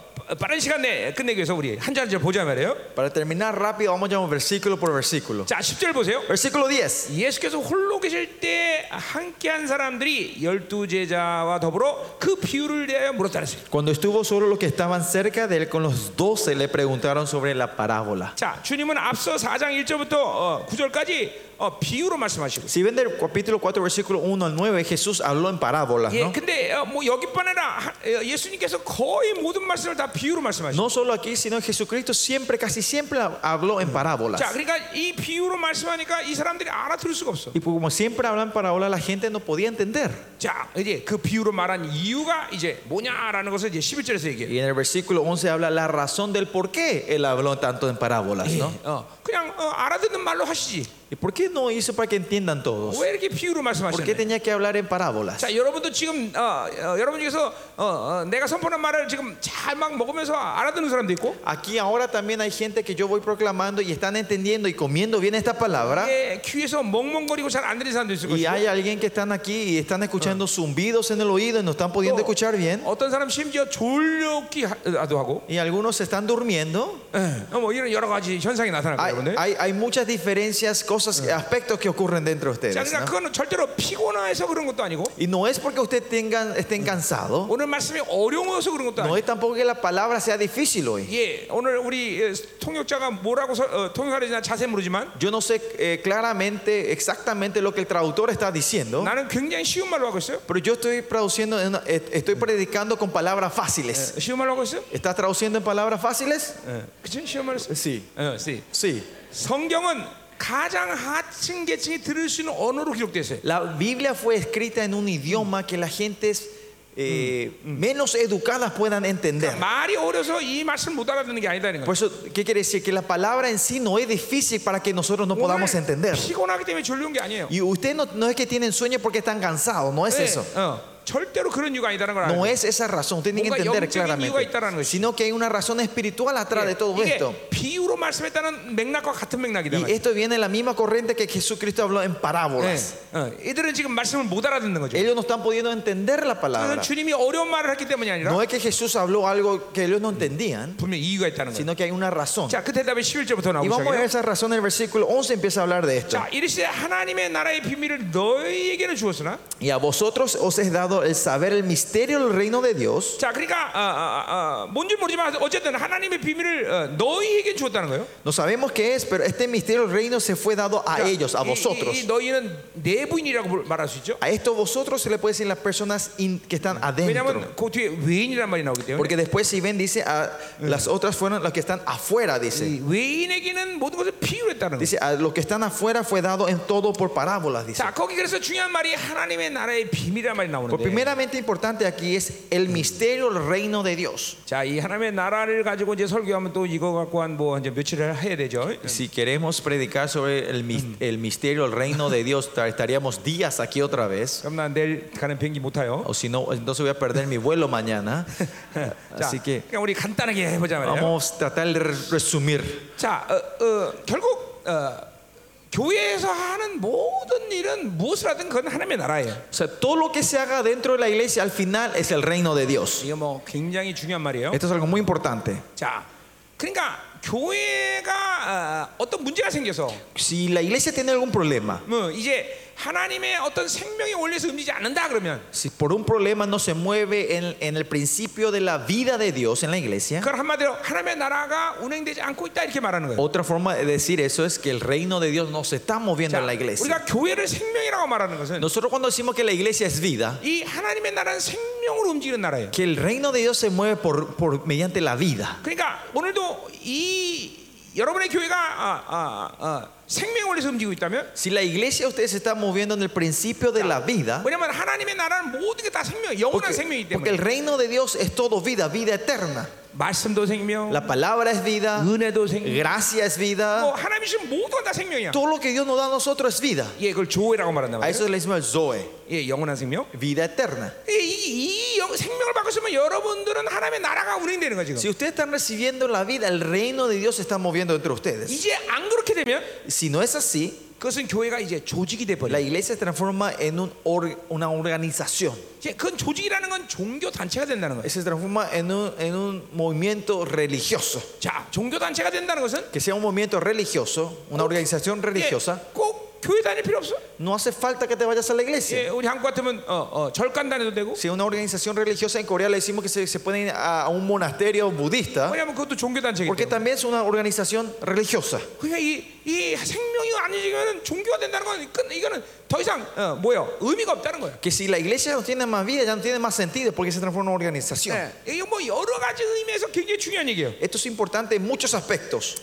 Speaker 1: 어, 빠른 시간 내에 끝내기 위해서 우리 한절 한절 보자 말이에요.
Speaker 2: Para terminar rápido, vamos a un versículo por versículo.
Speaker 1: 자, 10절 보세요.
Speaker 2: Versículo 10.
Speaker 1: 예수께서 홀로 계실 때 함께한 사람들이 열두 제자와 더불어 그 비유를 대하여 물었다 그랬어요.
Speaker 2: Cuando estuvo solo los que estaban cerca de él con los doce, le preguntaron sobre la parábola.
Speaker 1: 자, 주님은 앞서 4장 1절부터 어, 9절까지 어, biu로 말씀하시고 있어요.
Speaker 2: Si ven del capítulo 4, versículo 1 al 9, Jesús habló en parábolas,
Speaker 1: 예,
Speaker 2: ¿no?
Speaker 1: 근데 어, 뭐 여기뿐 아니라 하- 어, 예수님께서 거의 모든 말씀을 다 비유로 말씀하시고
Speaker 2: No solo aquí, sino Jesucristo siempre, casi siempre habló en parábolas.
Speaker 1: 자, 그러니까 이 비유로 말씀하니까 이 사람들이 알아들을 수가 없어.
Speaker 2: Y como siempre hablan parábolas, la gente no podía entender.
Speaker 1: 자, 이제 그 비유로 말한 이유가 이제 뭐냐라는 것을 이제 11절에서 얘기해요.
Speaker 2: Y en el versículo 11 habla la
Speaker 1: 예. Eh.
Speaker 2: razón del por qué él habló tanto en parábolas, ¿no?
Speaker 1: 어, 그냥 어, 알아듣는 말로 하시지.
Speaker 2: ¿Y por qué no hizo para que entiendan todos?
Speaker 1: 왜 이렇게 비유로
Speaker 2: ¿Por qué
Speaker 1: 말씀하시는
Speaker 2: tenía que hablar en parábolas?
Speaker 1: 자, 여러분도 지금 어, 어, 여러분 중에서 어, 어, 내가 선포하는 말을 지금 잘 막 먹으면서 알아듣는 사람도 있고
Speaker 2: Aquí ahora también hay gente que yo voy proclamando y están entendiendo y comiendo bien esta palabra.
Speaker 1: 예, 귀에서 멍멍거리고 잘 안 들리는 사람도 있을
Speaker 2: Y
Speaker 1: 것이고
Speaker 2: hay alguien que están aquí y están escuchando zumbidos en el oído y no están pudiendo escuchar bien.
Speaker 1: 어떤 사람 심지어 졸려기도 하고
Speaker 2: Y algunos se están durmiendo.
Speaker 1: 예, 어, 뭐 이런 여러 가지 현상이 나타나고
Speaker 2: Hay,
Speaker 1: 여러분들.
Speaker 2: hay- hay muchas diferencias, cosas, aspectos que ocurren dentro de
Speaker 1: 자,
Speaker 2: ustedes.
Speaker 1: 그러니까
Speaker 2: ¿no?
Speaker 1: 그건 절대로 피곤해서 그런 것도 아니고
Speaker 2: Y no es porque ustedes tengan, estén cansados,
Speaker 1: 오늘 말씀이 어려워서 그런 것도
Speaker 2: no
Speaker 1: 아니고
Speaker 2: es tampoco que la palabra sea difícil hoy.
Speaker 1: 예, 오늘 우리 예, 통역자가 뭐라고 서- 어, 통역하려지 난 자세히 모르지만
Speaker 2: Yo no sé eh, claramente, exactamente lo que el traductor está diciendo,
Speaker 1: 나는 굉장히 쉬운 말로 하고 있어요.
Speaker 2: pero yo estoy traduciendo, en- eh, estoy predicando con palabras fáciles.
Speaker 1: 쉬운 말로 하고 있어요?
Speaker 2: ¿Estás traduciendo en palabras fáciles?
Speaker 1: 그치? 쉬운 말로 했어요?
Speaker 2: Sí,
Speaker 1: 어, 씨.
Speaker 2: sí.
Speaker 1: 성경은 가장 하층 계층이 들을 수 있는 언어로 기록되어 있어요.
Speaker 2: La Biblia fue escrita en un idioma que las gentes eh, menos educadas puedan entender.
Speaker 1: 말이 어려서 이 말씀 못 알아듣는 게 아니다는 거예요.
Speaker 2: Por eso, ¿qué quiere decir? Que la palabra en sí no es difícil para que nosotros no podamos
Speaker 1: 오늘
Speaker 2: entender.
Speaker 1: 피곤하기 때문에 졸려온 게 아니에요.
Speaker 2: Y usted no, no es que tienen sueño porque están cansados, no es
Speaker 1: 네,
Speaker 2: eso.
Speaker 1: 어, 절대로 그런 이유가 아니다는 걸
Speaker 2: No
Speaker 1: 알아요.
Speaker 2: es esa razón, tienen que
Speaker 1: 뭔가
Speaker 2: entender
Speaker 1: 영적인 이유가 있다라는
Speaker 2: claramente.
Speaker 1: 것이죠.
Speaker 2: Sino que hay una razón espiritual atrás de todo
Speaker 1: 이게
Speaker 2: esto.
Speaker 1: 비유로 말씀했다는 맥락과 같은 맥락이다.
Speaker 2: Y esto viene en la misma corriente que Jesucristo habló en
Speaker 1: 네,
Speaker 2: parábolas.
Speaker 1: 어, 이들은 지금 말씀을 못 알아듣는 거죠.
Speaker 2: Ellos no están pudiendo entender la
Speaker 1: 그건
Speaker 2: palabra.
Speaker 1: 주님이 어려운 말을 했기 때문이 아니라
Speaker 2: No es que Jesús habló algo que ellos no entendían,
Speaker 1: 분명히 이유가 있다는 거예요.
Speaker 2: sino que hay una razón.
Speaker 1: 자, 그 대답이 11절부터
Speaker 2: Y
Speaker 1: 나오기
Speaker 2: vamos a ver
Speaker 1: 시작해요.
Speaker 2: esa razón en el versículo 11 empieza a hablar de esto.
Speaker 1: 자, 이르시되 하나님의 나라의 비밀을 너희에게는 주었으나
Speaker 2: Y a vosotros os es dado el saber el misterio del reino de Dios.
Speaker 1: 자, 그러니까 아, 아, 아, 뭔지 모르지만 어쨌든 하나님의 비밀을 어, 너희에게 주었다는 거예요.
Speaker 2: No sabemos qué es, pero este misterio del reino se fue dado a
Speaker 1: 그러니까
Speaker 2: ellos, a
Speaker 1: 이-
Speaker 2: vosotros.
Speaker 1: 이, 이 너희는 내부인이라고 볼- 말할 수 있죠.
Speaker 2: A esto vosotros se le puede decir las personas in- que están adentro.
Speaker 1: 왜냐하면 그 뒤에 외인이란 말이 나오기 때문에
Speaker 2: Porque después si ven, dice, a, las otras fueron las que están afuera, dice.
Speaker 1: 이 외인에게는 모든 것을 비유했다는 거예요.
Speaker 2: Dice, a los que están afuera fue dado en todo por parábolas, dice.
Speaker 1: 자, 거기 그래서 중요한 말이 하나님의 나라의 그 비밀이란 말이
Speaker 2: Lo
Speaker 1: 나오는데
Speaker 2: primeramente importante aquí es el misterio del reino de Dios.
Speaker 1: 자, 이 하나님의 나라를 가지고 이제 설교하면 또 이거 갖고 한 뭐 이제 며칠을 해야 되죠.
Speaker 2: Si queremos predicar sobre el, mis- el misterio, el reino de Dios, ta- estaríamos días aquí otra vez.
Speaker 1: 그럼 난 내일 가는 비행기 못 타요.
Speaker 2: O si no, entonces voy a perder mi vuelo mañana.
Speaker 1: 자,
Speaker 2: Así que
Speaker 1: 그러니까 우리 간단하게 해보자 말이에요.
Speaker 2: vamos a tratar de re- resumir.
Speaker 1: 자, 어, 어, 결국 어, 교회에서 하는 모든 일은 무엇을 하든 그건 하나님의 나라예요.
Speaker 2: O sea, todo lo que se haga dentro de la iglesia al final es el reino de Dios.
Speaker 1: 이거 뭐 굉장히 중요한 말이에요.
Speaker 2: Esto es algo muy importante.
Speaker 1: 자, 그러니까 교회가 어, 어떤 문제가 생겨서
Speaker 2: Si la iglesia tiene algún problema,
Speaker 1: 뭐 이제 하나님의 어떤 생명의 원리에서 움직이지 않는다 그러면
Speaker 2: si por un problema no se mueve en, en el principio de la vida de Dios en la iglesia,
Speaker 1: 그걸 한마디로 하나님의 나라가 운행되지 않고 있다 이렇게 말하는 거예요.
Speaker 2: otra forma de decir eso es que el reino de Dios no se está moviendo
Speaker 1: 자,
Speaker 2: en la iglesia.
Speaker 1: 우리가 교회를 생명이라고 말하는 것은
Speaker 2: Nosotros cuando decimos que la iglesia es vida,
Speaker 1: 이 하나님의 나라는 생명으로 움직이는 나라예요.
Speaker 2: que el reino de Dios se mueve por, por- mediante la vida.
Speaker 1: 그러니까 오늘도 이 여러분의 교회가 아, 아, 아, 생명 원리에서 움직이고 있다면
Speaker 2: Si la iglesia ustedes se está moviendo en el principio de la vida,
Speaker 1: 왜냐면 하나님의 나라는 모든 게 다 생명, 영원한 생명이기
Speaker 2: porque, porque
Speaker 1: 때문에
Speaker 2: el reino de Dios es todo vida, vida eterna.
Speaker 1: 말씀도 생명,
Speaker 2: La palabra es vida,
Speaker 1: 은혜도 생명,
Speaker 2: gracia es vida,
Speaker 1: 뭐 하나님이신 모두가 다 생명이야.
Speaker 2: todo lo que Dios nos da a nosotros es vida.
Speaker 1: 예, 그걸 조회라고 말한단
Speaker 2: A
Speaker 1: 말이에요.
Speaker 2: eso le decimos el Zoe,
Speaker 1: 예, 영원한 생명.
Speaker 2: vida eterna.
Speaker 1: 이, 이, 이 영- 생명을 바꿨으면 여러분들은 하나님의 나라가 운행되는 거지.
Speaker 2: Si
Speaker 1: 지금.
Speaker 2: ustedes están recibiendo la vida, el reino de Dios se está moviendo entre ustedes.
Speaker 1: 이제 안 그렇게 되면
Speaker 2: Si no es así,
Speaker 1: 그것은 교회가 이제 조직이 돼
Speaker 2: la
Speaker 1: 버려.
Speaker 2: iglesia se transforma en un or- una organización.
Speaker 1: 이제 그건 조직이라는 건 종교 단체가 된다는 거예요.
Speaker 2: se transforma en un, en un movimiento religioso.
Speaker 1: 자, 종교 단체가 된다는 것은
Speaker 2: Que sea un movimiento religioso, una organización
Speaker 1: 예,
Speaker 2: religiosa,
Speaker 1: 꼭 교회 다닐 필요 없어.
Speaker 2: no hace falta que te vayas a
Speaker 1: 예,
Speaker 2: la iglesia.
Speaker 1: 우리 한국 같으면 어, 어, 절간 다녀도 되고.
Speaker 2: Si una organización religiosa en Corea le decimos que se, se pueden ir a a un monasterio budista,
Speaker 1: 왜냐하면 그것도 종교 단체기
Speaker 2: porque
Speaker 1: 때문에.
Speaker 2: también es una organización religiosa.
Speaker 1: 그러니까 이, 이 생명이 아니면 종교가 된다는 건 끝, 이거는 더 이상 어, 뭐요 의미가 없다는 거예요.
Speaker 2: Que si la iglesia no tiene más vida, ya no tiene más sentido, porque se transforma en una organización.
Speaker 1: 예, 이거 뭐 여러 가지 의미에서 굉장히 중요한 얘기예요.
Speaker 2: Esto es importante en muchos aspectos.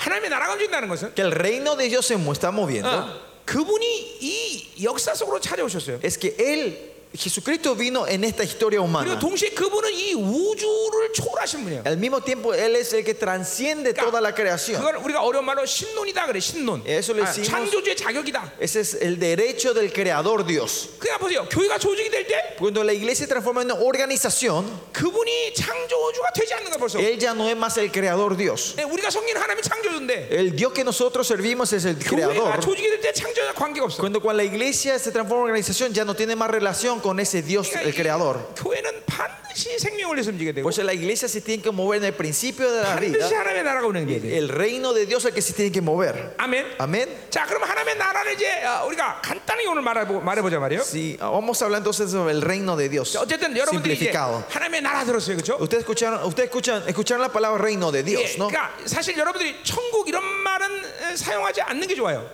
Speaker 1: 하나님의 나라가 움직인다는 것은
Speaker 2: Que el reino de
Speaker 1: Ah. 네.
Speaker 2: Dios se mu- está moviendo,
Speaker 1: 어, 그분이 이 역사 속으로 찾아오셨어요.
Speaker 2: es que Él Jesucristo vino en esta historia
Speaker 1: 그리고
Speaker 2: humana.
Speaker 1: 동시에 그분은 이 우주를 초월하신 분이에요.
Speaker 2: Al mismo tiempo, Él es el que transciende toda la creación.
Speaker 1: 그걸 우리가 어려운 말로 신론이다 그래 신론. 아,
Speaker 2: Eso le decimos-
Speaker 1: 창조주의 자격이다.
Speaker 2: Ese es el derecho del creador Dios.
Speaker 1: 그냥 보세요. 교회가 조직이 될 때
Speaker 2: Cuando la iglesia se transforma en una organización,
Speaker 1: 그분이 창조주가 되지 않는가 벌써.
Speaker 2: Él ya no es más el creador Dios.
Speaker 1: 네, 우리가 성인 하나님이 창조주인데
Speaker 2: El Dios que nosotros servimos es el
Speaker 1: 교회가
Speaker 2: creador.
Speaker 1: 조직이 될 때 창조자 관계가 없어.
Speaker 2: Cuando, cuando la iglesia se transforma en organización, ya no tiene más relación con ese Dios, el creador.
Speaker 1: 그러니까 교회는 반드시 생명을 위해서 움직여야 되고
Speaker 2: Por eso la iglesia se tiene que mover en el principio de la
Speaker 1: 반드시
Speaker 2: vida.
Speaker 1: 하나님의 나라가 운행돼야 돼.
Speaker 2: El reino de Dios es el que se tiene que mover.
Speaker 1: 아멘.
Speaker 2: Amén.
Speaker 1: 자, 그럼 하나님의 나라를 이제 어, 우리가 간단히 오늘 말해보, 말해보자 말이에요.
Speaker 2: Sí, vamos a hablar entonces sobre el reino de Dios.
Speaker 1: 자, 어쨌든 여러분들이 이제
Speaker 2: Simplificado.
Speaker 1: 하나님의 나라 들었어요, 그렇죠?
Speaker 2: Ustedes escucharon, ustedes escuchan, escucharon la palabra reino de Dios, ¿no?
Speaker 1: 그러니까 사실 여러분들이 천국 이런 말은 에, 사용하지 않는 게 좋아요.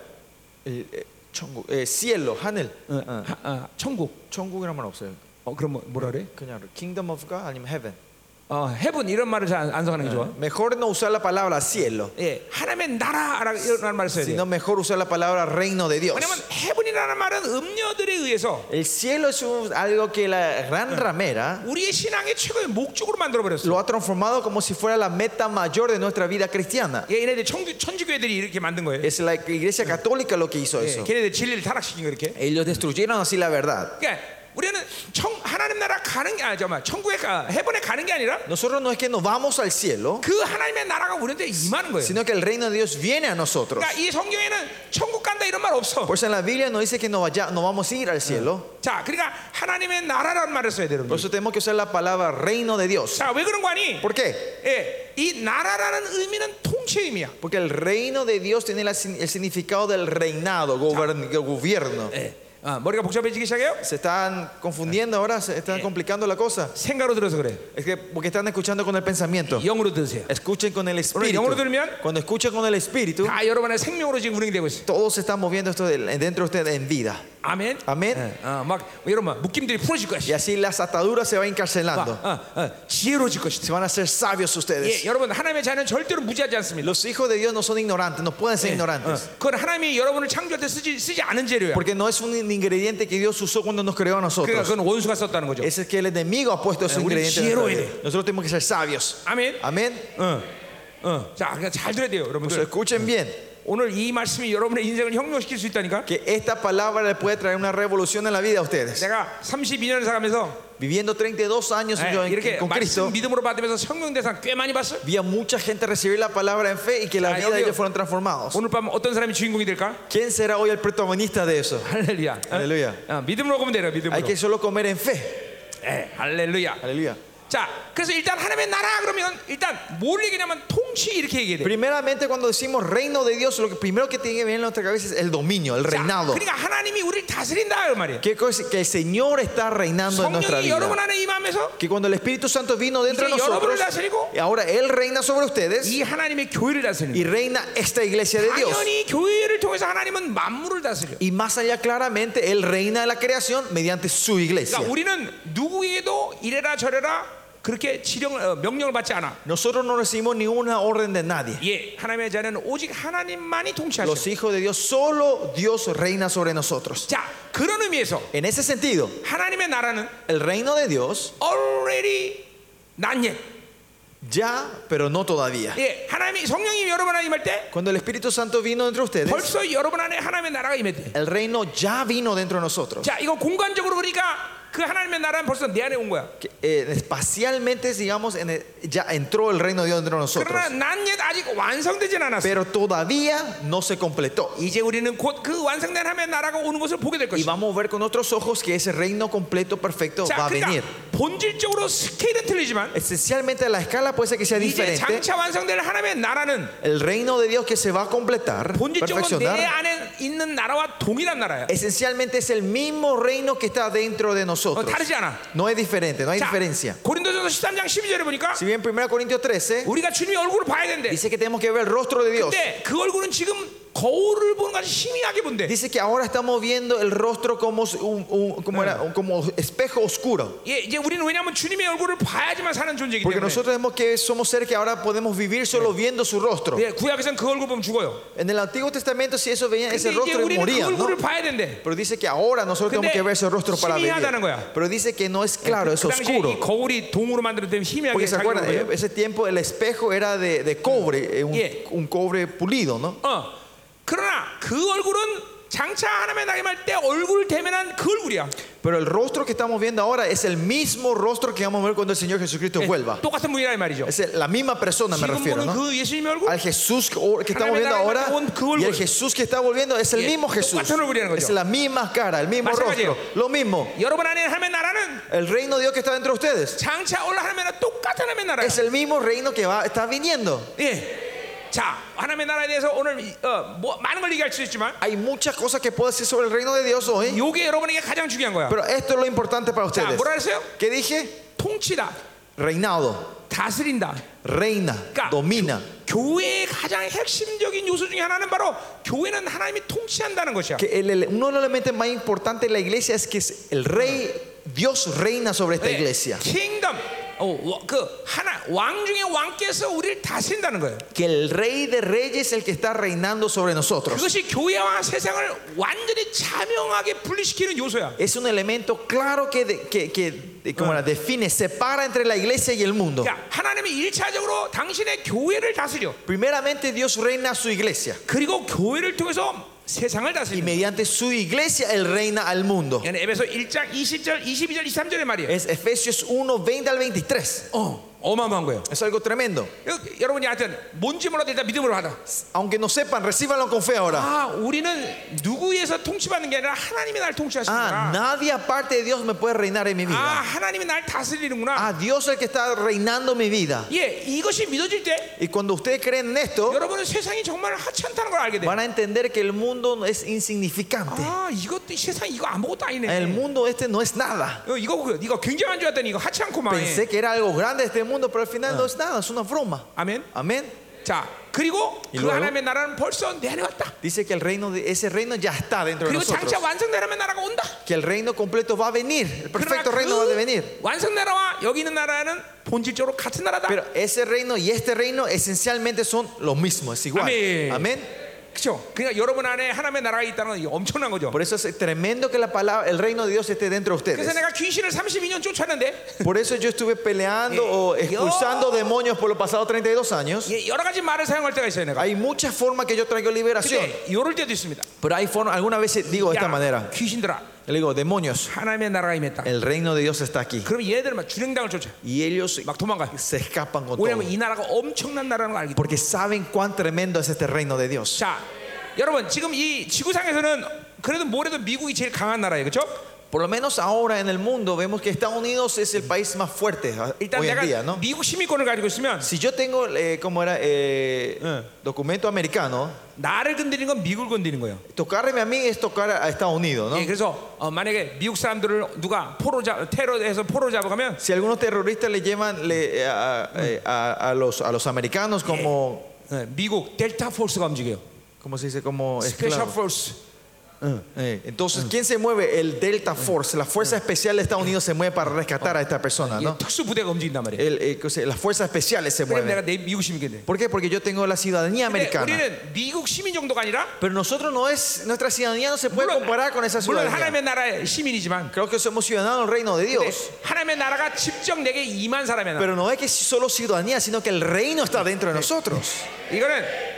Speaker 2: Eh, eh, 천국, eh, cielo, 하늘. 어,
Speaker 1: 하- 아, 천국.
Speaker 2: 천국이란 말 없어요.
Speaker 1: 어, 그럼 뭐- 뭐라 그래?
Speaker 2: 그냥 kingdom of God 아니면 heaven.
Speaker 1: 어, heaven 이런 말을 잘안 안 사용하는 게 좋아.
Speaker 2: Mejor no usar la palabra cielo,
Speaker 1: 예, 하나님의 나라라는 이런 말을 써야 돼요.
Speaker 2: sino mejor usar la palabra reino de Dios.
Speaker 1: 왜냐면 heaven이라는 말은 음녀들에 의해서
Speaker 2: El cielo es un- algo que la gran ramera
Speaker 1: 우리의 신앙의 최고의 목적으로 만들어 버렸어.
Speaker 2: lo ha transformado como si fuera la meta mayor de nuestra vida cristiana.
Speaker 1: 예, 얘네들 천주, 천주교회들이 이렇게 만든 거예요.
Speaker 2: Es la iglesia católica lo que hizo
Speaker 1: 예,
Speaker 2: eso.
Speaker 1: 걔네들 진리를 타락시킨 거 이렇게.
Speaker 2: Ellos destruyeron así la verdad.
Speaker 1: 그러니까 우리는 청, 하나님 나라 가는 게 아니 잠깐만 천국에 가, 해변에 가는 게 아니라
Speaker 2: Nosotros no es que nos vamos al cielo,
Speaker 1: 그 하나님의 나라가 우리한테 임하는 거예요.
Speaker 2: sino que el reino de Dios viene a nosotros.
Speaker 1: 그러니까 이 성경에는 천국 간다 이런 말 없어.
Speaker 2: Por eso en la Biblia no dice que no, vaya, no vamos a ir al cielo.
Speaker 1: 자, 그러니까 하나님의 나라라는 말을 써야 돼요,
Speaker 2: Por
Speaker 1: 여러분.
Speaker 2: eso tenemos que usar la palabra reino de Dios.
Speaker 1: 자, 왜 그런 거 아니?
Speaker 2: ¿Por qué?
Speaker 1: 예, 이 나라라는 의미는 통치 의미야.
Speaker 2: Porque el reino de Dios tiene la sin- el significado del reinado, gobern- gobierno.
Speaker 1: 예, 아, 머리가 복잡해지기 시작해요.
Speaker 2: Se están confundiendo ahora, se están complicando la cosa.
Speaker 1: 생각으로 들어서 그래.
Speaker 2: Es que porque están escuchando con el pensamiento.
Speaker 1: 영으로 들으세요.
Speaker 2: Escuchen con el espíritu.
Speaker 1: 영어로 들으면?
Speaker 2: Cuando escuchan con el espíritu,
Speaker 1: 다 여러분의 생명으로 지금 운행되고 있어요.
Speaker 2: todos se están moviendo esto del- dentro de ustedes en vida.
Speaker 1: 아멘.
Speaker 2: 아멘.
Speaker 1: 예, 어, 막 여러분 묶임들이 풀어질
Speaker 2: Y
Speaker 1: 것이야.
Speaker 2: así las ataduras se van
Speaker 1: 막,
Speaker 2: encarcelando.
Speaker 1: 어, 어, 지혜로워질 것이다.
Speaker 2: Se van a ser sabios
Speaker 1: 예,
Speaker 2: ustedes.
Speaker 1: 여러분 하나님의 자녀는 절대로 무지하지 않습니다.
Speaker 2: Los hijos de Dios no son ignorantes, no pueden ser
Speaker 1: 어,
Speaker 2: ignorantes.
Speaker 1: 그건 하나님이 여러분을 창조할 때 쓰지, 쓰지 않은 재료야.
Speaker 2: Porque no es un ingrediente que Dios usó cuando nos creó a
Speaker 1: 그러니까
Speaker 2: nosotros.
Speaker 1: 그건 원수가 썼다는 거죠.
Speaker 2: Ese es que el enemigo ha puesto ese
Speaker 1: Eh, 우리
Speaker 2: ingrediente. en nuestra
Speaker 1: 지혜로워야
Speaker 2: vida. Nosotros tenemos que ser sabios.
Speaker 1: 아멘.
Speaker 2: Amén.
Speaker 1: 어, 어. 자, 그러니까 잘 들어야 돼요,
Speaker 2: Entonces,
Speaker 1: 여러분들.
Speaker 2: escuchen bien,
Speaker 1: 오늘 이 말씀이 여러분의 인생을 혁명시킬 수 있다니까.
Speaker 2: que esta palabra le puede traer una revolución en la vida a ustedes.
Speaker 1: 내가 32년을 살아가면서
Speaker 2: Viviendo 32 años
Speaker 1: 예,
Speaker 2: yo en-
Speaker 1: 이렇게
Speaker 2: con Cristo,
Speaker 1: 말씀 믿음으로 받으면서 성령 대상 꽤 많이 봤어. 요
Speaker 2: vi a mucha gente recibir la palabra en fe y que la
Speaker 1: Ah,
Speaker 2: vida
Speaker 1: yo
Speaker 2: de
Speaker 1: digo-
Speaker 2: ellos fueron transformados.
Speaker 1: 오늘 밤 어떤 사람이 주인공이 될까?
Speaker 2: ¿Quién será hoy el protagonista de eso?
Speaker 1: 할렐루야. 어?
Speaker 2: 할렐루야.
Speaker 1: 어, 믿음으로 보면 돼요,
Speaker 2: Hay
Speaker 1: 믿음으로.
Speaker 2: que solo comer en fe.
Speaker 1: 예, 할렐루야.
Speaker 2: Aleluya.
Speaker 1: 자, 그래서 일단 하나님의 나라 그러면 일단 뭘 얘기냐면 통치 이렇게 얘기해야 돼.
Speaker 2: Primeramente, cuando decimos reino de Dios, lo que primero que tiene que venir en nuestra cabeza es el dominio, el
Speaker 1: 자,
Speaker 2: reinado.
Speaker 1: 그러니까 하나님이 우리를 다스린다 그 말이에요.
Speaker 2: Que, cosa- que el Señor está
Speaker 1: 예,
Speaker 2: reinando en nuestra
Speaker 1: 성령이 여러분
Speaker 2: vida.
Speaker 1: 안에 임하면서
Speaker 2: Que cuando el Espíritu Santo vino dentro de
Speaker 1: 이제 여러분을
Speaker 2: nosotros,
Speaker 1: 다스리고
Speaker 2: y ahora Él reina sobre ustedes
Speaker 1: 이 하나님의 교회를 다스리는
Speaker 2: y reina esta iglesia
Speaker 1: 예,
Speaker 2: de Dios.
Speaker 1: 당연히 교회를 통해서 하나님은 만물을 다스려.
Speaker 2: Y más allá claramente, Él reina de la creación mediante su iglesia.
Speaker 1: 그러니까 우리는 누구에게도 이래라 저래라 그렇게 지령 어, 명령을 받지 않아.
Speaker 2: Nosotros no recibimos ninguna orden de nadie.
Speaker 1: 예, 하나님의 자녀는 오직 하나님만이 통치하셔.
Speaker 2: Los hijos de Dios, solo Dios reina sobre nosotros.
Speaker 1: 자, 그런 의미에서
Speaker 2: En ese sentido,
Speaker 1: 하나님의 나라는
Speaker 2: el reino de Dios
Speaker 1: already 난 예.
Speaker 2: ya, pero no todavía.
Speaker 1: 예, 하나님이 성령이 여러분 안에 임할 때
Speaker 2: Cuando el Espíritu Santo vino entre ustedes,
Speaker 1: 벌써 여러분 안에 하나님의 나라가 임했대.
Speaker 2: el reino ya vino dentro de nosotros.
Speaker 1: 자, 이거 공간적으로 그러니까 그 하나님의 나라는 벌써 내 안에 온 거야.
Speaker 2: Que, eh, espacialmente, digamos, en el- ya entró el reino de Dios dentro de nosotros.
Speaker 1: 그러나 난 옛 아직 완성되진 않았어.
Speaker 2: Pero todavía no se completó.
Speaker 1: 이제 우리는 곧 그 완성된 하나님의 나라가 오는 것을 보게 될
Speaker 2: Y
Speaker 1: 것이다.
Speaker 2: vamos a ver con otros ojos que ese reino completo, perfecto, va
Speaker 1: 자,
Speaker 2: a venir.
Speaker 1: 그러니까 본질적으로 스케일은 틀리지만
Speaker 2: Esencialmente la escala puede ser que sea
Speaker 1: 이제
Speaker 2: diferente.
Speaker 1: 장차 완성될 하나님의 나라는
Speaker 2: El reino de Dios que se va a completar,
Speaker 1: 본질적으로 예, 내
Speaker 2: perfeccionar,
Speaker 1: 안에 있는 나라와 동일한 나라야.
Speaker 2: esencialmente es el mismo reino que está dentro de
Speaker 1: 어,
Speaker 2: nosotros.
Speaker 1: 다르지 않아.
Speaker 2: No es diferente, no hay
Speaker 1: 자,
Speaker 2: diferencia.
Speaker 1: 고린도전서 13장 12절에 보니까
Speaker 2: Si bien 1 Corintios 13
Speaker 1: 우리가 주님의 얼굴을 봐야 된대.
Speaker 2: dice que tenemos que ver el rostro de Dios,
Speaker 1: 근데 그 얼굴은 지금 거울을 보는 것이 희미하게 본대.
Speaker 2: Dice que ahora estamos viendo el rostro como, s- un- un- como, era- como espejo oscuro.
Speaker 1: 예, 이제 우리는 왜냐하면 주님의 얼굴을 봐야지만 사는 존재이기
Speaker 2: Porque
Speaker 1: 때문에.
Speaker 2: nosotros vemos que somos seres que ahora podemos vivir solo viendo su rostro.
Speaker 1: 예, 구약에선 그 얼굴 보면 죽어요.
Speaker 2: En el Antiguo Testamento, si eso veían
Speaker 1: 근데
Speaker 2: ese
Speaker 1: 이제
Speaker 2: rostro,
Speaker 1: 우리는 그
Speaker 2: morían. ¿no?
Speaker 1: 얼굴을 봐야 된대.
Speaker 2: Pero dice que ahora nosotros
Speaker 1: Pero
Speaker 2: tenemos que ver ese rostro para vivir.
Speaker 1: 희미하다는 거야.
Speaker 2: Pero dice que no es claro, es
Speaker 1: 그 당시에 이
Speaker 2: oscuro.
Speaker 1: 거울이 동으로 만들어진 희미하게
Speaker 2: Porque se
Speaker 1: 작용을
Speaker 2: acuerdan,
Speaker 1: 해요.
Speaker 2: Eh, ese tiempo el espejo era de, de cobre, eh, un,
Speaker 1: Yeah.
Speaker 2: un cobre pulido, ¿no?
Speaker 1: 어. 그러나 그 얼굴은 장차 하나님의 나게 말때 얼굴 대면한 그 얼굴이야.
Speaker 2: Pero el rostro que estamos viendo ahora es el mismo rostro que vamos a ver cuando el Señor Jesucristo vuelva.
Speaker 1: 똑같은 분이라 이 말이죠.
Speaker 2: Es el- la misma persona, me
Speaker 1: 지금
Speaker 2: refiero,
Speaker 1: 보는
Speaker 2: ¿no?
Speaker 1: 그 예수님의 얼굴
Speaker 2: Al Jesús que o- que estamos
Speaker 1: Haram의
Speaker 2: viendo
Speaker 1: 나라에
Speaker 2: ahora
Speaker 1: 나온 그 얼굴.
Speaker 2: y el Jesús que está volviendo es el
Speaker 1: 예,
Speaker 2: mismo Jesús.
Speaker 1: 똑같은 얼굴이라는 거죠.
Speaker 2: Es la misma cara, el mismo
Speaker 1: 마찬가지예요.
Speaker 2: rostro, lo mismo.
Speaker 1: 여러분 안에 하나님의 나라는
Speaker 2: El reino de Dios que está dentro de ustedes
Speaker 1: 장차 올라 하나님의 나라 똑같은 하나님의 나라야.
Speaker 2: es el mismo reino que va, está viniendo.
Speaker 1: 예. 자, 하나님의 나라에 대해서 오늘 이- 어, 뭐, 많은 걸 얘기할 수 있지만
Speaker 2: Hay muchas cosas que puedo decir sobre el reino de Dios hoy,
Speaker 1: 요게 여러분에게 가장 중요한 거야.
Speaker 2: pero esto es lo importante para
Speaker 1: 자,
Speaker 2: ustedes.
Speaker 1: 뭐라 그랬어요?
Speaker 2: ¿Qué dije?
Speaker 1: 통치다.
Speaker 2: Reinado,
Speaker 1: 다스린다.
Speaker 2: reina,
Speaker 1: Claro.
Speaker 2: domina.
Speaker 1: 교회의 가장 핵심적인 요소 중에 하나는 바로 교회는 하나님이 통치한다는 것이야.
Speaker 2: Que el- el- uno de los elementos más importantes de la iglesia es que es el rey, Dios reina sobre esta iglesia.
Speaker 1: 네. 킹덤 어, 와- 그 하나 왕 중에 왕께서 우리를 다스린다는 거예요.
Speaker 2: Que el rey de reyes es el que está reinando sobre nosotros.
Speaker 1: 그것이 교회와 세상을 완전히 자명하게 분리시키는 요소야.
Speaker 2: Es un elemento claro que, de- que, que- de- como la define, separa entre la iglesia y el mundo.
Speaker 1: 그러니까 하나님이 일차적으로 당신의 교회를 다스려.
Speaker 2: Primeramente Dios reina a su iglesia
Speaker 1: 그리고 교회를 통해서 세상을
Speaker 2: y
Speaker 1: 다스린다.
Speaker 2: mediante su iglesia Él reina al mundo.
Speaker 1: 이는 에베소 1장 20절, 22절, 23절의 어. 말이에요.
Speaker 2: Es Efesios 1, 20 al 23.
Speaker 1: 어, 어마어마한 거예요.
Speaker 2: Es algo tremendo.
Speaker 1: 여- 여러분이 하여튼 뭔지 몰라도 일단 믿음으로 받아.
Speaker 2: Aunque no sepan, recíbanlo con fe ahora.
Speaker 1: 아, 우리는 누구에서 통치받는 게 아니라 하나님이 날
Speaker 2: Ah,
Speaker 1: 통치하시는구나.
Speaker 2: nadie aparte de Dios me puede reinar en mi
Speaker 1: 아,
Speaker 2: vida.
Speaker 1: 하나님이 날 다스리는구나.
Speaker 2: Ah, Dios es el que está reinando mi vida.
Speaker 1: 예, 이것이 믿어질 때
Speaker 2: Y cuando ustedes creen en esto,
Speaker 1: 여러분은 세상이 어? 정말 하찮 않다는 걸 알게 돼.
Speaker 2: van a entender que el mundo es insignificante.
Speaker 1: 아, 이것도 이 세상 이거 아무것도 아니네. 뭐.
Speaker 2: El mundo este no es nada.
Speaker 1: 어, 이거 그- 이거 굉장한 줄 알았더니 이거 하찮않고만
Speaker 2: Pensé que era algo grande este mundo, pero al final no es nada, es una broma.
Speaker 1: 아멘.
Speaker 2: Amén.
Speaker 1: 자, 그리고 그
Speaker 2: 이거요?
Speaker 1: 하나님의 나라는 벌써 내 안에 왔다.
Speaker 2: Dice que el reino de ese reino ya está dentro de
Speaker 1: 그리고
Speaker 2: nosotros.
Speaker 1: 장차 완성된 하나님의 나라가 온다.
Speaker 2: Que el reino completo va a venir, el
Speaker 1: 그러나
Speaker 2: perfecto reino va a venir.
Speaker 1: 그 완성 나라와 여기 있는 나라는 본질적으로 같은 나라다.
Speaker 2: Pero ese reino y este reino esencialmente son lo mismo, es igual.
Speaker 1: Amén.
Speaker 2: Amén.
Speaker 1: 그렇죠? 그러니까 여러분 안에 하나님의 나라가 있다는 건 이게 엄청난 거죠.
Speaker 2: Por eso es tremendo que la palabra, el reino de Dios esté dentro de
Speaker 1: 그래서
Speaker 2: ustedes.
Speaker 1: 내가 귀신을 32년 쫓았는데
Speaker 2: Por eso yo estuve peleando o expulsando demonios por los pasados 32 años.
Speaker 1: 예, 여러 가지 말을 사용할 때가 있어요, 내가.
Speaker 2: Hay muchas formas que yo traigo liberación.
Speaker 1: 근데 이럴 때도 있습니다.
Speaker 2: Pero hay formas, alguna vez digo de esta
Speaker 1: 야,
Speaker 2: manera.
Speaker 1: 귀신들아,
Speaker 2: Le digo, demonios,
Speaker 1: 하나님의 나라가 임했다.
Speaker 2: el reino de Dios está aquí.
Speaker 1: 그럼 얘네들만 주행당을 쫓아.
Speaker 2: Y ellos
Speaker 1: 막 도망가.
Speaker 2: se escapan con todo.
Speaker 1: 왜냐면 이 나라가 엄청난 나라는 걸 알기 때문에.
Speaker 2: Porque saben cuán tremendo es este reino de Dios.
Speaker 1: 자, 여러분 지금 이 지구상에서는 그래도 뭐래도 미국이 제일 강한 나라예요, 그렇죠?
Speaker 2: Por lo menos ahora en el mundo vemos que Estados Unidos es el país más fuerte ah,
Speaker 1: 일단
Speaker 2: hoy en
Speaker 1: 내가
Speaker 2: día, ¿no?
Speaker 1: 미국 시민권을 가지고 있으면
Speaker 2: Si yo tengo, eh, como era, eh, documento americano,
Speaker 1: 나를 건드리는 건 미국을 건드리는 거예요.
Speaker 2: tocarme a mí es tocar a Estados Unidos, ¿no?
Speaker 1: 예, 그래서 어, 만약에 미국 사람들을 누가 포로 잡 테러해서 포로 잡아가면
Speaker 2: Si algunos terroristas le llevan le- a, eh, a- a los, a los americanos como,
Speaker 1: 예, 미국 델타 포스가 움직여요.
Speaker 2: ¿cómo se dice? Como
Speaker 1: 스페셜
Speaker 2: esclavos.
Speaker 1: 포스.
Speaker 2: Eh, Entonces, ¿quién se mueve? El Delta Force, la fuerza especial de Estados Unidos se mueve para rescatar a esta persona, ¿no?
Speaker 1: 특수 부대가 움직인단 말이에요.
Speaker 2: El- eh, o sea, las fuerzas especiales se
Speaker 1: 예, 그럼 내가
Speaker 2: mueven.
Speaker 1: 내 미국 시민이 돼.
Speaker 2: ¿Por qué? Porque yo tengo la ciudadanía
Speaker 1: 근데
Speaker 2: americana.
Speaker 1: 우리는 미국 시민 정도가 아니라
Speaker 2: Pero nosotros no es, nuestra ciudadanía no se puede
Speaker 1: 물론,
Speaker 2: comparar con esa
Speaker 1: 물론
Speaker 2: ciudadanía.
Speaker 1: 하나님의 나라의 시민이지만
Speaker 2: Creo que somos ciudadanos del reino de
Speaker 1: 근데
Speaker 2: Dios.
Speaker 1: 하나님의 나라가 직접 내게 임한 사람의 나라.
Speaker 2: Pero no es que solo ciudadanía, sino que el reino está dentro de nosotros.
Speaker 1: 이거는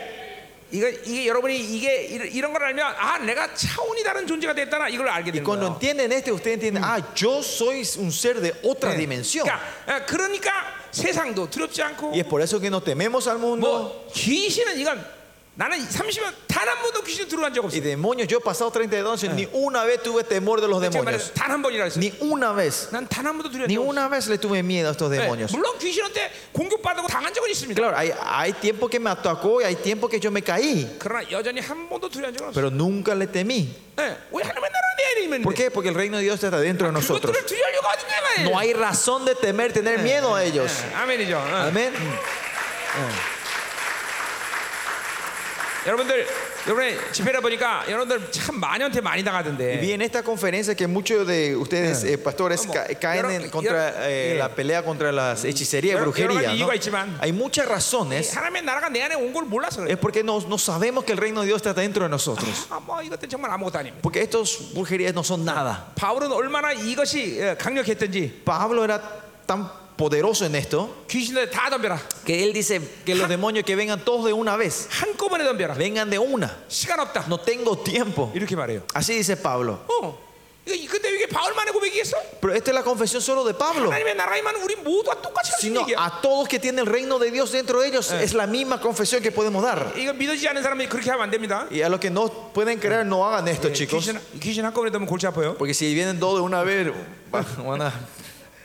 Speaker 1: 이거 이게 여러분이 이게 이런, 이런 걸 알면 아 내가 차원이 다른 존재가 됐다나 이걸 알게 되는
Speaker 2: Cuando
Speaker 1: 거예요.
Speaker 2: entienden este, ustedes entienden, ah, yo soy un ser de
Speaker 1: Eh,
Speaker 2: otra dimensión.
Speaker 1: 네. 그러니까, 아, 그러니까 세상도 두렵지 않고
Speaker 2: Y es por eso que no tememos al mundo.
Speaker 1: 뭐 귀신은 이건 나는 30년 단 한 번도 귀신 들어간 적
Speaker 2: Y
Speaker 1: 없어.
Speaker 2: demonios, yo he pasado 32 años, ni una vez tuve temor de los
Speaker 1: 제가
Speaker 2: demonios.
Speaker 1: 말해서 단한 번이라 했어.
Speaker 2: Ni una vez.
Speaker 1: 난단 한 번도 들어간
Speaker 2: Ni
Speaker 1: 적 없어.
Speaker 2: una vez le tuve miedo a estos
Speaker 1: 네,
Speaker 2: demonios.
Speaker 1: 물론 귀신한테 공격받고 당한 적은 있습니다.
Speaker 2: Claro, hay, hay tiempo que me atacó y hay tiempo que yo me caí,
Speaker 1: 그러나 여전히 한 번도 두려운 적은 없어.
Speaker 2: pero nunca le temí.
Speaker 1: 네, 왜 하나님의 나라 내 안에 있는데?
Speaker 2: ¿Por qué? Porque el reino de Dios está dentro de nosotros.
Speaker 1: 그것들을 두려울 이유가 어딨냐 말이야.
Speaker 2: No hay razón de temer, tener miedo a ellos.
Speaker 1: 네, 아멘이죠. 응.
Speaker 2: Amén.
Speaker 1: 여러분들 여러분 집회를 보니까 여러분들 참 마녀한테 많이
Speaker 2: Y
Speaker 1: 당하던데.
Speaker 2: vi en esta conferencia que muchos de ustedes, eh, pastores,
Speaker 1: Vamos.
Speaker 2: ca- caen en
Speaker 1: Yo- yo-
Speaker 2: contra eh,
Speaker 1: yeah.
Speaker 2: la pelea contra las hechicería y
Speaker 1: Yo- yo-
Speaker 2: brujería.
Speaker 1: yo-
Speaker 2: ¿no?
Speaker 1: yo- yo-
Speaker 2: Hay muchas
Speaker 1: 이
Speaker 2: razones.
Speaker 1: 하나님의 나라가 내 안에 온 걸 몰라서 그래.
Speaker 2: Es porque no, no sabemos que el reino de Dios está dentro de nosotros.
Speaker 1: 아뭐 이것들 정말 아무것도 아닙니다.
Speaker 2: Porque estas brujerías no son nada.
Speaker 1: 바울은 얼마나 이것이 어, 강력했던지
Speaker 2: Pablo era tan poderoso en esto
Speaker 1: 귀신들 다 덤벼라.
Speaker 2: que él dice que los demonios que vengan todos de una vez,
Speaker 1: 한꺼번에 덤벼라.
Speaker 2: vengan de una.
Speaker 1: 시간 없다.
Speaker 2: No tengo tiempo.
Speaker 1: 이렇게 말해요.
Speaker 2: Así dice Pablo.
Speaker 1: 어. 이거 근데 이게 바울만의 고백이겠어?
Speaker 2: Pero esta es la confesión solo de Pablo.
Speaker 1: 하나님의 나라에만 우리 모두가 똑같이 할 수
Speaker 2: Sino
Speaker 1: 있는 얘기야.
Speaker 2: a todos que tienen el reino de Dios dentro de
Speaker 1: Eh.
Speaker 2: ellos es la misma confesión que podemos dar.
Speaker 1: 이거 믿어지지 않는 사람이 그렇게 하면 안 됩니다.
Speaker 2: Y a los que no pueden creer, no hagan
Speaker 1: Eh,
Speaker 2: esto, chicos.
Speaker 1: 귀신 귀신 한꺼번에 덤면 골치 아파요.
Speaker 2: Porque si vienen todos de una vez, van van a,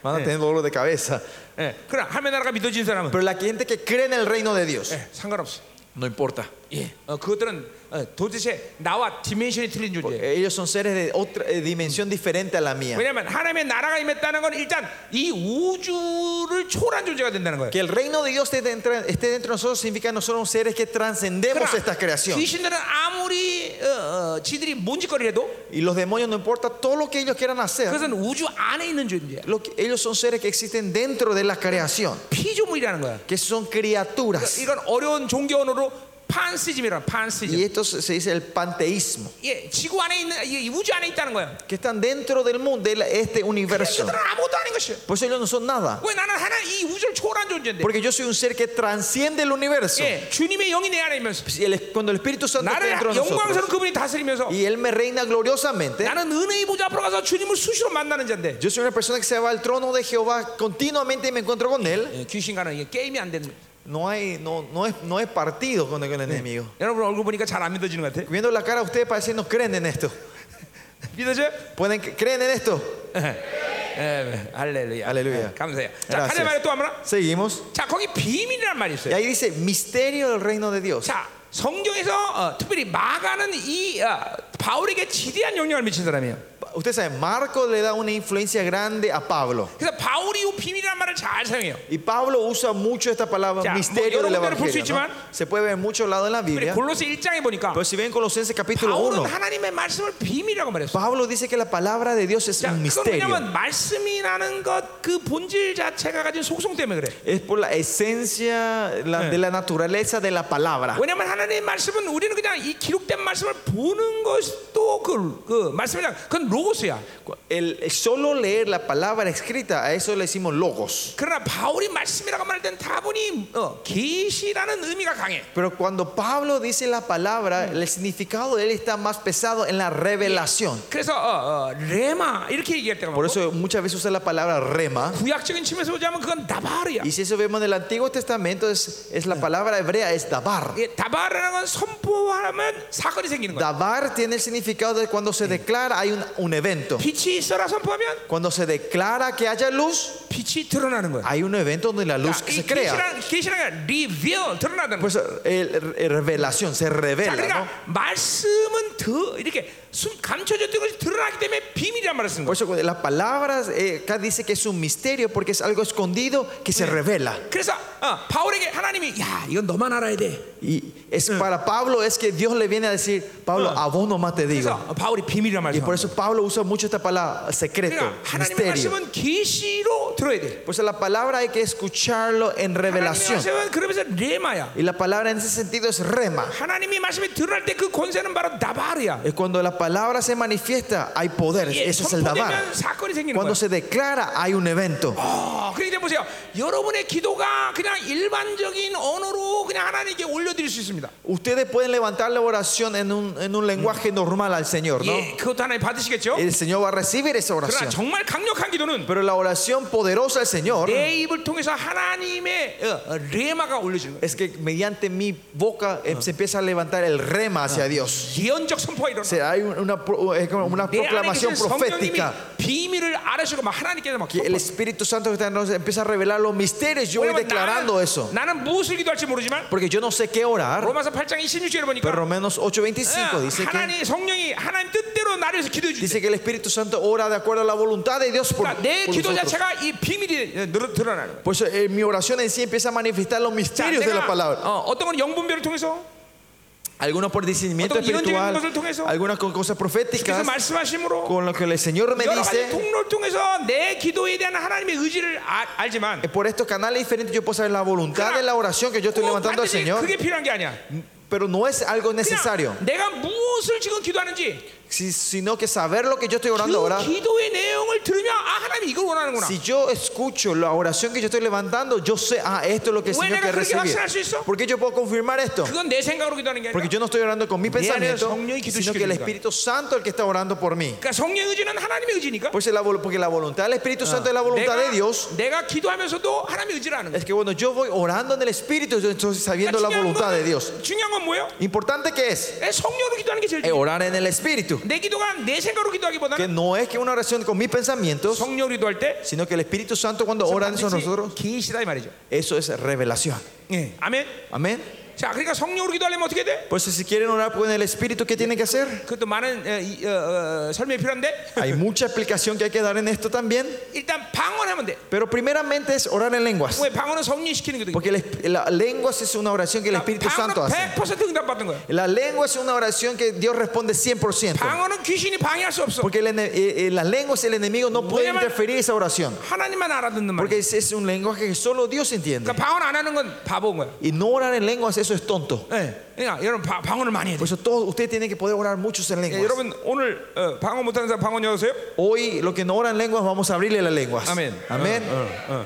Speaker 2: van a tener dolor de cabeza.
Speaker 1: 예. 그러나 하나님의 나라가 믿어진 사람은
Speaker 2: Pero la gente que cree en el reino de Dios,
Speaker 1: 예, 상관없어.
Speaker 2: no importa.
Speaker 1: 예. 어, 그것들은 어, 도대체 나와 디멘션이 틀린 뭐 존재예요.
Speaker 2: Ellos son seres de otra eh, dimensión diferente a la mía.
Speaker 1: 왜냐하면 하나님의 나라가 임했다는 건 일단 이 우주를 초월한 존재가 된다는 거예요.
Speaker 2: Que el reino de Dios esté dentro, esté dentro de nosotros significa que nosotros somos seres que trascendemos esta creación.
Speaker 1: 귀신들은 아무리 어, 어, 지들이 뭔짓거리 해도
Speaker 2: Y los demonios no importa todo lo que ellos quieran hacer.
Speaker 1: 그것은 우주 안에 있는 존재야.
Speaker 2: Lo que- ellos son seres que existen dentro de la creación,
Speaker 1: 피조물이라는 거야.
Speaker 2: que son criaturas.
Speaker 1: 이건 어려운 종교언어로 판시즘이란
Speaker 2: Y
Speaker 1: 판시즘.
Speaker 2: esto se se dice el panteísmo,
Speaker 1: 예, 지구 안에 있는 이 우주 안에 있다는 거야.
Speaker 2: que están dentro del mundo, de la- este universo.
Speaker 1: 이것들은 아무것도 아닌 것이야.
Speaker 2: Por eso ellos no son nada.
Speaker 1: 왜 나는 하나 이 우주를 초월한 존재인데.
Speaker 2: Porque yo soy un ser que transciende el universo.
Speaker 1: 예, 주님의 영이 내 안에 있면서
Speaker 2: Y el- Cuando el Espíritu Santo está
Speaker 1: 나를
Speaker 2: dentro de nosotros
Speaker 1: 영광스러운 그분이 그렇죠. 예. 다스리면서
Speaker 2: y Él me reina gloriosamente,
Speaker 1: 나는 은혜의 보좌 앞으로 가서 주님을 수시로 만나는 자인데
Speaker 2: yo soy una persona que se va al trono de Jehová continuamente y me encuentro con Él.
Speaker 1: 예, 귀신과는 이게 게임이 안 되는.
Speaker 2: No, hay, no, no, es, no es partido con el, con el enemigo.
Speaker 1: 여러분 얼굴 보니까 잘 안 믿어지는 것 같아.
Speaker 2: Viendo la cara, ustedes parece que no creen en esto.
Speaker 1: 믿어져?
Speaker 2: ¿Pueden, ¿Creen en esto?
Speaker 1: 예, 할렐루야.
Speaker 2: 할렐루야.
Speaker 1: 예, 감사해요. 자,
Speaker 2: Gracias.
Speaker 1: 가자 말에 또 하나.
Speaker 2: Seguimos.
Speaker 1: 자, 거기 비밀이란 말이
Speaker 2: Y
Speaker 1: 있어요.
Speaker 2: ahí dice misterio del reino de Dios.
Speaker 1: 자, 성경에서 어, 특별히 마가는 이 어, 바울에게 지대한 영향을 미친 사람이에요.
Speaker 2: Ustedes saben, Marco le da una influencia grande a Pablo.
Speaker 1: 그래서 바울이 이 비밀이란 말을 잘 사용해요.
Speaker 2: Y Pablo usa mucho esta palabra
Speaker 1: Ya,
Speaker 2: misterio
Speaker 1: bueno,
Speaker 2: del
Speaker 1: yo lo voy a ver por
Speaker 2: evangelio.
Speaker 1: su
Speaker 2: ¿no? Se puede ver en muchos lados en la
Speaker 1: 그래,
Speaker 2: Biblia.
Speaker 1: 골로새 1장에 보니까
Speaker 2: Pero si ven Colosenses capítulo
Speaker 1: 바울은
Speaker 2: 1,
Speaker 1: 하나님의 말씀을 비밀이라고 말했어.
Speaker 2: Pablo dice que la palabra de Dios es
Speaker 1: 자,
Speaker 2: un
Speaker 1: 그건
Speaker 2: misterio.
Speaker 1: 왜냐면 말씀이라는 것 그 본질 자체가 가진 속성 때문에 그래.
Speaker 2: Es por la esencia la-
Speaker 1: Eh.
Speaker 2: de la naturaleza de la palabra.
Speaker 1: 왜냐면 하나님의 말씀은 우리는 그냥 이 기록된 말씀을 보는 것도 그, 그 말씀이랑 그건 로고스야.
Speaker 2: El, el solo leer la palabra escrita, a eso le decimos logos.
Speaker 1: 그러나 바울이 말씀이라고 말할 땐 다분히 어, 계시라는 의미가 강해.
Speaker 2: Pero cuando Pablo dice la palabra,
Speaker 1: Mm.
Speaker 2: el significado de él está más pesado en la revelación.
Speaker 1: 그래서 어, 어, 레마 이렇게 얘기할 때가
Speaker 2: Por
Speaker 1: 많고
Speaker 2: eso muchas veces usa la palabra rema.
Speaker 1: 구약적인 측면에서 보자면 그건 다바르야.
Speaker 2: Y si eso vemos en el Antiguo Testamento, es, es la palabra hebrea, es dabar.
Speaker 1: 예, 다바르라는 건 선포하면 사건이 생기는 거야.
Speaker 2: Dabar tiene el significado de cuando se declara hay un, un evento.
Speaker 1: 빛이 있어라 선포하면
Speaker 2: Cuando se declara que haya luz,
Speaker 1: 빛이 드러나는 거야.
Speaker 2: hay un evento donde la luz
Speaker 1: 자, 이
Speaker 2: se crea.
Speaker 1: 계시라는 계시라는 리빌 드러나는
Speaker 2: Pues el- el revelación, se
Speaker 1: 자,
Speaker 2: revela.
Speaker 1: 그러니까
Speaker 2: ¿no?
Speaker 1: 말씀은 더 이렇게 숨 감춰졌던 것이 드러나기 때문에 비밀이란 말을 쓰는 거예요.
Speaker 2: Por eso la palabra eh, acá dice que es un misterio porque es algo escondido que se revela.
Speaker 1: 그래서 어, 바울에게 하나님이 야 이건 너만 알아야 돼.
Speaker 2: Y es para Pablo es que Dios le viene a decir, Pablo, a vos nomás te
Speaker 1: 그래서
Speaker 2: digo.
Speaker 1: 어, 바울이 비밀이란 말을
Speaker 2: Y por
Speaker 1: 쓰는 거예요.
Speaker 2: eso Pablo usa mucho esta palabra secreto,
Speaker 1: 그러니까 하나님의
Speaker 2: misterio.
Speaker 1: 말씀은 계시로 들어야 돼.
Speaker 2: Pues la palabra hay que escucharlo en
Speaker 1: 하나님의
Speaker 2: revelación.
Speaker 1: 말씀은 그러면서 레마야.
Speaker 2: Y la palabra en ese sentido es rema.
Speaker 1: 하나님의 말씀이 드러날 때 그 권세는 바로 다바르야.
Speaker 2: Es cuando la palabra se manifiesta, hay poder.
Speaker 1: 예,
Speaker 2: Eso es el dabar.
Speaker 1: 선포되면 사건이 생기는 거예요.
Speaker 2: Cuando se declara, hay un evento.
Speaker 1: 어, 그러니까 이제 보세요. 여러분의 기도가 그냥 일반적인 언어로 그냥 하나님께 올려드릴 수 있습니다.
Speaker 2: Ustedes pueden levantar la oración en un, en un lenguaje normal al Señor, ¿no?
Speaker 1: 예, 그것도 하나님 받으시겠죠.
Speaker 2: El Señor va a recibir esa
Speaker 1: 그러나
Speaker 2: oración.
Speaker 1: 정말 강력한 기도는
Speaker 2: Pero la oración poderosa al Señor
Speaker 1: 내 입을 통해서 하나님의 어, 어, 레마가 올려지는 거예요.
Speaker 2: es que mediante mi boca eh, se empieza a levantar el rema hacia Dios.
Speaker 1: 예언적 선포가
Speaker 2: O
Speaker 1: 일어나.
Speaker 2: sea, hay una, pro- eh, como una
Speaker 1: 내 안에
Speaker 2: proclamación
Speaker 1: 계신 성령님이
Speaker 2: profética.
Speaker 1: 비밀을 알으시고 막 하나님께서 막
Speaker 2: que el Espíritu Santo que está en nosotros empieza a revelar los misterios. Yo voy
Speaker 1: 왜냐면
Speaker 2: declarando eso.
Speaker 1: 나는, 나는 무엇을 기도할지 모르지만
Speaker 2: Porque yo no sé qué orar.
Speaker 1: 로마서 8장 26절에 보니까
Speaker 2: Pero Romanos
Speaker 1: 어, Ah,
Speaker 2: 8:25 dice que,
Speaker 1: 하나님 성령이 하나님 뜻대로 나를 위해서 기도해 주시.
Speaker 2: dice que el Espíritu Santo ora de acuerdo a la voluntad Ah, de Dios por,
Speaker 1: 그러니까 내
Speaker 2: por
Speaker 1: 기도
Speaker 2: nosotros.
Speaker 1: 자체가 이 비밀이 어, 늘- 드러나는 거예요.
Speaker 2: Por eso eh, mi oración en sí empieza a manifestar los
Speaker 1: 자, 어,
Speaker 2: misterios de
Speaker 1: 내가,
Speaker 2: la palabra.
Speaker 1: 어, 어떤 건 영분별을 통해서
Speaker 2: algunos por discernimiento
Speaker 1: 어떤 이런적인
Speaker 2: espiritual,
Speaker 1: 것을 통해서
Speaker 2: algunas con cosas
Speaker 1: 그러니까 그래서
Speaker 2: proféticas,
Speaker 1: 말씀하심으로
Speaker 2: con lo que el Señor me
Speaker 1: 여러 가지
Speaker 2: dice.
Speaker 1: 통로를 통해서 내 기도에 대한 하나님의 의지를 아- 알지만
Speaker 2: eh, Por estos canales diferentes yo puedo saber la voluntad de la oración que yo estoy
Speaker 1: 꼭
Speaker 2: levantando al
Speaker 1: 반드시
Speaker 2: Señor,
Speaker 1: 그게 필요한 게 아니야.
Speaker 2: pero no es algo necesario,
Speaker 1: 그냥 내가 무엇을 지금 기도하는지
Speaker 2: si- sino que saber lo que yo estoy orando ahora.
Speaker 1: 그 기도의 내용을 들으면 아 하나님이 이걸 원하는구나.
Speaker 2: Si yo escucho la oración que yo estoy levantando, yo sé, ah, esto es lo que el
Speaker 1: 왜
Speaker 2: Señor
Speaker 1: 내가
Speaker 2: quiere
Speaker 1: 그렇게
Speaker 2: recibir.
Speaker 1: 확신할 수 있어?
Speaker 2: ¿Por qué yo puedo confirmar esto?
Speaker 1: 그건 내 생각으로 기도하는 게 아니라.
Speaker 2: Porque yo no estoy orando con mi
Speaker 1: 내 안에
Speaker 2: pensamiento,
Speaker 1: 성령이
Speaker 2: sino que el
Speaker 1: 기도시키는
Speaker 2: Espíritu Santo es el que está orando por mí.
Speaker 1: 그러니까 성령의 의지는 하나님의 의지니까.
Speaker 2: Pues la vol- porque la voluntad del Espíritu Santo es la voluntad de Dios.
Speaker 1: 내가, 내가 기도하면서도 하나님의 의지를 아는 거야.
Speaker 2: Es que bueno, yo voy orando en el Espíritu, yo entonces sabiendo la voluntad de Dios.
Speaker 1: 중요한 아, 건 뭐예요?
Speaker 2: Importante que es
Speaker 1: 내 성령으로 기도하는 게 제일
Speaker 2: eh,
Speaker 1: 중요해.
Speaker 2: orar en el Espíritu.
Speaker 1: 내 기도가 내 생각으로
Speaker 2: Eh, Que
Speaker 1: 기도하기보다는
Speaker 2: no es que una oración con mis pensamientos,
Speaker 1: 성령으로 기도할 때
Speaker 2: sino que el Espíritu Santo cuando ora en nosotros,
Speaker 1: 계시다 이 말이죠.
Speaker 2: eso es revelación.
Speaker 1: 예. 아멘.
Speaker 2: Amén.
Speaker 1: 자, 그러니까 성령으로 기도하려면 어떻게 돼?
Speaker 2: Por eso si quieren orar con el Espíritu, ¿qué tienen que hacer?
Speaker 1: 그것도 많은 어, 이, 어, 어, 설명이 필요한데
Speaker 2: Hay mucha explicación que hay que dar en esto también,
Speaker 1: 일단 방언하면 돼.
Speaker 2: pero primeramente es orar en lenguas,
Speaker 1: 왜 방언은 성령시키는 거거든.
Speaker 2: porque el esp- la lenguas es una oración que el Espíritu Santo
Speaker 1: 방언은
Speaker 2: hace.
Speaker 1: 100% 응답받는 거야.
Speaker 2: La lengua es una oración que Dios responde 100%,
Speaker 1: 방언은 귀신이 방해할 수 없어.
Speaker 2: porque el ene- eh, eh, las lenguas el enemigo no puede
Speaker 1: Oye, man.
Speaker 2: interferir esa oración,
Speaker 1: 하나님만 알아듣는 말.
Speaker 2: porque es, es un lenguaje que solo Dios entiende.
Speaker 1: 그러니까 방언 안 하는 건 바보인 거야.
Speaker 2: Y no orar en lenguas, eso es tonto.
Speaker 1: 예. 그러니까 여러분 바- 방언을 많이 해야 돼.
Speaker 2: Por eso todos ustedes tienen que poder orar muchos en
Speaker 1: 예,
Speaker 2: lenguas.
Speaker 1: 여러분 오늘 어, 방언 못하는 사람 방언 여세요?
Speaker 2: Hoy lo que no oran en lenguas vamos a abrirle las lenguas.
Speaker 1: 아멘.
Speaker 2: Amén.
Speaker 1: 어, 어,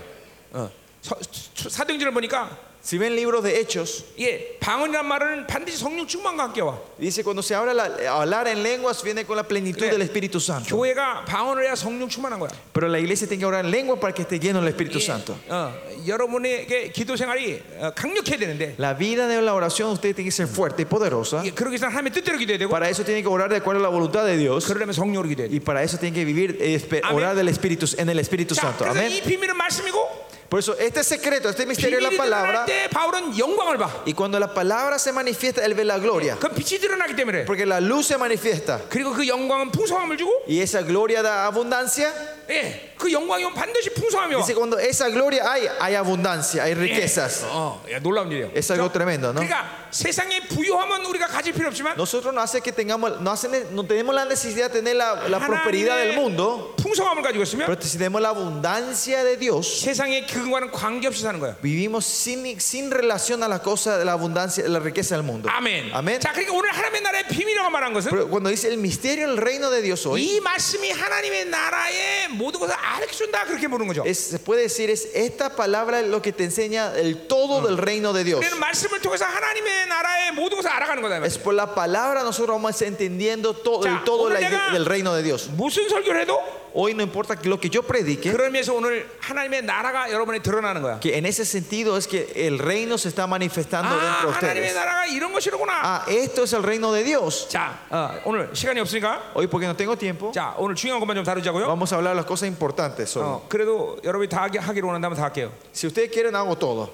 Speaker 1: 어. 서- 수- 사도행전을 보니까
Speaker 2: Si ven libros de hechos,
Speaker 1: 예, 방언이란 말은 반드시 성령 충만과 함께 와.
Speaker 2: dice cuando se habla la- hablar en lenguas viene con la plenitud del Espíritu Santo.
Speaker 1: 교회가 방언을 해야 성령 충만한 거야.
Speaker 2: Pero la iglesia tiene que orar en lengua para que esté lleno del Espíritu Santo.
Speaker 1: 어, 여러분에게 기도 생활이 어, 강력해야 되는데
Speaker 2: La vida de la oración usted tiene que ser fuerte y poderosa.
Speaker 1: 예, 그러기 위해서 하나님의 뜻대로 기도해야 되고
Speaker 2: Para eso tiene que orar de acuerdo a la voluntad de Dios.
Speaker 1: 그러려면 성령으로 기도해야 돼.
Speaker 2: Y para eso tiene que vivir, eh, espe-
Speaker 1: Amén.
Speaker 2: orar del Espíritu, en el Espíritu
Speaker 1: 자,
Speaker 2: Santo.
Speaker 1: 그래서
Speaker 2: Amén.
Speaker 1: 이 비밀은 말씀이고
Speaker 2: Por eso, este secreto, este misterio
Speaker 1: 비밀이
Speaker 2: de la
Speaker 1: 드러날
Speaker 2: palabra.
Speaker 1: 때 바울은 영광을 봐.
Speaker 2: Y cuando la palabra se manifiesta, él ve la gloria.
Speaker 1: 그 빛이 드러나기 때문에. 그래.
Speaker 2: Porque la luz se manifiesta.
Speaker 1: 그리고 그 영광은 풍성함을 주고
Speaker 2: Y esa gloria da abundancia.
Speaker 1: 예, 그 영광이 오면 반드시 풍성함이 와.
Speaker 2: Dice, cuando esa gloria hay, hay abundancia, hay
Speaker 1: 예.
Speaker 2: riquezas.
Speaker 1: 어, 야, 놀라운 일이에요.
Speaker 2: Es algo tremendo, ¿no?
Speaker 1: 그러니까 세상의 부유함은 우리가 가질 필요 없지만
Speaker 2: Nosotros no hace que tengamos, no, hace, no tenemos la necesidad de tener la, la prosperidad del mundo,
Speaker 1: 하나님의 풍성함을 가지고 있으면
Speaker 2: pero si tenemos la abundancia de Dios,
Speaker 1: 세상의 그거와는 관계없이 사는 거야.
Speaker 2: vivimos sin, sin relación a la cosa de la abundancia, de la riqueza del mundo.
Speaker 1: 아멘.
Speaker 2: Amén.
Speaker 1: 자, 그러니까 오늘 하나님의 나라의 비밀이라고 말한 것은
Speaker 2: Pero cuando dice el misterio del reino de Dios hoy,
Speaker 1: 이 말씀이 하나님의 나라의 모든 것을 알게 준다 그렇게 보는 거죠.
Speaker 2: es- se puede decir es esta palabra lo que te enseña el todo del reino de Dios.
Speaker 1: 우리는 말씀을 통해서 하나님의 나라의 모든 것을 알아가는 거다. 이 말이에요.
Speaker 2: Es por la palabra nosotros vamos entendiendo todo,
Speaker 1: Ya,
Speaker 2: el todo
Speaker 1: 오늘
Speaker 2: la-
Speaker 1: 내가-
Speaker 2: del reino de Dios.
Speaker 1: 무슨 설교를 해도
Speaker 2: Hoy no importa lo que yo predique,
Speaker 1: 그런 의미에서 오늘 하나님의 나라가 여러분에 드러나는 거야.
Speaker 2: que en ese sentido es que el reino se está
Speaker 1: 아,
Speaker 2: manifestando
Speaker 1: Ah,
Speaker 2: dentro de
Speaker 1: 하나님의
Speaker 2: ustedes.
Speaker 1: 나라가 이런 것이로구나.
Speaker 2: Ah, esto es el reino de Dios.
Speaker 1: 자, 어, 오늘 시간이 없으니까
Speaker 2: Hoy porque no tengo tiempo,
Speaker 1: 자, 오늘 중요한 것만 좀 다루자고요.
Speaker 2: vamos a hablar las cosas importantes. solo.
Speaker 1: 어, 그래도 여러분이 다 하기- 하기로 원한다면 다 할게요.
Speaker 2: Si ustedes quieren, hago todo.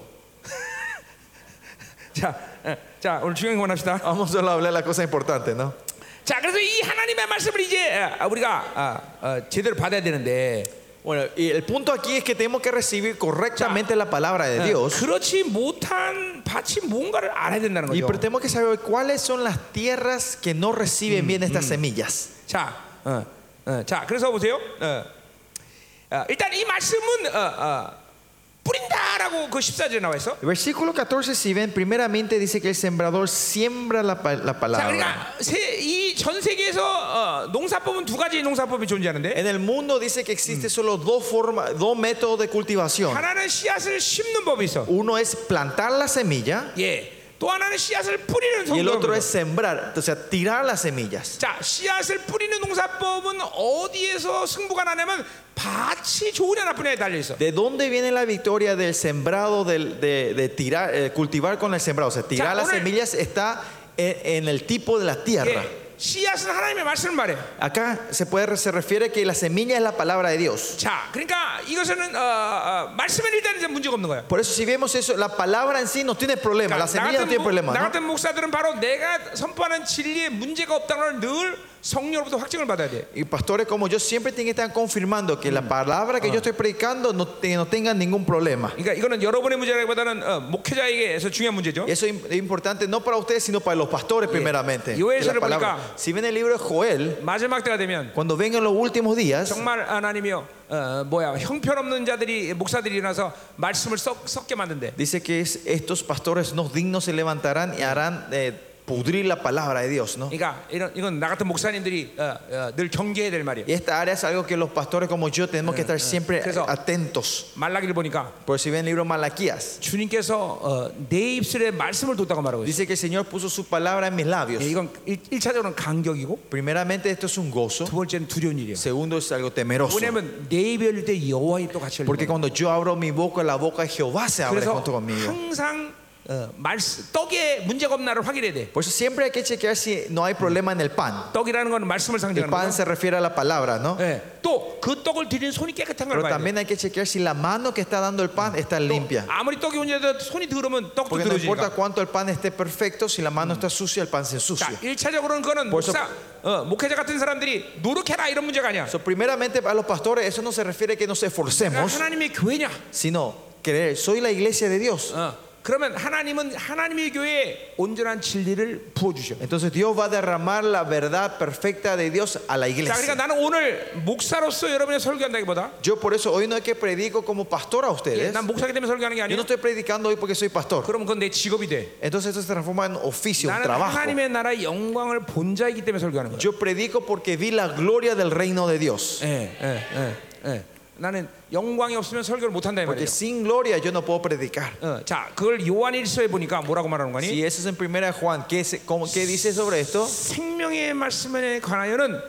Speaker 1: 자, 예, 자 오늘 중요한 것만 합시다.
Speaker 2: Vamos solo a hablar las cosas importantes, ¿no?
Speaker 1: 자, 그래서 이 하나님의 말씀을 이제 어, 우리가 아, 어, 제대로 받아야 되는데
Speaker 2: Bueno, y el punto aquí es que tenemos que recibir correctamente la palabra de Dios.
Speaker 1: 어, 그렇지 못한 밭이 뭔가를 알아야 된다는
Speaker 2: Y
Speaker 1: 거죠.
Speaker 2: pero tenemos que saber cuáles son las tierras que no reciben bien estas semillas.
Speaker 1: 자, 어, 어, 자, 그래서 보세요. 어, 어, 일단 이 말씀은 어, 어, 뿌린다라고 그 14절에 나와 있어.
Speaker 2: El versículo 14, si ven, primeramente dice que el sembrador siembra la, pa- la
Speaker 1: 자,
Speaker 2: palabra.
Speaker 1: 그러니까 이전 세계에서 어, 농사법은 두 가지 농사법이 존재하는데
Speaker 2: En el mundo dice que existe solo dos formas, dos métodos de cultivación.
Speaker 1: 하나는 씨앗을 심는 법이 있어.
Speaker 2: Uno es plantar la semilla
Speaker 1: 예. 또 하나는 씨앗을 뿌리는
Speaker 2: y el otro
Speaker 1: 성법이
Speaker 2: es
Speaker 1: 있어.
Speaker 2: sembrar, o sea, tirar las semillas.
Speaker 1: 자, 씨앗을 뿌리는 농사법은 어디에서 승부가 나냐면 밭이 좋으냐 나쁘냐에 달려 있어.
Speaker 2: ¿De dónde viene la victoria del sembrado, del- de, de tirar, eh, cultivar con el sembrado? O sea, tirar las
Speaker 1: ahora-
Speaker 2: semillas está en, en el tipo de la tierra.
Speaker 1: 예. 씨앗은 하나님의 말씀을 말해.
Speaker 2: Acá se, puede, se refiere que la semilla es la palabra de Dios.
Speaker 1: 자, 그러니까 이것은 어, 어, 말씀은 일단 이제 문제가 없는 거야.
Speaker 2: Por eso si vemos eso, la palabra en sí no tiene problema,
Speaker 1: 그러니까
Speaker 2: la semilla no
Speaker 1: 나, 같은
Speaker 2: tiene
Speaker 1: 목,
Speaker 2: problema.
Speaker 1: 나
Speaker 2: ¿no?
Speaker 1: 같은 목사들은 바로 내가 선포하는 진리에 문제가 없다는 걸 늘 성령으로부터 확증을 받아야 돼.
Speaker 2: Y pastores como yo siempre tienen que estar confirmando que la palabra que yo estoy predicando no, te- no tenga ningún problema.
Speaker 1: 그러니까 이거는 여러분의 문제라기보다는 어, 목회자에게서 중요한 문제죠.
Speaker 2: Eso es im- es importante no para ustedes, sino para los pastores primeramente.
Speaker 1: Y hoy
Speaker 2: Que
Speaker 1: se
Speaker 2: la
Speaker 1: replica.
Speaker 2: palabra- Si ven el libro de Joel,
Speaker 1: 마지막 때가 되면
Speaker 2: cuando vengan los últimos días,
Speaker 1: 정말 하나님이요 어, 뭐야 형편없는 자들이 목사들이 일어나서 말씀을 썩, 썩게 만든대.
Speaker 2: dice que es- estos pastores no dignos se levantarán y harán eh, pudrir la palabra de Dios, ¿no?
Speaker 1: 그러니까 이런 이건 나 같은 목사님들이 어, 어, 늘 경계해야 될 말이에요.
Speaker 2: Y esta área es algo que los pastores como yo tenemos que estar siempre
Speaker 1: Eso.
Speaker 2: atentos.
Speaker 1: 말라기를 보니까
Speaker 2: Por si ven el libro de Malaquías,
Speaker 1: 주님께서 어, 내 입술에 말씀을 뒀다고 말하고 있어요.
Speaker 2: dice que el Señor puso su palabra en mis labios.
Speaker 1: 예, 이건 일, 차적으로는 간격이고
Speaker 2: Primeramente esto es un gozo,
Speaker 1: 두 번째는 두려운 일이에요.
Speaker 2: segundo es algo temeroso.
Speaker 1: 왜냐하면 내 입이 열릴 때 여호와 입도 같이 열리고
Speaker 2: Porque cuando yo abro mi boca, la boca de Jehová se abre
Speaker 1: 그래서
Speaker 2: junto conmigo.
Speaker 1: 항상 어, 말씀, 떡에 문제가 없나를 확인해야 돼.
Speaker 2: Por eso Pues siempre hay que chequear si no hay problema en el pan.
Speaker 1: 떡이라는 건 말씀을
Speaker 2: El
Speaker 1: 상징하는 거죠.
Speaker 2: pan se refiere a la palabra, ¿no?
Speaker 1: 예. 또그 떡을 드리는 손이 깨끗한 걸
Speaker 2: Pero
Speaker 1: 봐야 돼.
Speaker 2: también hay que chequear si la mano que está dando el pan está limpia.
Speaker 1: 아무리 떡이 문제라도 손이 더러면 떡도
Speaker 2: Porque no importa
Speaker 1: 더러지니까.
Speaker 2: cuánto el pan esté perfecto, si la mano está sucia, el pan se
Speaker 1: 자,
Speaker 2: ensucia.
Speaker 1: 일차적으로는 그거는
Speaker 2: 벌써-
Speaker 1: 목사, 어, 목회자 같은 사람들이 노력해라 이런 문제가 아니야.
Speaker 2: So, primeramente, a los pastores, eso no se refiere que nos
Speaker 1: 그러니까
Speaker 2: esforcemos,
Speaker 1: 하나님의 교회냐?
Speaker 2: sino creer, soy la iglesia de Dios.
Speaker 1: 어, 그러면 하나님은 하나님의 교회에 온전한 진리를 부어 주셔.
Speaker 2: Entonces, Dios va a derramar la verdad perfecta de Dios a la
Speaker 1: 자, 그러니까
Speaker 2: iglesia.
Speaker 1: 나는 오늘 목사로서 여러분의 설교한다기보다
Speaker 2: Yo, por eso, hoy no es que predico como pastor a
Speaker 1: 예,
Speaker 2: ustedes.
Speaker 1: 난 목사기 때문에 설교하는 게
Speaker 2: Yo
Speaker 1: 아니야.
Speaker 2: no estoy predicando hoy porque soy pastor.
Speaker 1: 그럼 그건 내 직업이 돼.
Speaker 2: Entonces esto se transforma en oficio, un
Speaker 1: 나는
Speaker 2: trabajo.
Speaker 1: 하나님의 나라의 영광을 본 자이기 때문에 설교하는 거야.
Speaker 2: Yo predico porque vi la gloria del reino de Dios.
Speaker 1: 예, 예, 예, 예. 나는 영광이 없으면 설교를 못 한다 이
Speaker 2: Porque
Speaker 1: 말이에요.
Speaker 2: sin gloria yo no puedo predicar.
Speaker 1: 어, 자, 그걸 요한일서에 보니까 뭐라고 말하는 거니?
Speaker 2: Si eso es en primera de Juan, ¿qué, se- cómo- qué dice sobre esto?
Speaker 1: 생명의 말씀에 관하여는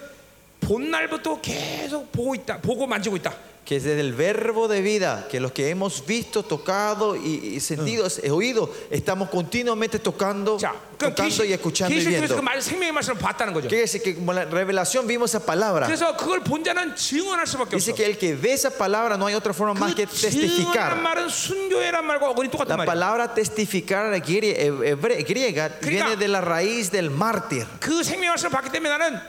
Speaker 1: 본날부터 계속 보고 있다, 보고 만지고 있다.
Speaker 2: Que desde el verbo de vida, que los que hemos visto, tocado y, y sentido, es- oído, estamos continuamente tocando,
Speaker 1: 자, 그럼
Speaker 2: tocando y escuchando y
Speaker 1: 계시록에서 그
Speaker 2: viendo.
Speaker 1: 말, 생명의 말씀을 봤다는 거죠.
Speaker 2: Quiere decir que como la revelación vimos esa palabra.
Speaker 1: 그래서 그걸 본 자는 증언할 수밖에 없어.
Speaker 2: Dice que el que ve esa palabra no hay otra forma más que
Speaker 1: 그
Speaker 2: testificar.
Speaker 1: 증언이란 말은 순교회란 말과 어근이 똑같단 말이야.
Speaker 2: La palabra testificar grie- hebre- griega viene de la raíz del mártir.
Speaker 1: 그 생명의 말씀을 봤기 때문에 나는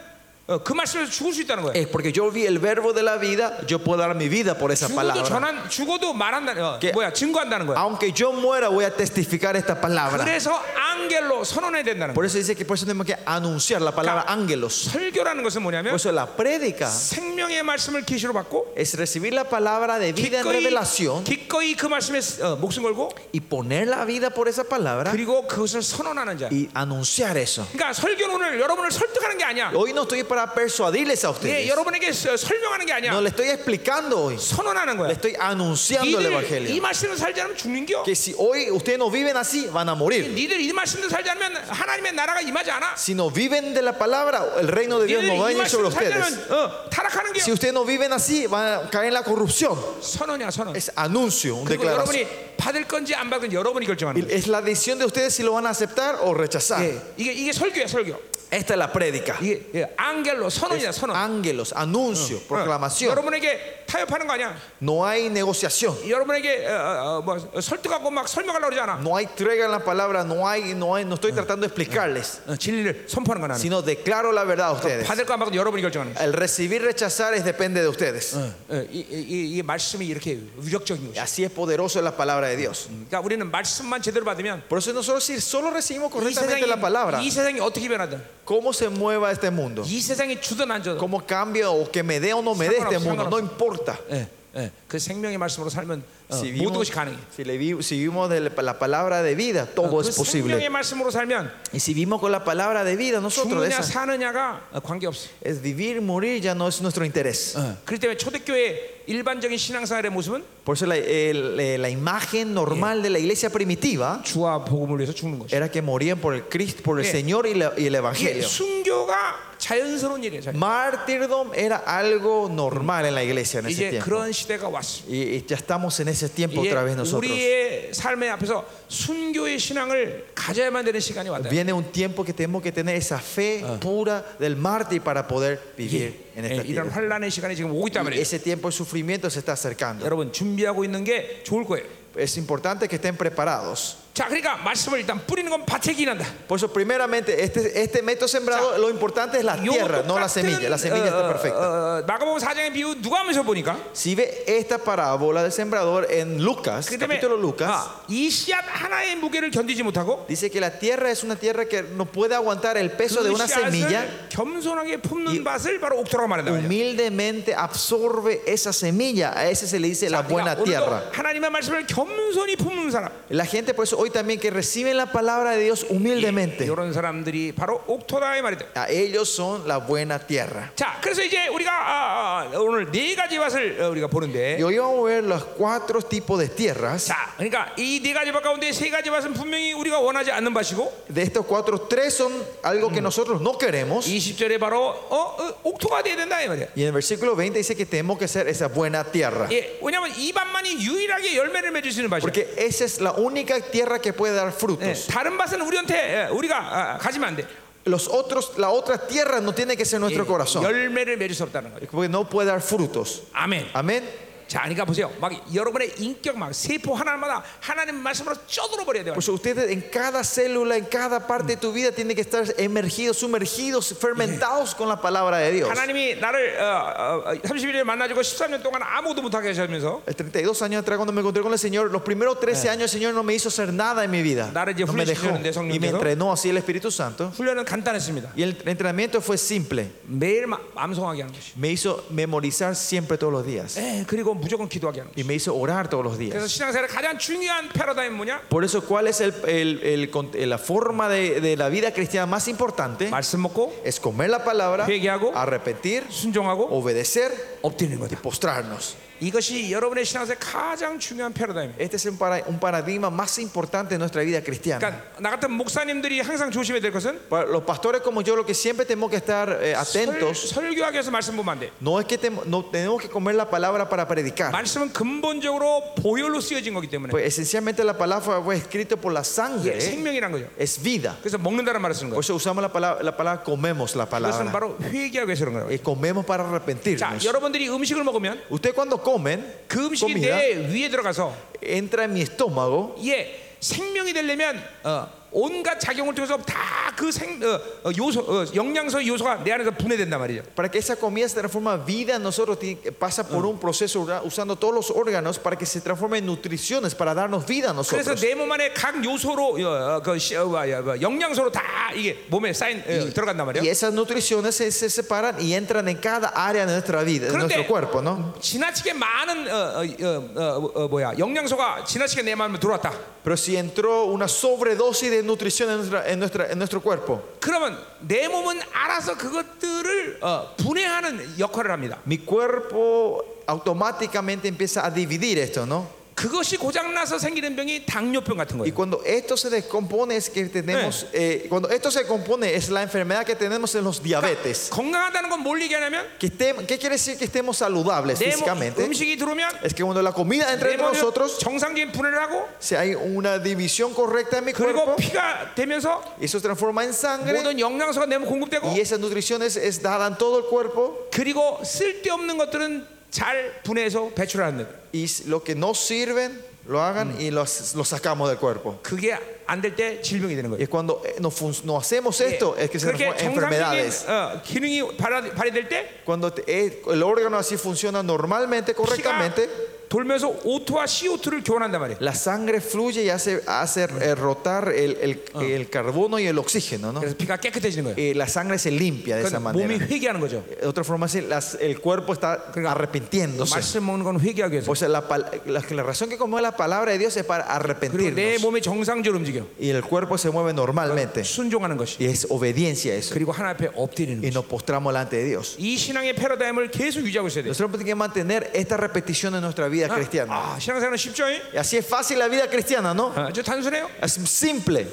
Speaker 1: 어, 그 말씀에서 죽을 수 있다는 거야.
Speaker 2: Es porque yo vi el verbo de la vida, yo puedo dar mi vida por esa
Speaker 1: 죽어도
Speaker 2: palabra.
Speaker 1: 전한, 죽어도 말한다, 어,
Speaker 2: Que-
Speaker 1: 뭐야, 증거한다는 거야.
Speaker 2: Aunque yo muera, voy a testificar esta palabra.
Speaker 1: 그래서 안gel로 선언해야 된다는
Speaker 2: Por
Speaker 1: 거야.
Speaker 2: eso dice que por eso tenemos que anunciar la palabra ángelos.
Speaker 1: 설교라는 것은
Speaker 2: Por
Speaker 1: 뭐냐면
Speaker 2: eso la prédica
Speaker 1: 생명의 말씀을 계시로 받고
Speaker 2: es recibir la palabra de vida en
Speaker 1: 기꺼이,
Speaker 2: revelación
Speaker 1: 기꺼이 그 말씀에 어, 목숨 걸고
Speaker 2: y poner la vida por esa palabra
Speaker 1: 그리고 그것을 선언하는 자.
Speaker 2: y anunciar eso.
Speaker 1: 그러니까 설교는 오늘 여러분을 설득하는 게 아니야.
Speaker 2: Hoy no estoy para persuadirles a
Speaker 1: 예,
Speaker 2: ustedes.
Speaker 1: 여러분에게 서- 설명하는 게
Speaker 2: No
Speaker 1: 아니야.
Speaker 2: le estoy explicando hoy.
Speaker 1: 선언하는
Speaker 2: Le
Speaker 1: 거야.
Speaker 2: estoy anunciando el
Speaker 1: 니들 이
Speaker 2: evangelio.
Speaker 1: 말씀을 살지 않으면 죽는겨.
Speaker 2: que si hoy ustedes no viven así, van a morir.
Speaker 1: 니들 이 말씀을 살지 않으면 하나님의 나라가 임하지 않아.
Speaker 2: Si no viven de la palabra, el reino de Dios
Speaker 1: 니들
Speaker 2: no va a
Speaker 1: 이
Speaker 2: venir sobre
Speaker 1: 말씀을 살지
Speaker 2: ustedes.
Speaker 1: 않으면 어, 타락하는 게
Speaker 2: Si ustedes no viven así, van a caer en la corrupción.
Speaker 1: 선언이야 선언.
Speaker 2: Es anuncio, una
Speaker 1: 그리고
Speaker 2: declaración.
Speaker 1: 여러분이 받을 건지 안 받을 건지 여러분이 결정하는 거야.
Speaker 2: Y Es la decisión de ustedes si lo van a aceptar o rechazar.
Speaker 1: 예, 이게 이게 설교야 설교.
Speaker 2: Esta es la prédica.
Speaker 1: 이게 예, 안겔로 선언이야 선언.
Speaker 2: Ángelos, anuncio,
Speaker 1: 어,
Speaker 2: proclamación.
Speaker 1: 여러분에게 타협하는 거 아니야.
Speaker 2: No hay negociación.
Speaker 1: 여러분에게 어, 어, 어, 뭐 설득하고 막 설명하려고 그러지 않아.
Speaker 2: No hay entrega en la palabra. No hay, no hay, no estoy tratando de explicarles,
Speaker 1: 어, 진리를 선포하는 건 아니야.
Speaker 2: sino declaro la verdad a ustedes.
Speaker 1: 받을 거안 받을 건 여러분이 결정하는 거야.
Speaker 2: El recibir, rechazar es depende de ustedes.
Speaker 1: 어, 이, 이, 이, 이 말씀이 이렇게 위력적인 것이야.
Speaker 2: Así es poderoso la palabra de Dios.
Speaker 1: 그러니까 우리는 말씀만 제대로 받으면
Speaker 2: Por eso nosotros si solo recibimos
Speaker 1: 이
Speaker 2: correctamente la palabra,
Speaker 1: 세상이, 이 세상이 어떻게 변하든
Speaker 2: cómo se mueva este mundo,
Speaker 1: 이 세상이 주든 안 주든
Speaker 2: cómo cambia o que me dé o no me dé este
Speaker 1: Sangaroso,
Speaker 2: mundo, no
Speaker 1: sangaroso.
Speaker 2: importa.
Speaker 1: 예, 예, 그 생명의 말씀으로 살면 어,
Speaker 2: Si
Speaker 1: 모든
Speaker 2: vivimos,
Speaker 1: 것이 가능해.
Speaker 2: si le vi- si vivimos de la palabra de vida, todo
Speaker 1: 그
Speaker 2: es
Speaker 1: 생명의
Speaker 2: posible.
Speaker 1: 말씀으로 살면
Speaker 2: Y si vivimos con la palabra de vida, nosotros
Speaker 1: 죽느냐
Speaker 2: esa-
Speaker 1: 사느냐가 어, 관계없어.
Speaker 2: es vivir, morir ya no es nuestro interés.
Speaker 1: 그렇기 때문에 초대교회 일반적인 신앙생활의 모습은
Speaker 2: Por eso la, el- eh, la imagen normal de la iglesia primitiva
Speaker 1: 주와 복음을 위해서 죽는 것이.
Speaker 2: era que morían por el Cristo, por el
Speaker 1: Bien.
Speaker 2: Señor y, la- y el
Speaker 1: 이게
Speaker 2: Evangelio.
Speaker 1: 순교가 자연스러운 일이에요. 자연.
Speaker 2: Martyrdom era algo normal en la iglesia en ese
Speaker 1: 이제
Speaker 2: tiempo.
Speaker 1: 그런 시대가 왔어.
Speaker 2: Y, y ya estamos en ese tiempo
Speaker 1: 이제
Speaker 2: otra vez nosotros.
Speaker 1: 우리의 삶의 앞에서 순교의 신앙을 가져야만 되는 시간이 왔다.
Speaker 2: Viene un tiempo que tenemos que tener esa fe pura del mártir para poder vivir en
Speaker 1: 예,
Speaker 2: esta
Speaker 1: 이런
Speaker 2: tierra.
Speaker 1: 환란의 시간이 지금 오고 있단
Speaker 2: Y
Speaker 1: 말이에요.
Speaker 2: ese tiempo de sufrimiento se está acercando.
Speaker 1: 여러분 준비하고 있는 게 좋을 거예요.
Speaker 2: Es importante que estén preparados.
Speaker 1: 자, 그러니까 말씀을 일단 뿌리는 건 밭에 기인한다.
Speaker 2: Por eso, primeramente, este, este método sembrado, lo importante es la
Speaker 1: 요
Speaker 2: tierra, no la
Speaker 1: 똑같은,
Speaker 2: semilla. La semilla
Speaker 1: 어,
Speaker 2: está
Speaker 1: 어,
Speaker 2: perfecta.
Speaker 1: 어, 마가복음 4장의 비유 누가 하면서 보니까
Speaker 2: Si ve esta parábola del sembrador en Lucas,
Speaker 1: 그 때문에
Speaker 2: capítulo Lucas,
Speaker 1: 아, 이 씨앗 하나의 무게를 견디지 못하고
Speaker 2: dice que la tierra es una tierra que no puede aguantar el peso de
Speaker 1: 그
Speaker 2: una semilla.
Speaker 1: 씨앗을 겸손하게
Speaker 2: 이-
Speaker 1: 품는 밭을 바로 옥토라고 말한다 말이야.
Speaker 2: Humildemente absorbe esa semilla. A ese se le dice la buena
Speaker 1: 그러니까
Speaker 2: tierra.
Speaker 1: 오늘도 하나님의 말씀을 겸손히 품는 사람
Speaker 2: La gente, por eso, hoy también que reciben la palabra de Dios humildemente,
Speaker 1: 이런 사람들이 바로 옥토라의 말이다.
Speaker 2: a ellos son la buena tierra.
Speaker 1: 자, 그래서 이제 우리가 아, 아, 오늘 네 가지 밭을 어, 우리가 보는데
Speaker 2: Y hoy vamos a ver los cuatro tipos de tierras.
Speaker 1: 자, 그러니까 이 네 가지 밭 가운데 세 가지 밭은 분명히 우리가 원하지 않는 밭이고
Speaker 2: De estos cuatro, tres son algo que nosotros no queremos.
Speaker 1: 20절에 바로 어, 어, 옥토가 돼야 된다 이 말이야.
Speaker 2: Y en el versículo 20 dice que tenemos que ser esa buena tierra.
Speaker 1: 예, 왜냐면 이 밭만이 유일하게 열매를 맺을 수 있는 밭이야.
Speaker 2: Porque esa es la única tierra que puede dar
Speaker 1: 예,
Speaker 2: frutos.
Speaker 1: 다른 밭은 우리한테 예, 우리가 아, 가지면 안 돼.
Speaker 2: Los otros, la otra tierra no tiene que ser
Speaker 1: 예,
Speaker 2: nuestro corazón.
Speaker 1: 열매를 맺을 수 없다는 거죠.
Speaker 2: Porque no puede dar frutos.
Speaker 1: 아멘.
Speaker 2: Amén.
Speaker 1: 자, 그러니까 보세요. 막 여러분의 인격 막 세포 하나마다 하나님 말씀으로 쪼들어 버려야 돼요.
Speaker 2: Por eso ustedes en cada célula, en cada parte de tu vida, tienen que estar emergidos, sumergidos, fermentados con la palabra de Dios.
Speaker 1: 하나님이 나를 어, 어, 31년에 만나주고 13년 동안 아무도 못하게 하시면서
Speaker 2: El 32 años atrás, cuando me encontré con el Señor, los primeros 13 años el Señor no me hizo hacer nada en mi vida.
Speaker 1: Dale,
Speaker 2: No me dejó.
Speaker 1: 훈련시키는데, 성령께서.
Speaker 2: Y me entrenó así el Espíritu Santo.
Speaker 1: 훈련은 간단했습니다.
Speaker 2: Y el entrenamiento fue simple.
Speaker 1: 매일 마- 암송하게 하는 것이.
Speaker 2: Me hizo memorizar siempre todos los días.
Speaker 1: 예, 그리고 무조건 기도하게 하는 것이.
Speaker 2: Y me hizo orar todos los días.
Speaker 1: 그래서 신앙생활의 가장 중요한 패러다임 뭐냐?
Speaker 2: Por eso, ¿cuál es el- el- el con- eh, la forma de, de la vida cristiana más importante?
Speaker 1: 말씀 먹고
Speaker 2: Es comer la palabra,
Speaker 1: 회개하고,
Speaker 2: arrepentir,
Speaker 1: 순종하고
Speaker 2: obedecer,
Speaker 1: 엎드리는 거다.
Speaker 2: postrarnos.
Speaker 1: 이것이 여러분의 신앙생활의 가장 중요한 패러다임이에요.
Speaker 2: Este es un, para- un paradigma más importante de nuestra vida cristiana.
Speaker 1: 그러니까 나 같은 목사님들이 항상 조심해야 될 것은
Speaker 2: Para los pastores como yo, lo que siempre tenemos que estar eh,
Speaker 1: 설,
Speaker 2: atentos,
Speaker 1: 설교하기 위해서 말씀 보면 안 돼.
Speaker 2: no es que tem- no tenemos que comer la palabra para predicar.
Speaker 1: 말씀은 근본적으로 보혈로 쓰여진 거기 때문에
Speaker 2: Pues esencialmente la palabra fue escrita por la
Speaker 1: 이게
Speaker 2: sangre,
Speaker 1: 생명이란 거죠.
Speaker 2: es vida.
Speaker 1: 그래서 먹는다는 말을 쓰는 거예요.
Speaker 2: Por eso usamos la palabra, la palabra comemos la
Speaker 1: 그것은
Speaker 2: palabra.
Speaker 1: 바로 회개하기 위해서 그런 거예요.
Speaker 2: Eh, comemos para
Speaker 1: 자,
Speaker 2: arrepentirnos.
Speaker 1: 여러분들이 음식을 먹으면
Speaker 2: Usted cuando comen
Speaker 1: 그 음식이
Speaker 2: comida,
Speaker 1: 내 위에 들어가서
Speaker 2: entra en mi estómago
Speaker 1: 이게 생명이 되려면 어, 온갖 작용을 통해서 다 그 생 어, 어, 요소 어, 영양소 요소가 내 안에서 분해된단 말이죠.
Speaker 2: para que esa comida se transforme en vida en nosotros tiene que- pasa por un proceso ura- usando todos los órganos para que se transforme en nutriciones para darnos vida a
Speaker 1: 그래서
Speaker 2: nosotros
Speaker 1: 내 몸 안에 각 요소로 어, 어, 그 시- 어, 뭐야, 뭐, 영양소로 다 이게 몸에 쌓인 어, 들어간단
Speaker 2: y
Speaker 1: 말이에요.
Speaker 2: esas nutriciones se, se separan y entran en cada área de nuestra vida de
Speaker 1: Pero
Speaker 2: nuestro
Speaker 1: te-
Speaker 2: cuerpo ¿no?
Speaker 1: 예. 지나치게 많은 어, 어, 어, 어, 어, 뭐야 영양소가 지나치게 내 마음에 들어왔다.
Speaker 2: pero si entró una sobredosis de nutrición en, nuestra- en, nuestra- en nuestro cuerpo
Speaker 1: 그러면 내 몸은 알아서 그것들을 어, 분해하는 역할을 합니다.
Speaker 2: mi cuerpo automáticamente empieza a dividir esto ¿no?
Speaker 1: 그것이 고장 나서 생기는 병이 당뇨병 같은
Speaker 2: y
Speaker 1: 거예요.
Speaker 2: cuando esto se descompone es que tenemos eh, cuando esto se compone es la enfermedad que tenemos en los diabetes
Speaker 1: 건강하다는 건 뭘 얘기하냐면
Speaker 2: Que estem- ¿Qué quiere decir que estemos saludables
Speaker 1: 내 몸,
Speaker 2: físicamente?
Speaker 1: 음식이 들어오면
Speaker 2: Es que cuando la comida entra
Speaker 1: 내
Speaker 2: entre
Speaker 1: 몸이
Speaker 2: nosotros,
Speaker 1: 정상적인 분해를 하고
Speaker 2: si hay una división correcta en mi
Speaker 1: 그리고
Speaker 2: cuerpo,
Speaker 1: 피가 되면서
Speaker 2: eso se transforma en sangre
Speaker 1: 모든 영양소가 내 몸 공급되고
Speaker 2: y esas nutriciones es dada en todo el cuerpo
Speaker 1: 그리고 쓸데없는 것들은 잘 분해해서 배출하는 거예요.
Speaker 2: y s- lo que no sirven lo hagan y los- lo sacamos del cuerpo.
Speaker 1: 그게 안 될 때 질병이 되는
Speaker 2: Y
Speaker 1: 거예요.
Speaker 2: es cuando eh, no, fun- no hacemos
Speaker 1: 예.
Speaker 2: esto, es que se
Speaker 1: 그렇게
Speaker 2: transforman en enfermedades.
Speaker 1: 정상적인 어, 기능이 발화- 발휘될 때
Speaker 2: Cuando te- eh, el órgano así funciona normalmente,
Speaker 1: 피가
Speaker 2: correctamente,
Speaker 1: 돌면서 O2와 CO2를 교환한단 말이에요.
Speaker 2: la sangre fluye y hace, hace eh, rotar el, el- el carbono y el oxígeno. ¿no?
Speaker 1: 그래서 피가 깨끗해지는 거예요.
Speaker 2: eh, la sangre se limpia de esa
Speaker 1: 그건 몸이
Speaker 2: manera. Eh,
Speaker 1: 회개하는 거죠.
Speaker 2: De otra forma, si las- el cuerpo está
Speaker 1: Claro.
Speaker 2: arrepintiéndose.
Speaker 1: 말씀 먹는 건 회개하기 위해서.
Speaker 2: O sea, la, pal- la- la razón que comemos la palabra de Dios es para
Speaker 1: 그리고 내
Speaker 2: arrepentirnos.
Speaker 1: 몸이 정상적으로 움직여.
Speaker 2: Y el cuerpo se mueve normalmente.
Speaker 1: 순종하는 것이.
Speaker 2: Y es obediencia a eso.
Speaker 1: 그리고 하나 앞에 엎드리는 그렇죠.
Speaker 2: Y
Speaker 1: 것이.
Speaker 2: nos postramos delante de Dios.
Speaker 1: 이 신앙의 패러다임을 계속 유지하고 있어야 돼.
Speaker 2: Nosotros tenemos que mantener esta repetición en nuestra vida cristiana.
Speaker 1: 아, 신앙생활은 쉽죠? 잉?
Speaker 2: Y así es fácil la vida cristiana, ¿no?
Speaker 1: 아주 단순해요.
Speaker 2: Es simple.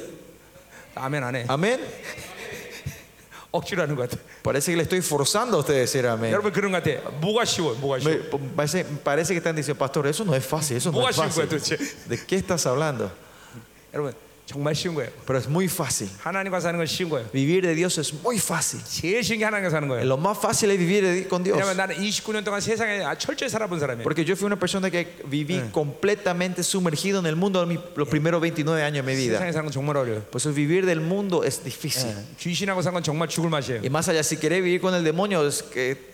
Speaker 1: 아멘 안 해.
Speaker 2: Amén.
Speaker 1: 억지로 하는 것 같아.
Speaker 2: Parece que le estoy forzando a usted a decir amén.
Speaker 1: 여러분 그런 것 같아. 뭐가 쉬워? 뭐가
Speaker 2: Me-
Speaker 1: 쉬워?
Speaker 2: parece, parece que están diciendo, pastor, eso no es fácil, eso no
Speaker 1: 뭐가
Speaker 2: es
Speaker 1: 쉬운 거야
Speaker 2: fácil.
Speaker 1: 도대체?
Speaker 2: ¿De qué estás hablando?
Speaker 1: 여러분 정말 쉬운 거예요.
Speaker 2: Pero es muy fácil.
Speaker 1: 하나님과 사는 건 쉬운 거예요.
Speaker 2: Vivir de Dios es muy fácil.
Speaker 1: 제일 쉬운 게 하나님과 사는 거예요.
Speaker 2: Lo más fácil es vivir de- con Dios.
Speaker 1: 왜냐면 나는 29년 동안 세상에 아- 철저히 살아본 사람이에요.
Speaker 2: Porque yo fui una persona que viví completamente sumergido en el mundo de mi- los primeros 29 años de mi vida.
Speaker 1: 세상에 사는 건 정말 어려워요.
Speaker 2: Por eso vivir del mundo es difícil.
Speaker 1: Eh. 네. 귀신하고 사는 건 정말 죽을 맛이에요.
Speaker 2: Y más allá, si querés vivir con el demonio, es que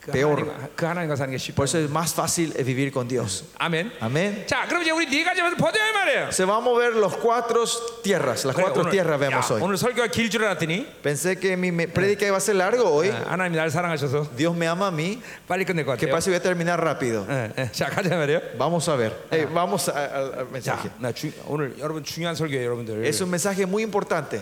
Speaker 1: 그,
Speaker 2: 배워라.
Speaker 1: 하나님과, 그 하나님과 사는 게 쉽다.
Speaker 2: por eso es más fácil es vivir con Dios.
Speaker 1: 아멘.
Speaker 2: Amén.
Speaker 1: 자, 그럼 이제 우리 네 가지 면서 버텨야 말이에요.
Speaker 2: Se va a mover los cuatro tierras, las
Speaker 1: 그래,
Speaker 2: cuatro tierras
Speaker 1: 오늘, 야,
Speaker 2: vemos hoy.
Speaker 1: 오늘 설교가 길 줄 알았더니
Speaker 2: Pensé que mi me- prédica iba a ser largo hoy.
Speaker 1: 아, 하나님 날 사랑하셔서
Speaker 2: Dios me ama a mí.
Speaker 1: 빨리 끝낼 것
Speaker 2: ¿Qué
Speaker 1: 같아요.
Speaker 2: pasa si voy a terminar rápido?
Speaker 1: 예, 예. 자, 가자 말이에요.
Speaker 2: Vamos a ver. Eh, vamos a- a- al mensaje.
Speaker 1: 자, 나 주, 오늘 여러분 중요한 설교예요, 여러분들.
Speaker 2: Es un mensaje muy importante.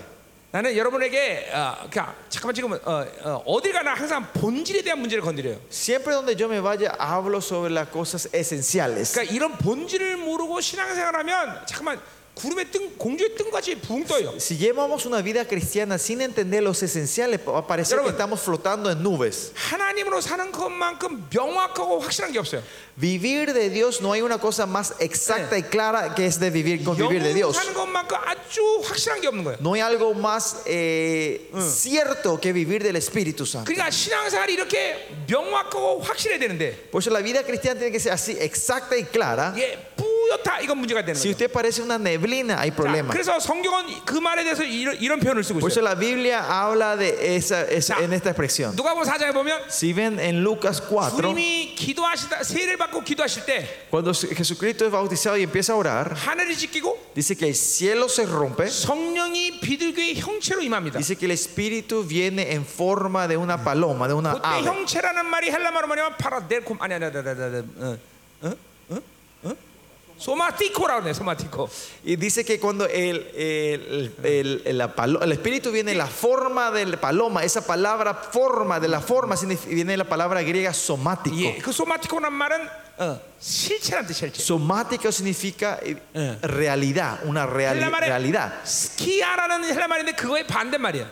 Speaker 1: 나는 여러분에게 어, 그러니까 잠깐만 지금 어, 어, 어딜 가나 항상 본질에 대한 문제를 건드려요.
Speaker 2: Siempre donde yo me vaya, hablo sobre las cosas esenciales.
Speaker 1: 그러니까 이런 본질을 모르고 신앙생활하면 잠깐만 구름에 뜬 공주에 뜬 같이 붕 떠요.
Speaker 2: Si llevamos una vida cristiana sin entender los esenciales, va a parecer que
Speaker 1: Pero-
Speaker 2: estamos flotando en nubes.
Speaker 1: 하나님으로 사는 것만큼 명확하고 확실한 게 없어요.
Speaker 2: Vivir de Dios no hay una cosa más exacta y
Speaker 1: Eh.
Speaker 2: clara que es de vivir con vivir de
Speaker 1: 영으로
Speaker 2: Dios.
Speaker 1: 사는 것만큼 아주 확실한 게 없는 거예요.
Speaker 2: No hay algo más eh,
Speaker 1: Mm.
Speaker 2: cierto que vivir del Espíritu Santo.
Speaker 1: 그러니까 신앙생활이 이렇게 명확하고 확실해야 되는데
Speaker 2: Por eso la vida cristiana tiene que ser así, exacta y clara.
Speaker 1: 이게 뿌옇다 이건 문제가 되는
Speaker 2: Si
Speaker 1: 거예요.
Speaker 2: usted parece una neblina, hay
Speaker 1: 자,
Speaker 2: problema.
Speaker 1: 그래서 성경은 그 말에 대해서 이런, 이런 표현을 쓰고
Speaker 2: Por eso
Speaker 1: 있어요.
Speaker 2: la Biblia habla de esa, es-
Speaker 1: Ya.
Speaker 2: en esta expresión.
Speaker 1: 누가복음 사장에 보면
Speaker 2: Si ven en Lucas 4,
Speaker 1: 주님이 기도하시다 세를 받고 기도하실 때
Speaker 2: cuando Jesucristo es bautizado y empieza a orar,
Speaker 1: 하늘이 찢기고
Speaker 2: dice que el cielo se rompe,
Speaker 1: 성령이 비둘기의 형체로 임합니다.
Speaker 2: dice que el Espíritu viene en forma de una paloma, de una
Speaker 1: 그때
Speaker 2: ave.
Speaker 1: 형체라는 말이 헬라말로 뭐냐면 파라델콤 아니 아니 아니 아니 아니 어, 어? 어? 어? 소마티코라고 해 소마티코.
Speaker 2: Y dice que cuando el, el, el- el- la palo- el Espíritu viene en la forma de paloma, esa palabra forma, de la forma, signif- viene la palabra griega somático.
Speaker 1: 예, 그 소마티코란 말은 어, 실체란 뜻이에요. 실체.
Speaker 2: Somático significa eh,
Speaker 1: Eh.
Speaker 2: realidad, una reali-
Speaker 1: 헬라 말에
Speaker 2: realidad.
Speaker 1: 스키아라는 헬라 말인데 그거의 반대 말이야.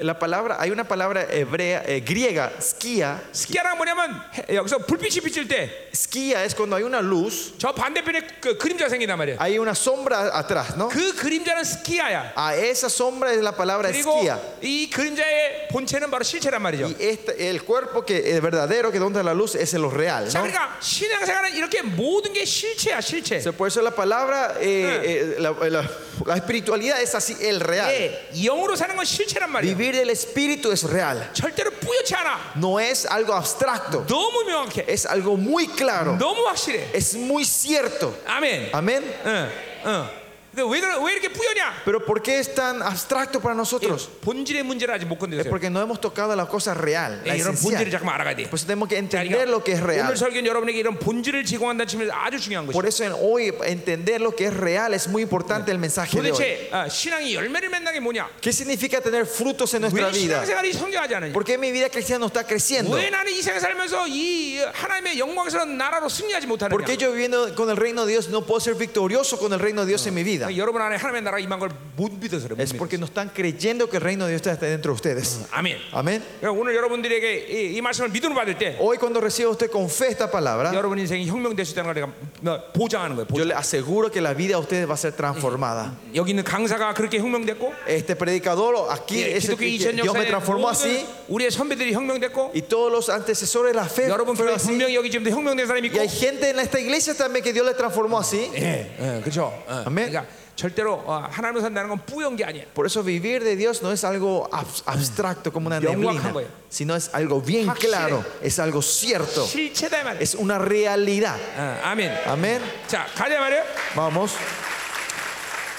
Speaker 2: La palabra, hay una palabra hebrea, eh, griega, skia.
Speaker 1: 스키아라는 뭐냐면 해- 여기서 불빛이 비칠 때 저
Speaker 2: Skia es cuando hay una luz,
Speaker 1: 반대편에 그 그림자 생긴단 말이야.
Speaker 2: hay una sombra atrás, ¿no?
Speaker 1: 그 그림자는 스키아야.
Speaker 2: A esa sombra es la palabra
Speaker 1: 그리고
Speaker 2: skia.
Speaker 1: 이 그림자의 본체는 바로 실체란 말이죠.
Speaker 2: Y este, el cuerpo que es verdadero, que donde la luz es en lo real,
Speaker 1: 자,
Speaker 2: ¿no?
Speaker 1: 그러니까 신앙생활은 이렇게 모든 게 실체야, 실체.
Speaker 2: O sea, por eso la palabra, eh, eh, la, la- la espiritualidad es así, el real.
Speaker 1: 예, 영으로 사는 건 실체란 말이야.
Speaker 2: Vivir del espíritu es real.
Speaker 1: 절대로 뿌옇지 않아.
Speaker 2: No es algo abstracto,
Speaker 1: 너무 명확해.
Speaker 2: es algo muy claro,
Speaker 1: 너무 확실해.
Speaker 2: es muy cierto.
Speaker 1: 아멘.
Speaker 2: Amén.
Speaker 1: 응, 응. 근데 왜, 그러- 왜 이렇게 뿌옇냐?
Speaker 2: Pero ¿por qué es tan abstracto para nosotros?
Speaker 1: 본질의 문제를 아직 못
Speaker 2: Es
Speaker 1: 건드렸어요.
Speaker 2: porque no hemos tocado la cosa real,
Speaker 1: 예,
Speaker 2: la
Speaker 1: 이런 본질을
Speaker 2: esencial.
Speaker 1: 잠깐 알아가야 돼.
Speaker 2: Por eso tenemos que
Speaker 1: 자, 그러니까
Speaker 2: entender lo que es
Speaker 1: 오늘
Speaker 2: real.
Speaker 1: 설교는 여러분에게 이런 본질을 제공한다는 측면에서 아주 중요한 것이죠.
Speaker 2: Por eso en hoy entender lo que es real es muy importante el mensaje de hoy.
Speaker 1: 도대체 아, 신앙이 열매를 맺는 게 뭐냐?
Speaker 2: ¿Qué significa tener frutos en nuestra
Speaker 1: 왜
Speaker 2: vida?
Speaker 1: 신앙생활이 성장하지 않느냐?
Speaker 2: ¿Por qué mi vida cristiana no está creciendo?
Speaker 1: 왜 나는 이 세상 살면서 이 하나님의 영광스러운 나라로 승리하지
Speaker 2: ¿Por qué
Speaker 1: 못하느냐?
Speaker 2: yo viviendo con el reino de Dios no puedo ser victorioso con el reino de Dios en mi vida?
Speaker 1: 여러분 안에 하나님의 나라가 임한 걸 못 믿어서 그래.
Speaker 2: Es
Speaker 1: 못 믿어서.
Speaker 2: porque no están creyendo que el reino de Dios está dentro de ustedes.
Speaker 1: 아멘.
Speaker 2: Amén.
Speaker 1: 그러니까 오늘 여러분들에게 이, 이 말씀을 믿음으로 받을 때
Speaker 2: Hoy cuando reciba usted con fe esta palabra,
Speaker 1: 여러분 인생이 혁명될 수 있다는 걸 내가 너 보장하는 거예요. 보장.
Speaker 2: yo le aseguro que la vida de ustedes va a ser transformada.
Speaker 1: 여기 있는 강사가 그렇게 혁명됐고
Speaker 2: Este predicador aquí,
Speaker 1: 예,
Speaker 2: es el
Speaker 1: 기독교
Speaker 2: que
Speaker 1: 2000년
Speaker 2: Dios me
Speaker 1: 역사에
Speaker 2: transformó así.
Speaker 1: 모든 우리의 선배들이 혁명됐고
Speaker 2: Y todos los antecesores de la fe
Speaker 1: 여러분 교회
Speaker 2: fueron así.
Speaker 1: 분명히 여기 지금도 혁명된 사람이
Speaker 2: Y
Speaker 1: 있고
Speaker 2: hay gente en esta iglesia también que Dios le transformó así.
Speaker 1: 예, 예, 그렇죠. 예.
Speaker 2: 아멘.
Speaker 1: 그러니까 절대로 어, 하나님을 산다는 건 뿌연 게 아니에요.
Speaker 2: Por eso vivir de Dios no es algo abs- abstracto como una neblina,
Speaker 1: Yongwak한 거예요.
Speaker 2: sino es algo bien
Speaker 1: 확실해.
Speaker 2: claro, es algo cierto,
Speaker 1: 실체다 이 그렇죠. 말이에요.
Speaker 2: es una realidad.
Speaker 1: 어, 아멘.
Speaker 2: Amén.
Speaker 1: 자, 가자 말이에요.
Speaker 2: Vamos.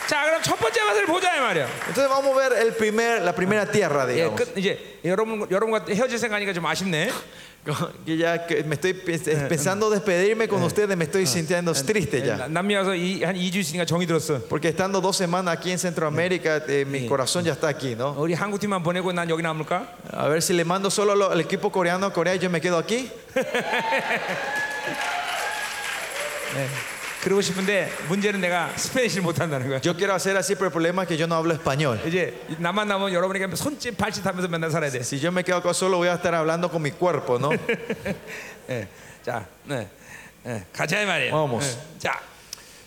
Speaker 1: 자, 그럼 첫 번째 맛을 보자 이 말이에요.
Speaker 2: Entonces vamos a ver el primer, la primera tierra,
Speaker 1: 예,
Speaker 2: digamos.
Speaker 1: 끝 이제 여러분 여러분과 헤어질 생각하니까 좀 아쉽네.
Speaker 2: Que ya que me estoy pens- pensando despedirme con ustedes, me estoy sintiendo triste
Speaker 1: 나-
Speaker 2: ya.
Speaker 1: 남미 와서 이, 한 2주 있으니까 정이 들었어.
Speaker 2: Porque estando dos semanas aquí en Centroamérica, eh, mi corazón ya está aquí, ¿no?
Speaker 1: 우리 한국 팀만 보내고 난 여기 남을까?
Speaker 2: A ver si le mando solo lo- al equipo coreano a Corea y yo me quedo aquí.
Speaker 1: 그러고 싶은데 문제는 내가 스페인을 못한다는 거야.
Speaker 2: Yo quiero hacer así, pero el problema es que yo no hablo español.
Speaker 1: 이제 나만 남으면 여러분에게 손짓 발짓 하면서 맨날 살아야 돼.
Speaker 2: Si yo me quedo acá solo, voy a estar hablando con mi cuerpo, ¿no?
Speaker 1: 예, 자, 네, 예, 가자 이 말이에요.
Speaker 2: Vamos.
Speaker 1: 예, 자,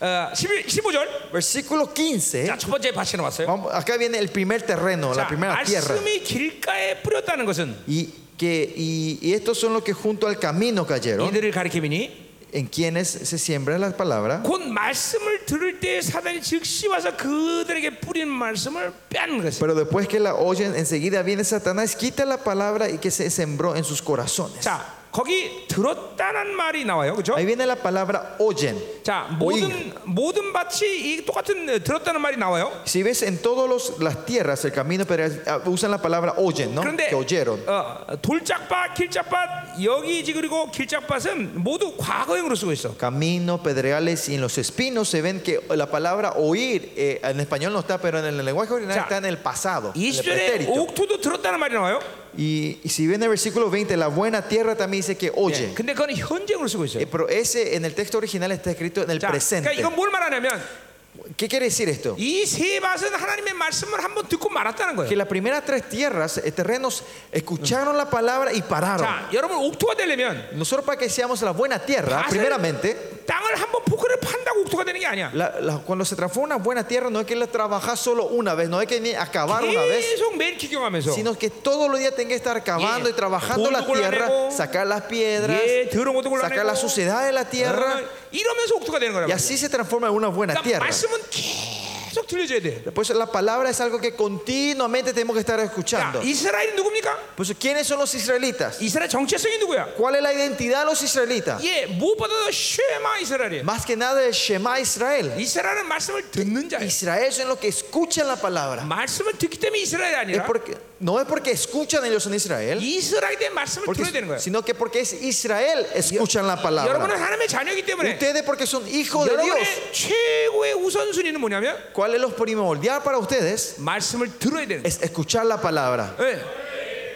Speaker 1: 어, 11, 15절.
Speaker 2: Versículo 15.
Speaker 1: 자, 첫 번째 밭이 예. 나왔어요.
Speaker 2: vamos- acá viene el primer terreno,
Speaker 1: 자,
Speaker 2: la primera tierra.
Speaker 1: 말씀이 길가에 뿌렸다는 것은
Speaker 2: Y, que, y, y estos son los que junto al camino cayeron,
Speaker 1: 이들을 가리키미니
Speaker 2: en quienes se siembra la palabra.
Speaker 1: 곧 말씀을 들을 때 사단이 즉시 와서 그들에게 뿌린 말씀을 빼앗는 것이에요.
Speaker 2: Pero después que la oyen, enseguida viene Satanás, quita la palabra y que se sembró en sus corazones.
Speaker 1: 자, 거기 들었다는 말이 나와요. 그렇죠?
Speaker 2: Ahí viene la palabra oyen.
Speaker 1: 자,
Speaker 2: Oír.
Speaker 1: 모든 모든 밭이 이 똑같은 어, 들었다는 말이 나와요.
Speaker 2: Si ves en todas las tierras, el camino, pero ah, usan la palabra oyen, ¿no?
Speaker 1: 그런데
Speaker 2: Que oyeron.
Speaker 1: 어, 돌짝밭, 길짝밭 여기 지금 그리고 길짝밭은 모두 과거형으로 쓰고 있어.
Speaker 2: Camino, pedregales y en los espinos se ven que la palabra oír eh, en español no está, pero en el lenguaje original
Speaker 1: Ya.
Speaker 2: está en el pasado. en el
Speaker 1: 20절에
Speaker 2: pretérito.
Speaker 1: 옥토도 들었다는 말이 나와요.
Speaker 2: Y, y si ven el versículo 20, la buena tierra también dice que oye.
Speaker 1: 근데 그건 현재형으로 쓰고 있어요.
Speaker 2: Eh, Pero ese en el texto original está escrito en el
Speaker 1: 자, 그러니까
Speaker 2: presente.
Speaker 1: 이건 뭘 말하냐면
Speaker 2: ¿Qué quiere decir esto?
Speaker 1: 이 세 밭은 하나님의 말씀을 한번 듣고 말았다는
Speaker 2: Que
Speaker 1: 거예요.
Speaker 2: las primeras tres tierras, eh, terrenos, escucharon la palabra y pararon.
Speaker 1: 자, 여러분 옥토가 되려면
Speaker 2: Nosotros para que seamos la buena tierra,
Speaker 1: 밭을-
Speaker 2: primeramente,
Speaker 1: 땅을 한번 포크를 판다고 옥토가 되는 게 아니야.
Speaker 2: la- la- cuando se transforma en una buena tierra, no es que la trabajas solo una vez, no es que ni acabar una vez,
Speaker 1: 계속 매일 기경하면서
Speaker 2: sino que todos los días tenga que estar cavando
Speaker 1: Yeah.
Speaker 2: y trabajando la
Speaker 1: Polvo
Speaker 2: tierra,
Speaker 1: golonero.
Speaker 2: sacar las piedras,
Speaker 1: 예, 더러운 것도
Speaker 2: sacar la Ah,
Speaker 1: 골라내고
Speaker 2: suciedad de la tierra,
Speaker 1: 어, 이러면서 옥토가 되는 거라고.
Speaker 2: y así se transforma en una buena
Speaker 1: 그러니까
Speaker 2: tierra.
Speaker 1: 말씀은 계속 들려줘야 돼.
Speaker 2: Pues la palabra es algo que continuamente tenemos que estar
Speaker 1: 자,
Speaker 2: escuchando.
Speaker 1: 이스라엘이 누굽니까?
Speaker 2: Pues, ¿quiénes son los israelitas?
Speaker 1: 이스라엘 정체성이 누구야?
Speaker 2: ¿Cuál es la identidad de los israelitas?
Speaker 1: 예, 무엇보다도 쉐마 이스라엘이에요.
Speaker 2: Más que nada es Shema Israel.
Speaker 1: 이스라엘은 말씀을 듣는 자예요.
Speaker 2: Israel son los que escuchan la palabra.
Speaker 1: 말씀을 듣기 때문에 이스라엘이
Speaker 2: Es
Speaker 1: 아니라
Speaker 2: porque, no es porque escuchan ellos en Israel,
Speaker 1: 이스라엘에 대한 말씀을
Speaker 2: porque-
Speaker 1: 들어야 되는 거예요.
Speaker 2: sino que porque es Israel escuchan la palabra.
Speaker 1: 여러분은 하나님의 자녀이기 때문에
Speaker 2: Ustedes porque son hijos de Dios.
Speaker 1: 여러분의 최고의 우선순위는 뭐냐면
Speaker 2: ¿Cuál es lo primordial para ustedes?
Speaker 1: 말씀을 들어야 되는 거예요.
Speaker 2: Es escuchar la palabra.
Speaker 1: 예.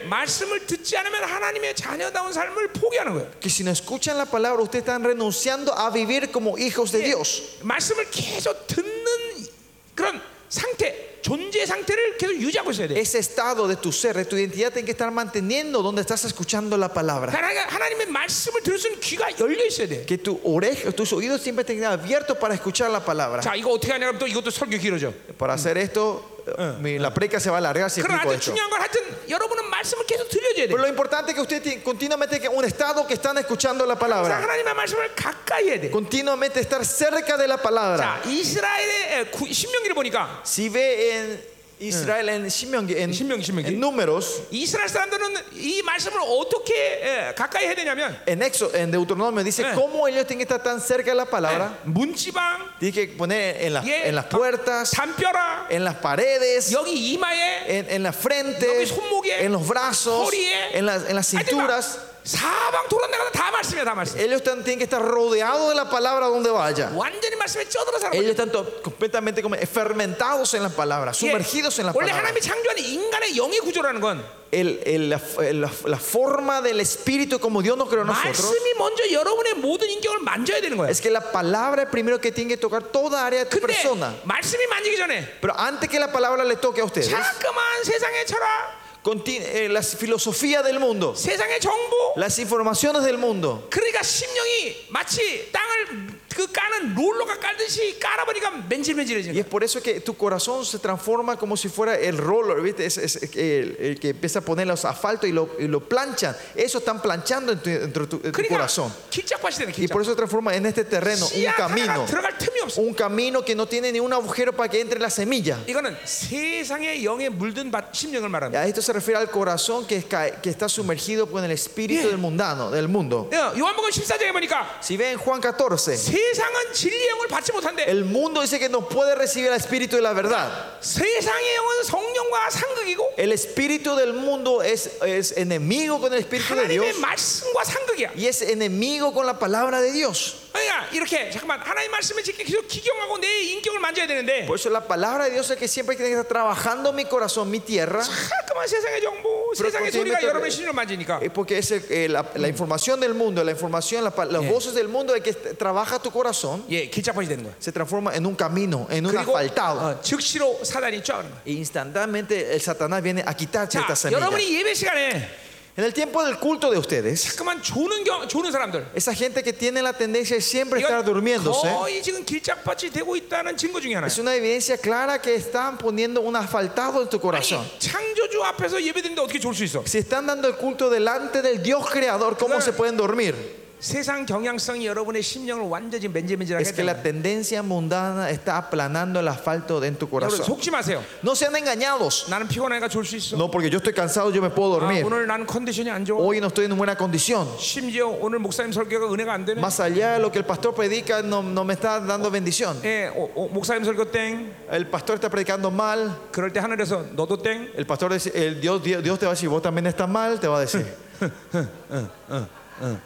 Speaker 1: 말씀을 듣지 않으면 하나님의 자녀다운 삶을 포기하는 거예요.
Speaker 2: Que si no escuchan la palabra, ustedes están renunciando a vivir como hijos de Dios.
Speaker 1: 말씀을 계속 듣는 그런 상태, 존재 상태를 계속 유지하고 있어야 돼.
Speaker 2: Ese estado de tu ser, de tu identidad, tiene que estar manteniendo donde estás escuchando la palabra.
Speaker 1: 하나님, 하나님의 말씀을 들을 수 있는 귀가 열려 있어야 돼.
Speaker 2: Que tu oreja, tus oídos siempre estén abiertos para escuchar la palabra.
Speaker 1: 자, 이거 어떻게 하냐면 또 이것도 설교 길어져.
Speaker 2: Para hacer esto, mi- la preca se va a alargar si
Speaker 1: 그러나
Speaker 2: explico
Speaker 1: 하여튼
Speaker 2: esto.
Speaker 1: 중요한 건 하여튼 여러분은 말씀을 계속 들려줘야 돼.
Speaker 2: Pero lo importante es que usted tiene- continuamente que un estado que están escuchando la
Speaker 1: 항상
Speaker 2: palabra.
Speaker 1: 하나님의 말씀을 가까이 해야 돼.
Speaker 2: Continuamente estar cerca de la
Speaker 1: 자,
Speaker 2: palabra.
Speaker 1: 이스라엘의 에, 구- 신명기를 보니까
Speaker 2: Si ve en Israel, en, Shimeongi- en,
Speaker 1: Shimeongi, Shimeongi.
Speaker 2: en números,
Speaker 1: 이스라엘 사람들은 이 말씀을 어떻게 에, 가까이 해야 되냐면
Speaker 2: en, Éxodo- en Deuteronomio, dice
Speaker 1: Eh.
Speaker 2: cómo ellos tienen que estar tan cerca de la palabra.
Speaker 1: 문지방,
Speaker 2: Tienen que poner en, las-
Speaker 1: Yeah.
Speaker 2: en las puertas,
Speaker 1: 담벼락,
Speaker 2: en las paredes.
Speaker 1: 여기 이마에
Speaker 2: en, en la
Speaker 1: 여기
Speaker 2: frente,
Speaker 1: 손목에,
Speaker 2: en los brazos,
Speaker 1: 허리에,
Speaker 2: en las, en las
Speaker 1: 하여튼
Speaker 2: cinturas.
Speaker 1: 막 사방 돌아다가다 다 말씀이야, 다 말씀.
Speaker 2: Ellos están- tienen que estar rodeados de la palabra donde vaya.
Speaker 1: 완전히 말씀에 쩌들어 사는 거예요.
Speaker 2: Ellos están to- completamente como fermentados en la palabra,
Speaker 1: 예,
Speaker 2: sumergidos en la
Speaker 1: 원래
Speaker 2: palabra.
Speaker 1: 하나님이 창조하는 인간의 영의 구조라는 건
Speaker 2: El- el- la, la- la forma del espíritu como Dios nos creó a nosotros
Speaker 1: 말씀이 먼저 여러분의 모든 인격을 만져야 되는 거예요.
Speaker 2: es que la palabra es primero que tiene que tocar toda área de tu
Speaker 1: 근데
Speaker 2: persona.
Speaker 1: 말씀이 만지기 전에
Speaker 2: Pero antes que la palabra le toque a
Speaker 1: 예.
Speaker 2: ustedes,
Speaker 1: 자꾸만 세상의 철학,
Speaker 2: conti- eh, las filosofías del mundo,
Speaker 1: 세상의 정보,
Speaker 2: las informaciones del mundo,
Speaker 1: 그러니까 심령이 마치 땅을 그 까는 롤러가 깔듯이 깔아버리니까 맨질맨질해지는 거야.
Speaker 2: Y es por eso que tu corazón se transforma como si fuera el roller, ¿viste? Es, es- el, el que empieza a poner los asfaltos y lo, y lo planchan. Eso están planchando en tu, dentro de tu, en tu
Speaker 1: 그러니까
Speaker 2: corazón.
Speaker 1: 길짝밭이 되는
Speaker 2: Y
Speaker 1: 길짝.
Speaker 2: por eso se transforma en este terreno un
Speaker 1: 씨앗 하나가
Speaker 2: camino.
Speaker 1: 들어갈 틈이 없어.
Speaker 2: Un camino que no tiene ni un agujero para que entre la semilla.
Speaker 1: 이거는 세상의 영에 물든 밭 심령을 말합니다.
Speaker 2: A esto se refiere al corazón que, cae- que está sumergido con el espíritu
Speaker 1: Yeah.
Speaker 2: del mundano, del mundo.
Speaker 1: 어, 요한복음 14장에 보니까
Speaker 2: Si ven Juan 14,
Speaker 1: 세상은 진리의 영을 받지 못한데
Speaker 2: el mundo dice que no puede recibir al espíritu de la verdad.
Speaker 1: 세상의 영은 성령과 상극이고
Speaker 2: El espíritu del mundo es, es enemigo con el espíritu de Dios.
Speaker 1: 하나님의 말씀과 상극이야.
Speaker 2: y es enemigo con la palabra de Dios.
Speaker 1: 그러니까 이렇게 잠깐만 하나님 말씀을 지켜- 계속 기경하고 내 인격을 만져야 되는데
Speaker 2: Por eso la palabra de Dios es que siempre tiene que estar trabajando mi corazón, mi tierra,
Speaker 1: 잠깐만 세상의 정보, 세상의 소리가
Speaker 2: continuamente-
Speaker 1: 여러분의 심령을 만지니까
Speaker 2: eh, porque es el- eh, la, la información del mundo, la información, la pa- las voces del mundo de que est- trabaja tu corazón,
Speaker 1: 예, 길짝밭이 되는 거야.
Speaker 2: se transforma en un camino, en un
Speaker 1: 그리고
Speaker 2: asfaltado.
Speaker 1: 어, 즉시로 사단이 쫙.
Speaker 2: E instantáneamente el Satanás viene a quitarte
Speaker 1: 자,
Speaker 2: esta semilla.
Speaker 1: 여러분이 예배 시간에
Speaker 2: En el tiempo del culto de ustedes,
Speaker 1: 자꾸만 조는 경, 조는 사람들.
Speaker 2: esa gente que tiene la tendencia de siempre estar durmiéndose,
Speaker 1: 거의 지금 길짝밭이 되고 있다는 증거 중에 하나예요.
Speaker 2: es una evidencia clara que están poniendo un asfaltado en tu corazón.
Speaker 1: 아니, 창조주 앞에서 예배드리는데 어떻게 졸 수 있어?
Speaker 2: Si están dando el culto delante del Dios creador, ¿cómo
Speaker 1: Claro.
Speaker 2: se pueden dormir?
Speaker 1: 세상 경향성이 여러분의 심령을 완전히 맨질맨질하게
Speaker 2: Es que la
Speaker 1: 했다.
Speaker 2: tendencia mundana está aplanando el asfalto en tu
Speaker 1: 여러분
Speaker 2: corazón.
Speaker 1: 속지 마세요.
Speaker 2: No sean engañados.
Speaker 1: 나는 피곤하니까 졸 수 있어.
Speaker 2: No, porque yo estoy cansado, yo me puedo
Speaker 1: 아,
Speaker 2: dormir.
Speaker 1: 오늘 나는 컨디션이 안 좋아.
Speaker 2: Hoy no estoy en buena condición.
Speaker 1: 심지어 오늘 목사님 설교가 은혜가 안 되네.
Speaker 2: Más allá de lo que el pastor predica, no, no me está dando bendición.
Speaker 1: 예, 어, 어, 목사님 설교 땡.
Speaker 2: El pastor está predicando mal.
Speaker 1: 그럴 때 하늘에서 너도 땡.
Speaker 2: El pastor dice, el Dios, Dios, Dios te va a decir, vos también estás mal, te va a decir.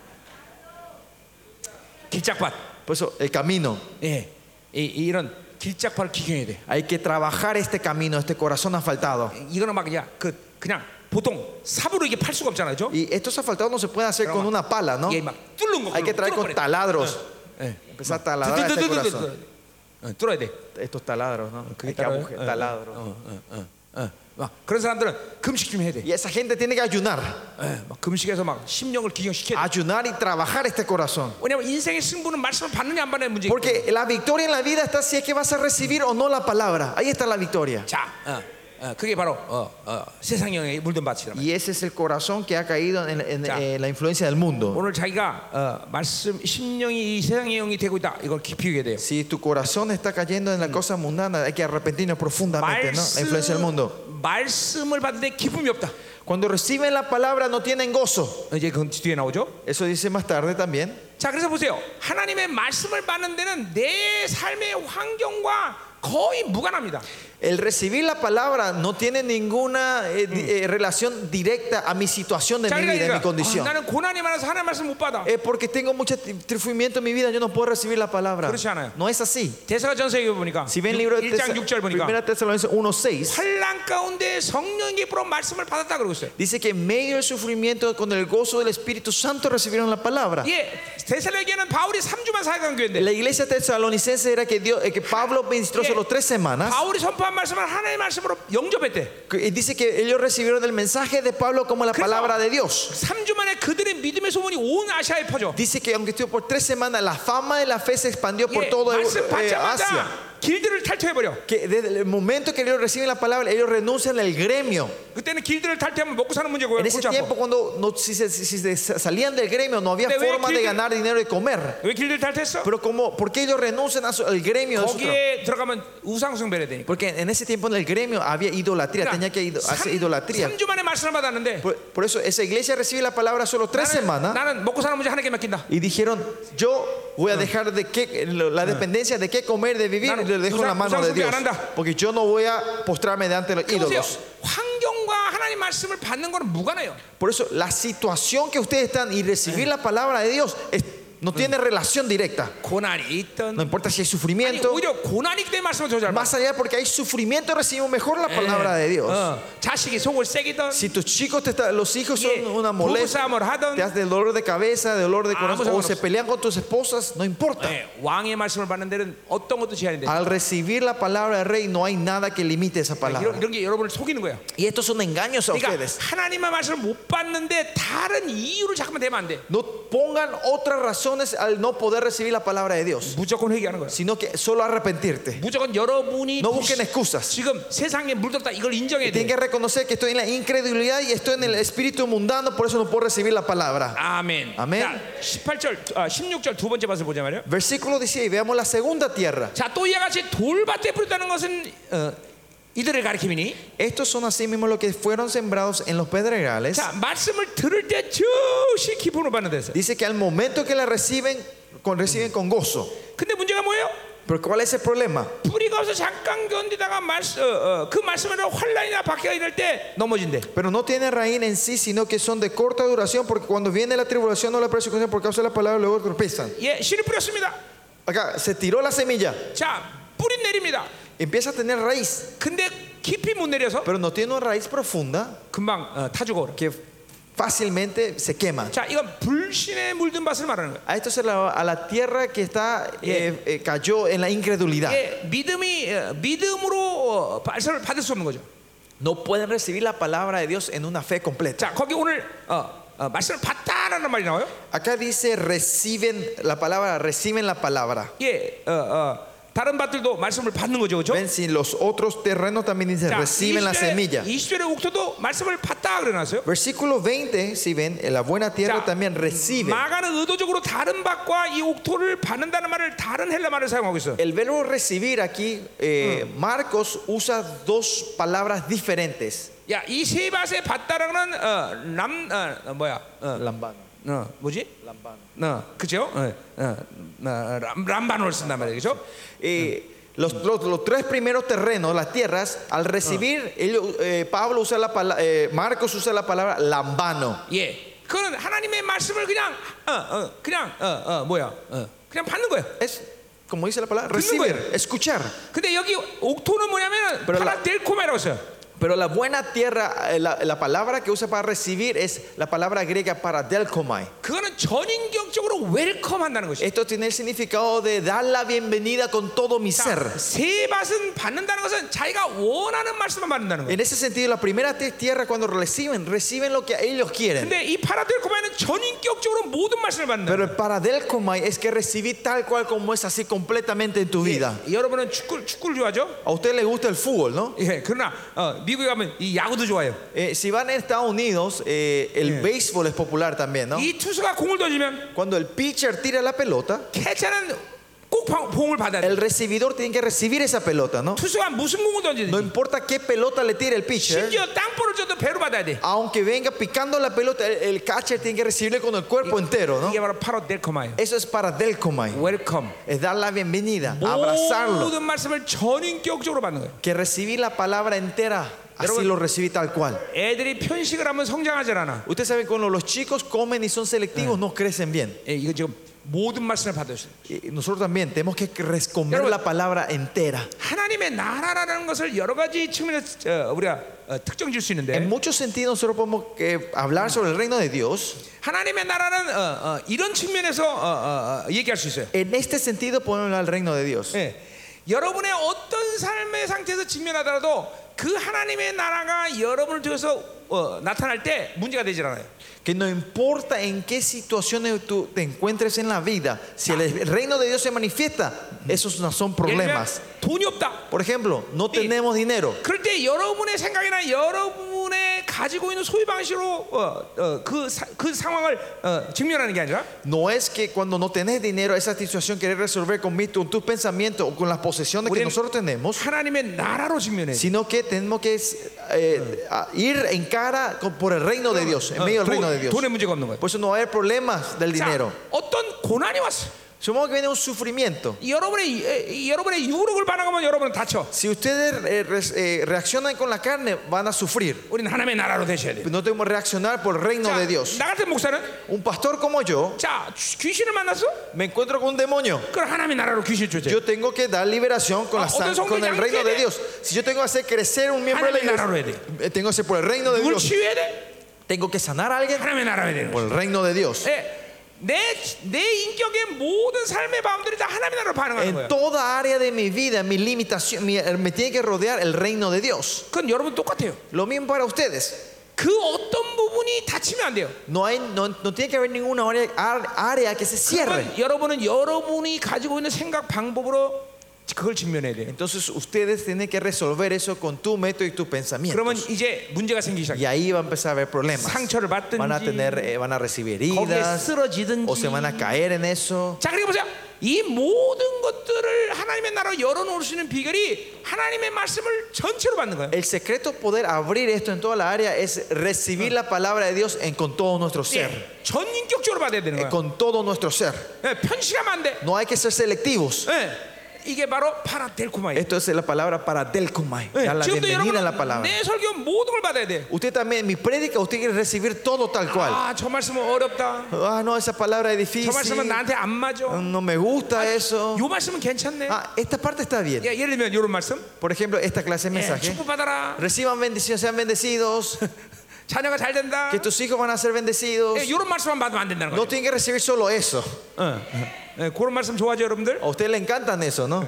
Speaker 1: 길짝밭.
Speaker 2: Por eso, el camino.
Speaker 1: 예, 이, 이, 런 길짝밭을 기경해야 돼.
Speaker 2: Hay que trabajar este camino, este corazón asfaltado.
Speaker 1: 이거는 막 그냥 그 그냥 보통 삽으로 이게 팔 수가 없잖아요, 그죠?
Speaker 2: Y estos asfaltados no se pueden hacer con una pala, ¿no?
Speaker 1: 예, 막 뚫는 거.
Speaker 2: Hay que traer con taladros.
Speaker 1: 예,
Speaker 2: Empezar a taladrar este corazón.
Speaker 1: 어, 뚫어야 돼.
Speaker 2: Estos taladros, ¿no? Hay que
Speaker 1: taladro,
Speaker 2: agujer-
Speaker 1: eh, eh,
Speaker 2: taladros.
Speaker 1: 어, 막 그런 사람들은 금식 좀 해야 돼.
Speaker 2: Y esa gente tiene que ayunar.
Speaker 1: 예, 막 금식해서 막 심령을 기경시켜야 돼.
Speaker 2: Ayunar y trabajar este corazón.
Speaker 1: 왜냐면 인생의 승부는 말씀을 받느냐 안 받느냐 문제.
Speaker 2: Porque la victoria en la vida está si es que vas a recibir o no la palabra. Ahí está la victoria.
Speaker 1: 자, 어, 어, 그게 바로 어, 어, 세상형의 물든 밭이란 말이야.
Speaker 2: Y ese es el corazón que ha caído en, en-
Speaker 1: Ya.
Speaker 2: eh, la influencia del mundo.
Speaker 1: 오늘 자기가 어, 말씀 심령이 이 세상의 영이 되고 있다. 이걸 깊이 여겨야 돼요.
Speaker 2: Si tu corazón está cayendo en la cosa mundana, hay que arrepentirnos profundamente, ¿no? La influencia del mundo.
Speaker 1: 말씀을 받을 때 기쁨이 없다.
Speaker 2: Cuando reciben la palabra no tienen gozo.
Speaker 1: 이제 그건 뒤에 나오죠.
Speaker 2: Eso dice más tarde también.
Speaker 1: 자, 그래서 보세요. 하나님의 말씀을 받는 데는 내 삶의 환경과 거의 무관합니다.
Speaker 2: El recibir la palabra no tiene ninguna eh, di- eh, relación directa a mi situación de
Speaker 1: 자,
Speaker 2: mi
Speaker 1: 그러니까
Speaker 2: vida, de mi
Speaker 1: 이거, 아,
Speaker 2: condición.
Speaker 1: 나는 고난이 많아서 하나님 말씀 못 받아.
Speaker 2: Es porque tengo mucho tri- trifumimiento en mi vida, yo no puedo recibir la palabra.
Speaker 1: 그렇지 않아요.
Speaker 2: No es así.
Speaker 1: 대사가 전세에 보니까
Speaker 2: Si ven el libro de
Speaker 1: 1장 6절 보니까
Speaker 2: 1 Tesalonicenses 1.6,
Speaker 1: 환란 가운데 성령 기쁨으로 말씀을 받았다 그러고 있어요.
Speaker 2: dice que en medio del sufrimiento, con el gozo del Espíritu Santo, recibieron la palabra.
Speaker 1: 예, 대사에게는 바울이 3주만 사역한 교회인데
Speaker 2: La iglesia tesalonicense era que, Dios, eh, que Pablo ministró solo tres semanas.
Speaker 1: 바울이 선포한 말씀을 하나님의 말씀으로 영접했대.
Speaker 2: que- Y dice que ellos recibieron el mensaje de Pablo como la palabra de Dios.
Speaker 1: 3주 만에 그들의 믿음의 소문이 온 아시아에 퍼져.
Speaker 2: Dice que aunque estuvo por tres semanas, la fama de la fe se expandió por
Speaker 1: 예,
Speaker 2: todo Eu-
Speaker 1: 말씀
Speaker 2: eh, Asia.
Speaker 1: 받자마자 길들을 탈퇴해 버려.
Speaker 2: Que desde el momento que ellos reciben la palabra, ellos renuncian al gremio.
Speaker 1: 그때는 길들을 탈퇴하면 먹고 사는 문제고요.
Speaker 2: En ese
Speaker 1: 골치 아파.
Speaker 2: tiempo, cuando no, si, se, si se salían del gremio, no había
Speaker 1: Pero ve
Speaker 2: forma
Speaker 1: que-
Speaker 2: de ganar dinero y comer.
Speaker 1: 왜 길들을 탈퇴했어?
Speaker 2: Pero como, ¿por qué ellos renuncian a su- al gremio? de su trabajo?
Speaker 1: 거기에 들어가면 우상 숭배를 해야 되니까.
Speaker 2: Porque en ese tiempo en el gremio había idolatría, tenía que ido- hacer idolatría.
Speaker 1: 3주 만에 말씀을 받았는데
Speaker 2: Por, por eso esa iglesia recibe la palabra solo tres
Speaker 1: 나는,
Speaker 2: semanas
Speaker 1: 나는 먹고 사는 문제 하나님께 맡긴다.
Speaker 2: y dijeron, yo voy a dejar de qué, la dependencia de qué comer, de vivir,
Speaker 1: Ah. Claro,
Speaker 2: le dejo en la
Speaker 1: usa-
Speaker 2: mano
Speaker 1: usa-
Speaker 2: de
Speaker 1: usa-
Speaker 2: Dios.
Speaker 1: anda.
Speaker 2: Porque yo no voy a postrarme delante de los
Speaker 1: 보세요.
Speaker 2: ídolos.
Speaker 1: 환경과 하나님 말씀을 받는 건 무관해요.
Speaker 2: Por eso la situación que ustedes están y
Speaker 1: Eh.
Speaker 2: recibir la palabra de Dios es- no tiene relación directa.
Speaker 1: 고난이 있던
Speaker 2: No importa si hay
Speaker 1: 아니,
Speaker 2: sufrimiento,
Speaker 1: 오히려 고난이 때문에 말씀을 더잘 받아.
Speaker 2: más allá porque hay sufrimiento recibimos mejor
Speaker 1: Eh.
Speaker 2: la palabra de Dios.
Speaker 1: 어, 자식이 속을 새기던
Speaker 2: Si tus chicos, te está- los hijos son
Speaker 1: 예,
Speaker 2: una molestia,
Speaker 1: 부부싸움을 하던
Speaker 2: te hace dolor de cabeza, dolor de
Speaker 1: Ah,
Speaker 2: corazón, o
Speaker 1: vamos,
Speaker 2: se
Speaker 1: vamos.
Speaker 2: pelean con tus esposas, no importa.
Speaker 1: 예, 왕의 말씀을 받는 데는 어떤 것도 제한이 돼.
Speaker 2: Al recibir la palabra del rey no hay nada que limite esa
Speaker 1: 이런,
Speaker 2: palabra.
Speaker 1: 이런 게 여러분을 속이는 거예요.
Speaker 2: Y estos son engaños a
Speaker 1: 그러니까
Speaker 2: ustedes.
Speaker 1: 하나님의 말씀을 못 받는데 다른 이유로 자꾸만 대면 안 돼.
Speaker 2: No pongan otras razones al no poder recibir la palabra de Dios,
Speaker 1: 무조건 회개하는 거야.
Speaker 2: sino que solo arrepentirte.
Speaker 1: 무조건 여러분이
Speaker 2: No busquen
Speaker 1: 불신-
Speaker 2: excusas.
Speaker 1: 지금 세상에 물들었다 이걸 인정해야 돼.
Speaker 2: Tienen que reconocer que estoy en la incredulidad y estoy en el espíritu mundano, por eso no puedo recibir la palabra.
Speaker 1: 아멘.
Speaker 2: 아멘.
Speaker 1: 자, 18절, 아, 16절 두 번째 밭을 보자 말이요.
Speaker 2: Versículo 16, veamos la segunda tierra.
Speaker 1: 자, 또 이와 같이 돌밭에 뿌렸다는 것은 어, 이들을 가리키니.
Speaker 2: Estos son así mismo los que fueron sembrados en los pedregales.
Speaker 1: 자, 말씀을 들을 때 즉시 기쁨으로 받는다 했어요.
Speaker 2: Dice que al momento que la reciben, con, reciben con gozo.
Speaker 1: 근데 문제가 뭐예요?
Speaker 2: Pero ¿cuál es el problema?
Speaker 1: 뿌리가 없어 잠깐 견디다가 말씀, 어, 어, 그 말씀으로 환란이나 박해가 이럴 때 넘어진대.
Speaker 2: Pero no tiene raíz en sí, sino que son de corta duración, porque cuando viene la tribulación o la persecución por causa de la palabra, luego tropiezan.
Speaker 1: 예, 씨를 뿌렸습니다.
Speaker 2: Acá se tiró la semilla,
Speaker 1: 자, 뿌리 내립니다.
Speaker 2: empieza a tener raíz,
Speaker 1: 근데 깊이 못 내려서
Speaker 2: pero no tiene una raíz profunda
Speaker 1: 금방 어, 타 죽어.
Speaker 2: que fácilmente se quema.
Speaker 1: 자, 이건 불신에 물든 밭을 말하는 거예요.
Speaker 2: A esto se la, a la tierra que está eh, eh, cayó en la incredulidad.
Speaker 1: 예, 믿음이 어, 믿음으로 어, 발설을 받을 수 없는 거죠.
Speaker 2: No pueden recibir la palabra de Dios en una fe completa.
Speaker 1: 자, 거기 오늘 어, 어, 말씀을 받다라는 말이 나와요.
Speaker 2: Acá dice reciben la palabra, reciben la palabra.
Speaker 1: 예, 어, 어, 다른 밭들도 말씀을 받는 거죠, 그렇죠?
Speaker 2: Ven si los otros terrenos también dicen reciben la semilla.
Speaker 1: 20절의 옥토도 말씀을 받다 그래놨어요.
Speaker 2: Versículo 20, si ven, en la buena tierra
Speaker 1: Ya.
Speaker 2: también reciben.
Speaker 1: 마가는 의도적으로 다른 밭과 이 옥토를 받는다는 말을 다른 헬라 말을 사용하고 있어. 요
Speaker 2: El verbo recibir aquí, eh, Marcos usa dos palabras diferentes.
Speaker 1: 야, 이 세 밭에 받다라는 어, 람, 어, 어, 뭐야, 어,
Speaker 2: Lambano,
Speaker 1: 어, 뭐지?
Speaker 2: lambano.
Speaker 1: 어, 그죠? 어, 어, 어, 람, 람반을 쓴단 말이죠.
Speaker 2: Eh, los, los- los tres primeros terrenos, las tierras, al recibir, ellos, eh, Pablo usa la pala- eh, Marcos usa la palabra lambano.
Speaker 1: 예, 그건 하나님의 말씀을 그냥, 어, 어, 그냥, 어, 어, 뭐야, 어, 그냥 받는 거예요.
Speaker 2: Es, como dice la palabra,
Speaker 1: 듣는
Speaker 2: recibir,
Speaker 1: 거예요.
Speaker 2: escuchar.
Speaker 1: 근데 여기 옥토는 뭐냐면
Speaker 2: 그러나-
Speaker 1: 파라델코메라고 써요.
Speaker 2: Pero la buena tierra, eh, la, la palabra que usa para recibir es la palabra griega para delkomai.
Speaker 1: 그거는 전인격적으로 웰컴한다는 것이죠.
Speaker 2: Esto tiene el significado de dar la bienvenida con todo mi ser.
Speaker 1: 그러니까 세 밭은 받는다는 것은 자기가 원하는 말씀만 받는다는 거예요.
Speaker 2: En ese sentido, la primera te- tierra cuando reciben, reciben lo que ellos quieren.
Speaker 1: 근데 이 파라델코메는 전인격적으로 모든 말씀을 받는다.
Speaker 2: Pero el paradelkomai es que recibí tal cual como es así completamente en tu vida.
Speaker 1: 여러분은 축구 축구를 좋아하죠?
Speaker 2: A usted le gusta el fútbol, ¿no?
Speaker 1: 예, 그러나 어, 미국에 가면 이 야구도 좋아해요.
Speaker 2: Eh, si van a Estados Unidos, eh, el béisbol es popular también, ¿no?
Speaker 1: 이 투수가 공을 던지면
Speaker 2: Cuando el pitcher tira la pelota,
Speaker 1: 캐치는 꼭 방- 공을 받아야 돼.
Speaker 2: el recibidor tiene que recibir esa pelota, ¿no?
Speaker 1: 투수가 무슨 공을
Speaker 2: No
Speaker 1: 던지든지
Speaker 2: importa qué pelota le tire el pitcher,
Speaker 1: 심지어 땅볼을 줘도 배로 받아야 돼.
Speaker 2: aunque venga picando la pelota, el, el catcher tiene que recibirle con el cuerpo entero, ¿no?
Speaker 1: 이게 바로 파라델코마예요.
Speaker 2: Eso es para Delcomay,
Speaker 1: 웰컴.
Speaker 2: es dar la bienvenida, abrazarlo,
Speaker 1: 모든 말씀을 전인격적으로 받는 거예요.
Speaker 2: que recibí la palabra entera, así
Speaker 1: Pero-
Speaker 2: lo recibí tal cual.
Speaker 1: 애들이 편식을 하면 성장하지 않아.
Speaker 2: Ustedes saben, cuando los chicos comen y son selectivos,
Speaker 1: Ah.
Speaker 2: no crecen bien.
Speaker 1: 예, 이거 지금 모든 말씀을 받으세요.
Speaker 2: Y nosotros también tenemos que cre- comer
Speaker 1: Pero-
Speaker 2: la palabra entera.
Speaker 1: 하나님의 나라라는 것을 여러 가지 측면에서 어, 우리가 어, 특정 질 수
Speaker 2: En
Speaker 1: 있는데
Speaker 2: muchos sentidos nosotros podemos eh, hablar sobre el reino de Dios.
Speaker 1: 하나님의 나라는 어, 어, 이런 측면에서 어, 어, 어, 얘기할 수 있어요.
Speaker 2: En este sentido podemos hablar del reino de Dios.
Speaker 1: 예. 여러분의 어떤 삶의 상태에서 직면하더라도 그 하나님의 나라가 여러분을 통해서 어, 나타날 때 문제가 되질 않아요.
Speaker 2: Que no importa en qué situaciones tú te encuentres en la vida, si el
Speaker 1: Ah.
Speaker 2: el reino de Dios se manifiesta,
Speaker 1: Mm.
Speaker 2: esos no son
Speaker 1: 예를 들면
Speaker 2: problemas.
Speaker 1: 돈이 없다.
Speaker 2: Por ejemplo, no tenemos dinero.
Speaker 1: 그럴 때 여러분의 생각이나 여러분의 가지고 있는 소유 방식으로 어, 어, 그, 사- 그 상황을 어, 직면하는 게 아니라
Speaker 2: No es que cuando no tenés dinero, esa situación querés resolver con, mi- con tus pensamientos o con las posesiones que
Speaker 1: Uren-
Speaker 2: nosotros tenemos,
Speaker 1: 하나님의 나라로 직면해.
Speaker 2: sino que tenemos que eh, a- ir en cara con- por el reino de Dios, en medio del reino de Dios.
Speaker 1: 어, 돈에 문제가 없는 거예요.
Speaker 2: Por eso no va a haber problemas del
Speaker 1: 자,
Speaker 2: dinero.
Speaker 1: 어떤 고난이 왔어.
Speaker 2: Supongo que viene un sufrimiento.
Speaker 1: 여러분의 이- 이- 여러분의 유혹을 반항하면 여러분은 다쳐.
Speaker 2: Si ustedes eh, re- eh, reaccionan con la carne, van a sufrir.
Speaker 1: 우리는 하나님의 나라로 되셔야 돼.
Speaker 2: No tenemos que reaccionar por el reino
Speaker 1: 자,
Speaker 2: de Dios.
Speaker 1: 나 같은 목사는
Speaker 2: Un pastor como yo,
Speaker 1: 자 주- 귀신을 만났어.
Speaker 2: me encuentro con un demonio.
Speaker 1: 그럼 하나님의 나라로 귀신 조제.
Speaker 2: Yo tengo que dar liberación con, la
Speaker 1: Ah, otro
Speaker 2: sang-
Speaker 1: son
Speaker 2: con el
Speaker 1: creyentes.
Speaker 2: reino de Dios. Si yo tengo que hacer crecer un miembro de la
Speaker 1: 하나님의 나라로 해야
Speaker 2: iglesia,
Speaker 1: 돼.
Speaker 2: eh, tengo que hacer por el reino de
Speaker 1: 누굴
Speaker 2: Dios.
Speaker 1: 치유해야 돼?
Speaker 2: Tengo que sanar a alguien
Speaker 1: 하나님의 나라로 해야 되는
Speaker 2: por
Speaker 1: 거야.
Speaker 2: el reino de Dios.
Speaker 1: Eh, 예, 내, 내 인격의 모든 삶의 마음들이 다 하나님의 나라로 반응하는 거야.
Speaker 2: En toda área de mi vida, mi limitación, mi- eh, me tiene que rodear el reino de Dios.
Speaker 1: 그건 여러분 똑같아요.
Speaker 2: Lo mismo para ustedes.
Speaker 1: 그 어떤 부분이 다치면 안 돼요.
Speaker 2: No, hay, no, no tiene que haber ninguna área, ar- área que se cierre.
Speaker 1: 그건 여러분은 여러분이 가지고 있는 생각 방법으로 그걸 직면해야 돼요.
Speaker 2: Entonces ustedes tienen que resolver eso con tu método y tu pensamiento.
Speaker 1: 그러면 이제 문제가 생기기 시작해요.
Speaker 2: Y ahí va a empezar a haber problemas.
Speaker 1: 상처를 받든지,
Speaker 2: Van a tener, eh, van a recibir
Speaker 1: 거기에
Speaker 2: heridas
Speaker 1: 쓰러지든지.
Speaker 2: o se van a caer en eso.
Speaker 1: 자, 그리고 보세요. 이 모든 것들을 하나님의 나라로 열어놓을 수 있는 비결이 하나님의 말씀을 전체로 받는 거예요.
Speaker 2: El secreto poder abrir esto en toda la área es recibir la palabra de Dios en, con todo nuestro ser,
Speaker 1: 예, 전인격적으로 받아야 되는
Speaker 2: eh,
Speaker 1: 거예요.
Speaker 2: con todo nuestro ser.
Speaker 1: 예, 편식하면 안 돼.
Speaker 2: No hay que ser selectivos.
Speaker 1: 예, 이게 바로 파라델코마예요.
Speaker 2: Esto es la palabra para delcomai.
Speaker 1: 예,
Speaker 2: Dar la
Speaker 1: 지금도
Speaker 2: bienvenida a la
Speaker 1: 여러분
Speaker 2: palabra.
Speaker 1: 내 설교 모든 걸 받아야 돼.
Speaker 2: Usted también, mi prédica, usted quiere recibir todo tal cual.
Speaker 1: 아, 저 말씀은 어렵다.
Speaker 2: Ah, no, esa palabra es
Speaker 1: 저
Speaker 2: difícil.
Speaker 1: 말씀은 나한테 안 맞아.
Speaker 2: No me gusta eso.
Speaker 1: 요 말씀은 괜찮네.
Speaker 2: Ah, esta parte está bien.
Speaker 1: 예, 예를 들면 요런 말씀.
Speaker 2: Por ejemplo, esta clase de
Speaker 1: 예,
Speaker 2: mensaje.
Speaker 1: 축복 받아라.
Speaker 2: Reciban bendición, sean bendecidos.
Speaker 1: 자녀가 잘 된다.
Speaker 2: Que tus hijos van a ser bendecidos.
Speaker 1: 예, 요런 말씀만 받으면 안 된다는
Speaker 2: No
Speaker 1: 거죠.
Speaker 2: tienen que recibir solo eso.
Speaker 1: 예, 예, 그런 말씀 좋아하죠, 여러분들?
Speaker 2: A ustedes le encantan eso, ¿no?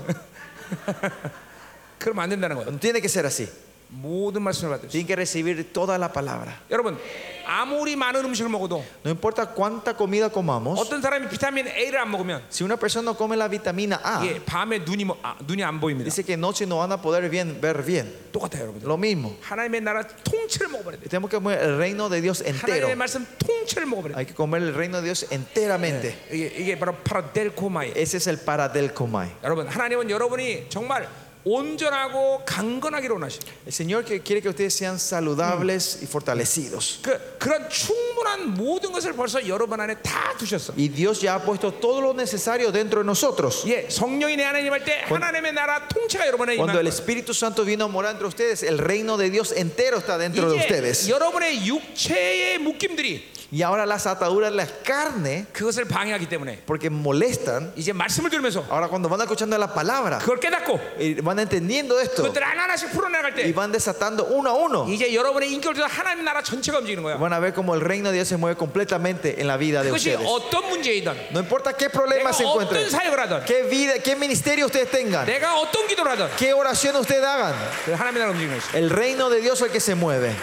Speaker 1: 그러면 안 된다는 거예요.
Speaker 2: Tiene que ser así.
Speaker 1: 모든 말씀을 받으세요.
Speaker 2: Tienen que recibir toda la palabra.
Speaker 1: 여러분 아무리 많은 음식을 먹어도
Speaker 2: No importa cuánta comida comamos,
Speaker 1: 어떤 사람이 비타민 A를 안 먹으면
Speaker 2: si una persona no come la vitamina A,
Speaker 1: 예, 밤에 눈이 뭐- 아, 눈이 안 보입니다.
Speaker 2: dice que noche no van a poder bien, ver bien.
Speaker 1: 똑같아요, 여러분들.
Speaker 2: Lo mismo.
Speaker 1: 하나님의 나라 통째를 먹어버려야 돼.
Speaker 2: Tenemos que comer el reino de Dios entero.
Speaker 1: 하나님의 말씀 통째를 먹어버려야 돼.
Speaker 2: Hay que comer el reino de Dios enteramente.
Speaker 1: 이게 이게 바로 파라델코마예.
Speaker 2: Ese es el paradelcomai.
Speaker 1: 여러분 하나님은 여러분이 정말 온전하고 강건하기로 원하십니다.
Speaker 2: El Señor que quiere que ustedes sean saludables y fortalecidos.
Speaker 1: 그 그런 충분한 모든 것을 벌써 여러분 안에 다 두셨어.
Speaker 2: Y Dios ya ha puesto todo lo necesario dentro de nosotros.
Speaker 1: 예, 성령이 내 안에 임할 때 하나님의 나라 통치가 여러분 안에
Speaker 2: Cuando el
Speaker 1: 임하는
Speaker 2: Espíritu Santo vino a morar entre ustedes, el reino de Dios entero está dentro de
Speaker 1: 이제
Speaker 2: ustedes.
Speaker 1: 여러분의 육체의 묶임들이
Speaker 2: Y ahora las ataduras, las carne,
Speaker 1: 그것을 방해하기 때문에
Speaker 2: porque molestan,
Speaker 1: 이제 말씀을 들으면서
Speaker 2: ahora cuando van escuchando la palabra,
Speaker 1: 그걸 깨닫고
Speaker 2: eh, van entendiendo esto
Speaker 1: 그것들 하나하나씩 풀어나갈
Speaker 2: y
Speaker 1: 때
Speaker 2: van desatando uno a uno.
Speaker 1: 이제 여러분의 인격을 통해서 하나님 나라 전체가 움직이는 거야.
Speaker 2: Van a ver cómo el reino de Dios se mueve completamente en la vida de
Speaker 1: 그것이
Speaker 2: ustedes.
Speaker 1: 어떤 문제이든
Speaker 2: No importa qué
Speaker 1: 내가
Speaker 2: problema se encuentren,
Speaker 1: 어떤 사역을 하든
Speaker 2: qué vida, qué ministerio ustedes tengan,
Speaker 1: 내가 어떤 기도를 하든
Speaker 2: qué oración ustedes 하gan,
Speaker 1: 그 하나님의 나라 움직이는 것이.
Speaker 2: el reino de Dios es el que se mueve.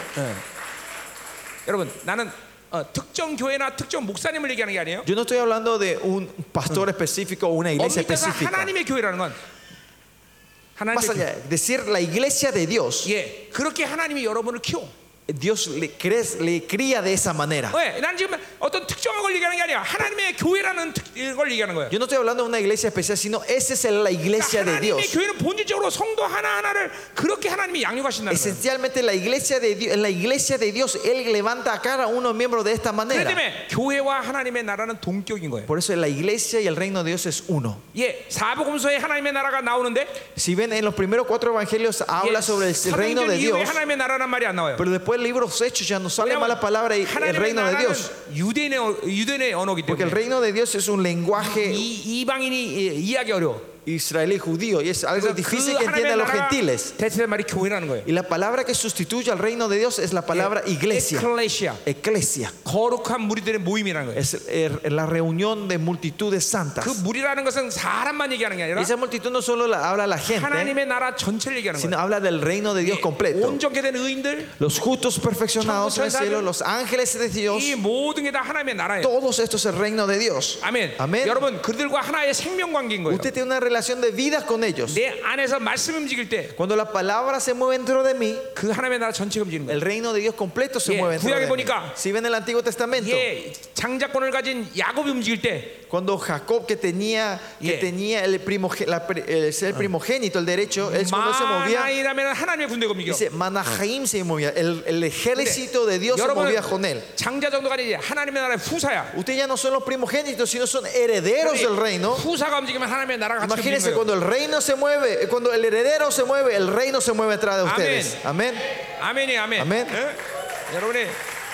Speaker 1: 여러분 나는 어, 특정 교회나 특정 목사님을 얘기하는 게 아니에요.
Speaker 2: Yo no estoy hablando de un pastor específico o una iglesia
Speaker 1: 엄밀히 따서
Speaker 2: específica.
Speaker 1: 하나님의 교회라는 건 하나님의
Speaker 2: Más allá, decir la iglesia de Dios,
Speaker 1: 교회. 예 그렇게 하나님이 여러분을 키워.
Speaker 2: Dios le, crece- le cría de esa manera.
Speaker 1: 왜? 난 지금 어떤 특정한 걸 얘기하는 게 아니야. 하나님의 교회라는 특- 걸 얘기하는 거예요. 그러니까
Speaker 2: Yo no estoy hablando de una iglesia especial, sino esa es la iglesia de
Speaker 1: 하나님의
Speaker 2: Dios.
Speaker 1: 교회는 본질적으로 성도 하나 하나를 그렇게 하나님이 양육하신다는 거예요.
Speaker 2: Esencialmente la iglesia de Dios, en la iglesia de Dios Él levanta a cada uno miembro de esta
Speaker 1: 그렇기
Speaker 2: manera.
Speaker 1: 때문에 교회와 하나님의 나라는 동격인 거예요.
Speaker 2: Por eso la iglesia y el reino de Dios es uno.
Speaker 1: 예, 사복음서에 하나님의 나라가 나오는데 예,
Speaker 2: Si ven en los primeros cuatro evangelios habla sobre el reino de
Speaker 1: 사도행전 이후에
Speaker 2: Dios,
Speaker 1: 하나님의 나라란 말이 안 나와요.
Speaker 2: pero después el libro de los hechos ya no sale
Speaker 1: 왜냐면
Speaker 2: más la palabra y el
Speaker 1: 하나님의
Speaker 2: reino de
Speaker 1: 나라는
Speaker 2: Dios.
Speaker 1: 유대인의 언- 유대인의 언어기
Speaker 2: Porque el
Speaker 1: 때문에
Speaker 2: reino de Dios es un lenguaje
Speaker 1: 이 이방인이 이- 이해하기 어려워.
Speaker 2: israelí judío y es algo
Speaker 1: 그래서
Speaker 2: difícil que entiendan los gentiles.
Speaker 1: 대체 말이 교회라는 거예요.
Speaker 2: Y la palabra que sustituye al reino de Dios es la palabra iglesia.
Speaker 1: 에클레시아
Speaker 2: Eclesia.
Speaker 1: 거룩한 무리들의 모임이라는 거예요.
Speaker 2: Es er, la reunión de multitudes santas.
Speaker 1: 그 무리라는 것은 사람만 얘기하는 게 아니라
Speaker 2: Esa multitud no solo la- habla la gente,
Speaker 1: 하나님의 나라 전체를 얘기하는
Speaker 2: sino
Speaker 1: 거예요.
Speaker 2: habla del reino de Dios completo.
Speaker 1: 온전케 된 의인들
Speaker 2: Los justos perfeccionados en el cielo, los ángeles de Dios,
Speaker 1: 이 모든 게 다 하나님의 나라예요.
Speaker 2: todos estos es el reino de Dios.
Speaker 1: 아멘.
Speaker 2: 아멘.
Speaker 1: 여러분 그들과 하나의 생명 관계인 거예요.
Speaker 2: Usted tiene una relación de vida con ellos.
Speaker 1: 내 안에서 말씀 움직일 때 그
Speaker 2: Cuando la palabra se mueve dentro de mí,
Speaker 1: 하나님의 나라 전체가 움직이는 거예요.
Speaker 2: el reino de Dios completo se
Speaker 1: 예,
Speaker 2: mueve dentro
Speaker 1: 구약에
Speaker 2: de mí.
Speaker 1: 보니까
Speaker 2: Si ven el Antiguo Testamento,
Speaker 1: 예, 장자권을 가진 야곱이 움직일 때
Speaker 2: cuando Jacob que tenía que
Speaker 1: Yeah.
Speaker 2: tenía el primoge- la pri- el ser primogénito, el derecho, él cuando se movía
Speaker 1: 마나이라면 하나님의 군대가 움직여.
Speaker 2: dice Manahaim se movía, el, el ejército de Dios se
Speaker 1: 뭐
Speaker 2: movía con él.
Speaker 1: 장자 정도가 아니지 하나님의 나라의 후사야.
Speaker 2: Ustedes ya no son los primogénitos, sino son herederos del reino.
Speaker 1: 후사가 움직이면 하나님의 나라가 같이
Speaker 2: Imagínense
Speaker 1: 움직이는
Speaker 2: cuando
Speaker 1: 거예요.
Speaker 2: el reino se mueve, eh, cuando el heredero se mueve, el reino se mueve detrás de
Speaker 1: Amén.
Speaker 2: ustedes. Amén.
Speaker 1: 아멘이 아멘.
Speaker 2: 아멘.
Speaker 1: 예? 여러분의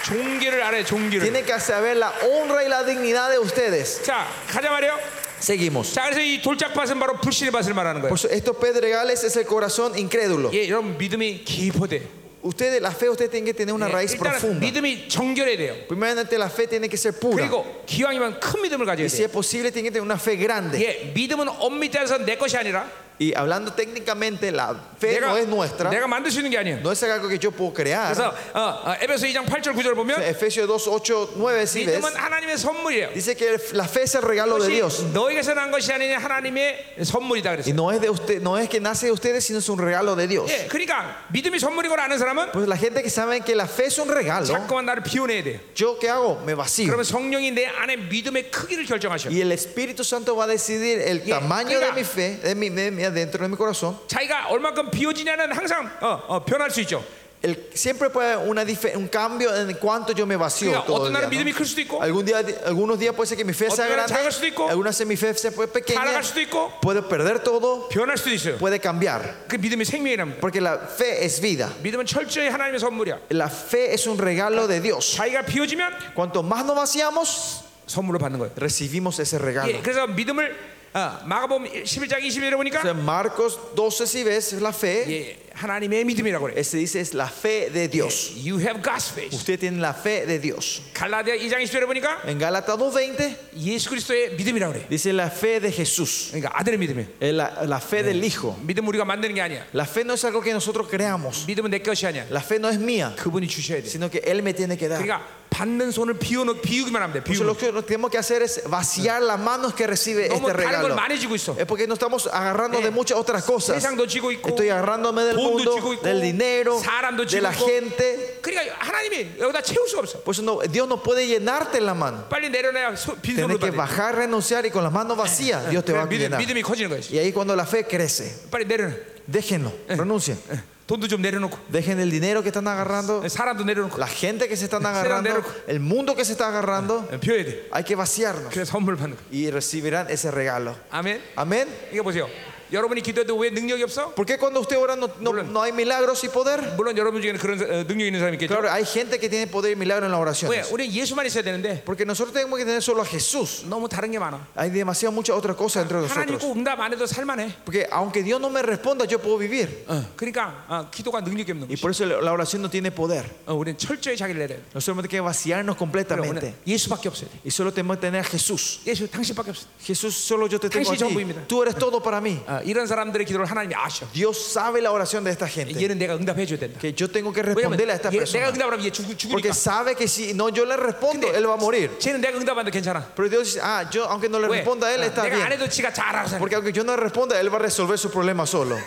Speaker 1: 종기를 알아요. 종기를.
Speaker 2: Tienen que saber la honra y la dignidad de ustedes.
Speaker 1: 자 가자 말이요.
Speaker 2: Seguimos.
Speaker 1: 자 그래서 이 돌짝밭은 바로 불신의 밭을 말하는 거예요.
Speaker 2: Por eso, estos pedregales es el corazón incrédulo.
Speaker 1: 예, 여러분 믿음이 깊어돼. 예,
Speaker 2: Ustedes, la fe, ustedes tienen que tener
Speaker 1: Eh,
Speaker 2: una raíz
Speaker 1: 일단은
Speaker 2: profunda.
Speaker 1: 믿음이 정결해야 돼요.
Speaker 2: Primeramente, la fe tiene que ser pura.
Speaker 1: 그리고 기왕이면 큰 믿음을 가져야
Speaker 2: Y si
Speaker 1: 돼요.
Speaker 2: es posible, tiene que tener una fe grande.
Speaker 1: 예, 믿음은 엄밀히 따져서 내 것이 아니라
Speaker 2: Y hablando técnicamente, la fe
Speaker 1: 내가
Speaker 2: no es nuestra,
Speaker 1: 내가 만들 수 있는 게 아니에요.
Speaker 2: no es algo que yo puedo crear.
Speaker 1: 그래서 어, 어, 에베소 2장 8절 9절 보면
Speaker 2: Efesios 2, 8, 9, si ves,
Speaker 1: 믿음은 하나님의 선물이에요.
Speaker 2: dice que la fe es el regalo de
Speaker 1: 그것이
Speaker 2: Dios.
Speaker 1: 너에게서 난 것이 아니냐 하나님의 선물이다
Speaker 2: Y
Speaker 1: 그랬어요.
Speaker 2: no es de usted, no es que nace de ustedes, sino es un regalo de Dios.
Speaker 1: 예, 그러니까 믿음이 선물인 걸 아는 사람은
Speaker 2: Pues la gente que sabe que la fe es un regalo,
Speaker 1: 자꾸만 나를 비워내야 돼요.
Speaker 2: yo qué hago? Me vacío.
Speaker 1: 그러면 성령이 내 안에 믿음의 크기를 결정하셔.
Speaker 2: Y el Espíritu Santo va a decidir el
Speaker 1: Yeah,
Speaker 2: tamaño de
Speaker 1: mira.
Speaker 2: mi fe, de mi, de mi- dentro de mi corazón.
Speaker 1: 자기가 얼만큼 비워지냐는 항상 어, 어, 변할 수 있죠.
Speaker 2: El- siempre puede haber una dife- un cambio en cuánto yo me vacío.
Speaker 1: 그러니까
Speaker 2: todo
Speaker 1: 어떤
Speaker 2: el día,
Speaker 1: 날은 아, 믿음이
Speaker 2: ¿no?
Speaker 1: 클 수도 있고
Speaker 2: Algún día, algunos días puede ser que mi fe sea
Speaker 1: Otro día
Speaker 2: grande,
Speaker 1: 작을 수도 있고,
Speaker 2: algunas veces mi fe sea pequeña,
Speaker 1: 달아갈 수도 있고
Speaker 2: puede perder todo,
Speaker 1: 변할 수도 있어요.
Speaker 2: puede cambiar.
Speaker 1: 그 믿음이 생명이랍니다.
Speaker 2: Porque la fe es vida.
Speaker 1: 믿음은 철저히 하나님의 선물이야.
Speaker 2: La fe es un regalo de Dios.
Speaker 1: 자기가 비워지면
Speaker 2: Cuanto más nos vaciamos,
Speaker 1: 선물로 받는 거예요. 아,
Speaker 2: recibimos ese regalo.
Speaker 1: 예, 그래서 믿음을 어, 마가복음 11장 21절에 보니까
Speaker 2: O sea, Marcos 12, si ves la fe,
Speaker 1: 예, 하나님의 믿음이라고 그래.
Speaker 2: eh, se dice es la fe de Dios.
Speaker 1: You have God's faith.
Speaker 2: Usted tiene la fe de Dios.
Speaker 1: 갈라디아 2장 20절에 보니까
Speaker 2: En Gálatas 2.20
Speaker 1: 예수 그리스도의 믿음이라고 그래.
Speaker 2: dice la fe de Jesús,
Speaker 1: 그러니까 아들의 믿음이에요.
Speaker 2: eh, la, la fe del Hijo.
Speaker 1: 믿음 우리가 만드는 게 아니야.
Speaker 2: La fe no es algo que nosotros creamos.
Speaker 1: 믿음은 내 것이 아니야.
Speaker 2: La fe no es mía,
Speaker 1: 그분이 주셔야 돼.
Speaker 2: sino que Él me tiene que dar.
Speaker 1: 그러니까 받는 손을 비우는 비우기만 하면 돼.
Speaker 2: Entonces,
Speaker 1: 비우는.
Speaker 2: lo que tenemos que hacer es vaciar las manos que recibe
Speaker 1: 너무
Speaker 2: este
Speaker 1: 다른 걸
Speaker 2: regalo.
Speaker 1: 많이 지고 있어.
Speaker 2: Es porque no estamos agarrando de muchas otras cosas.
Speaker 1: 세상도 지고 있고,
Speaker 2: Estoy agarrándome del
Speaker 1: 돈도
Speaker 2: mundo,
Speaker 1: 쥐고 있고,
Speaker 2: del dinero,
Speaker 1: 사람도
Speaker 2: de la
Speaker 1: 쥐고 있고.
Speaker 2: gente.
Speaker 1: 그러니까 하나님이 여기다 채울 수가 없어.
Speaker 2: Por eso no- Dios no puede llenarte la mano.
Speaker 1: 빨리 내려놔야 소- 빈손으로
Speaker 2: Tienes que
Speaker 1: 받아.
Speaker 2: bajar, renunciar y con las manos vacías Dios te va a
Speaker 1: 믿음,
Speaker 2: llenar.
Speaker 1: 믿음이 커지는 거지.
Speaker 2: Y ahí cuando la fe crece,
Speaker 1: 빨리 내려놔.
Speaker 2: déjenlo, renuncien.
Speaker 1: 예, 돈도 좀 내려놓고,
Speaker 2: Dejen el dinero que están agarrando,
Speaker 1: 예, 사람도 내려놓고,
Speaker 2: la gente que se están
Speaker 1: Serán
Speaker 2: agarrando,
Speaker 1: deroco.
Speaker 2: el mundo que se está agarrando.
Speaker 1: 예, 비워야 돼.
Speaker 2: Hay que vaciarnos
Speaker 1: 그래서 선물 받는 거.
Speaker 2: y recibirán ese regalo.
Speaker 1: 아멘.
Speaker 2: Amén.
Speaker 1: 이거 보세요. 여러분이 기도해도 왜 능력이 없어?
Speaker 2: ¿Por qué cuando usted ora no, no- no hay milagros y poder?
Speaker 1: 물론 여러분 중에는 그런 어, 능력 있는 사람이 있겠죠.
Speaker 2: Claro, hay gente que tiene poder y milagro en las
Speaker 1: 왜?
Speaker 2: oraciones.
Speaker 1: 우리 예수만 있어야 되는데
Speaker 2: Porque nosotros tenemos que tener solo a Jesús.
Speaker 1: 너무 다른 게 많아.
Speaker 2: Hay demasiadas muchas otras cosas entre
Speaker 1: 하나님
Speaker 2: nosotros.
Speaker 1: 꼭 응답 안 해도 살만해.
Speaker 2: Porque aunque Dios no me responda, yo puedo vivir.
Speaker 1: 어, 그러니까 어, 기도가 능력이 없는
Speaker 2: Y
Speaker 1: 거지.
Speaker 2: por eso la oración no tiene poder.
Speaker 1: 어, 우리는 철저히 자기를 내려.
Speaker 2: Nosotros tenemos que vaciarnos completamente.
Speaker 1: 우리는 예수밖에 네. 없어야 돼.
Speaker 2: Y solo tenemos que tener a Jesús.
Speaker 1: 예수 당신밖에 없어.
Speaker 2: Jesús, solo yo te tengo a
Speaker 1: 당신이
Speaker 2: ti.
Speaker 1: 전부입니다.
Speaker 2: Tú eres todo para mí.
Speaker 1: 어, 이런 사람들의 기도를 하나님이 아셔.
Speaker 2: Dios sabe la oración de esta gente.
Speaker 1: 얘는 내가 응답해줘야 된다.
Speaker 2: Que yo tengo que
Speaker 1: 왜냐면
Speaker 2: responderle a esta
Speaker 1: 얘- 네. 내가
Speaker 2: persona.
Speaker 1: 응답을 하면 얘 죽, 죽으니까.
Speaker 2: Porque sabe que si no yo le respondo, él va a morir.
Speaker 1: 쟤는 내가 응답하는데 괜찮아.
Speaker 2: Pero Dios dice, ah, yo aunque no le
Speaker 1: 왜?
Speaker 2: responda a él,
Speaker 1: 어,
Speaker 2: está
Speaker 1: 내가 안
Speaker 2: bien.
Speaker 1: 해도 지가 잘 알아서.
Speaker 2: Porque aunque yo no le responda, él va a resolver su problema solo.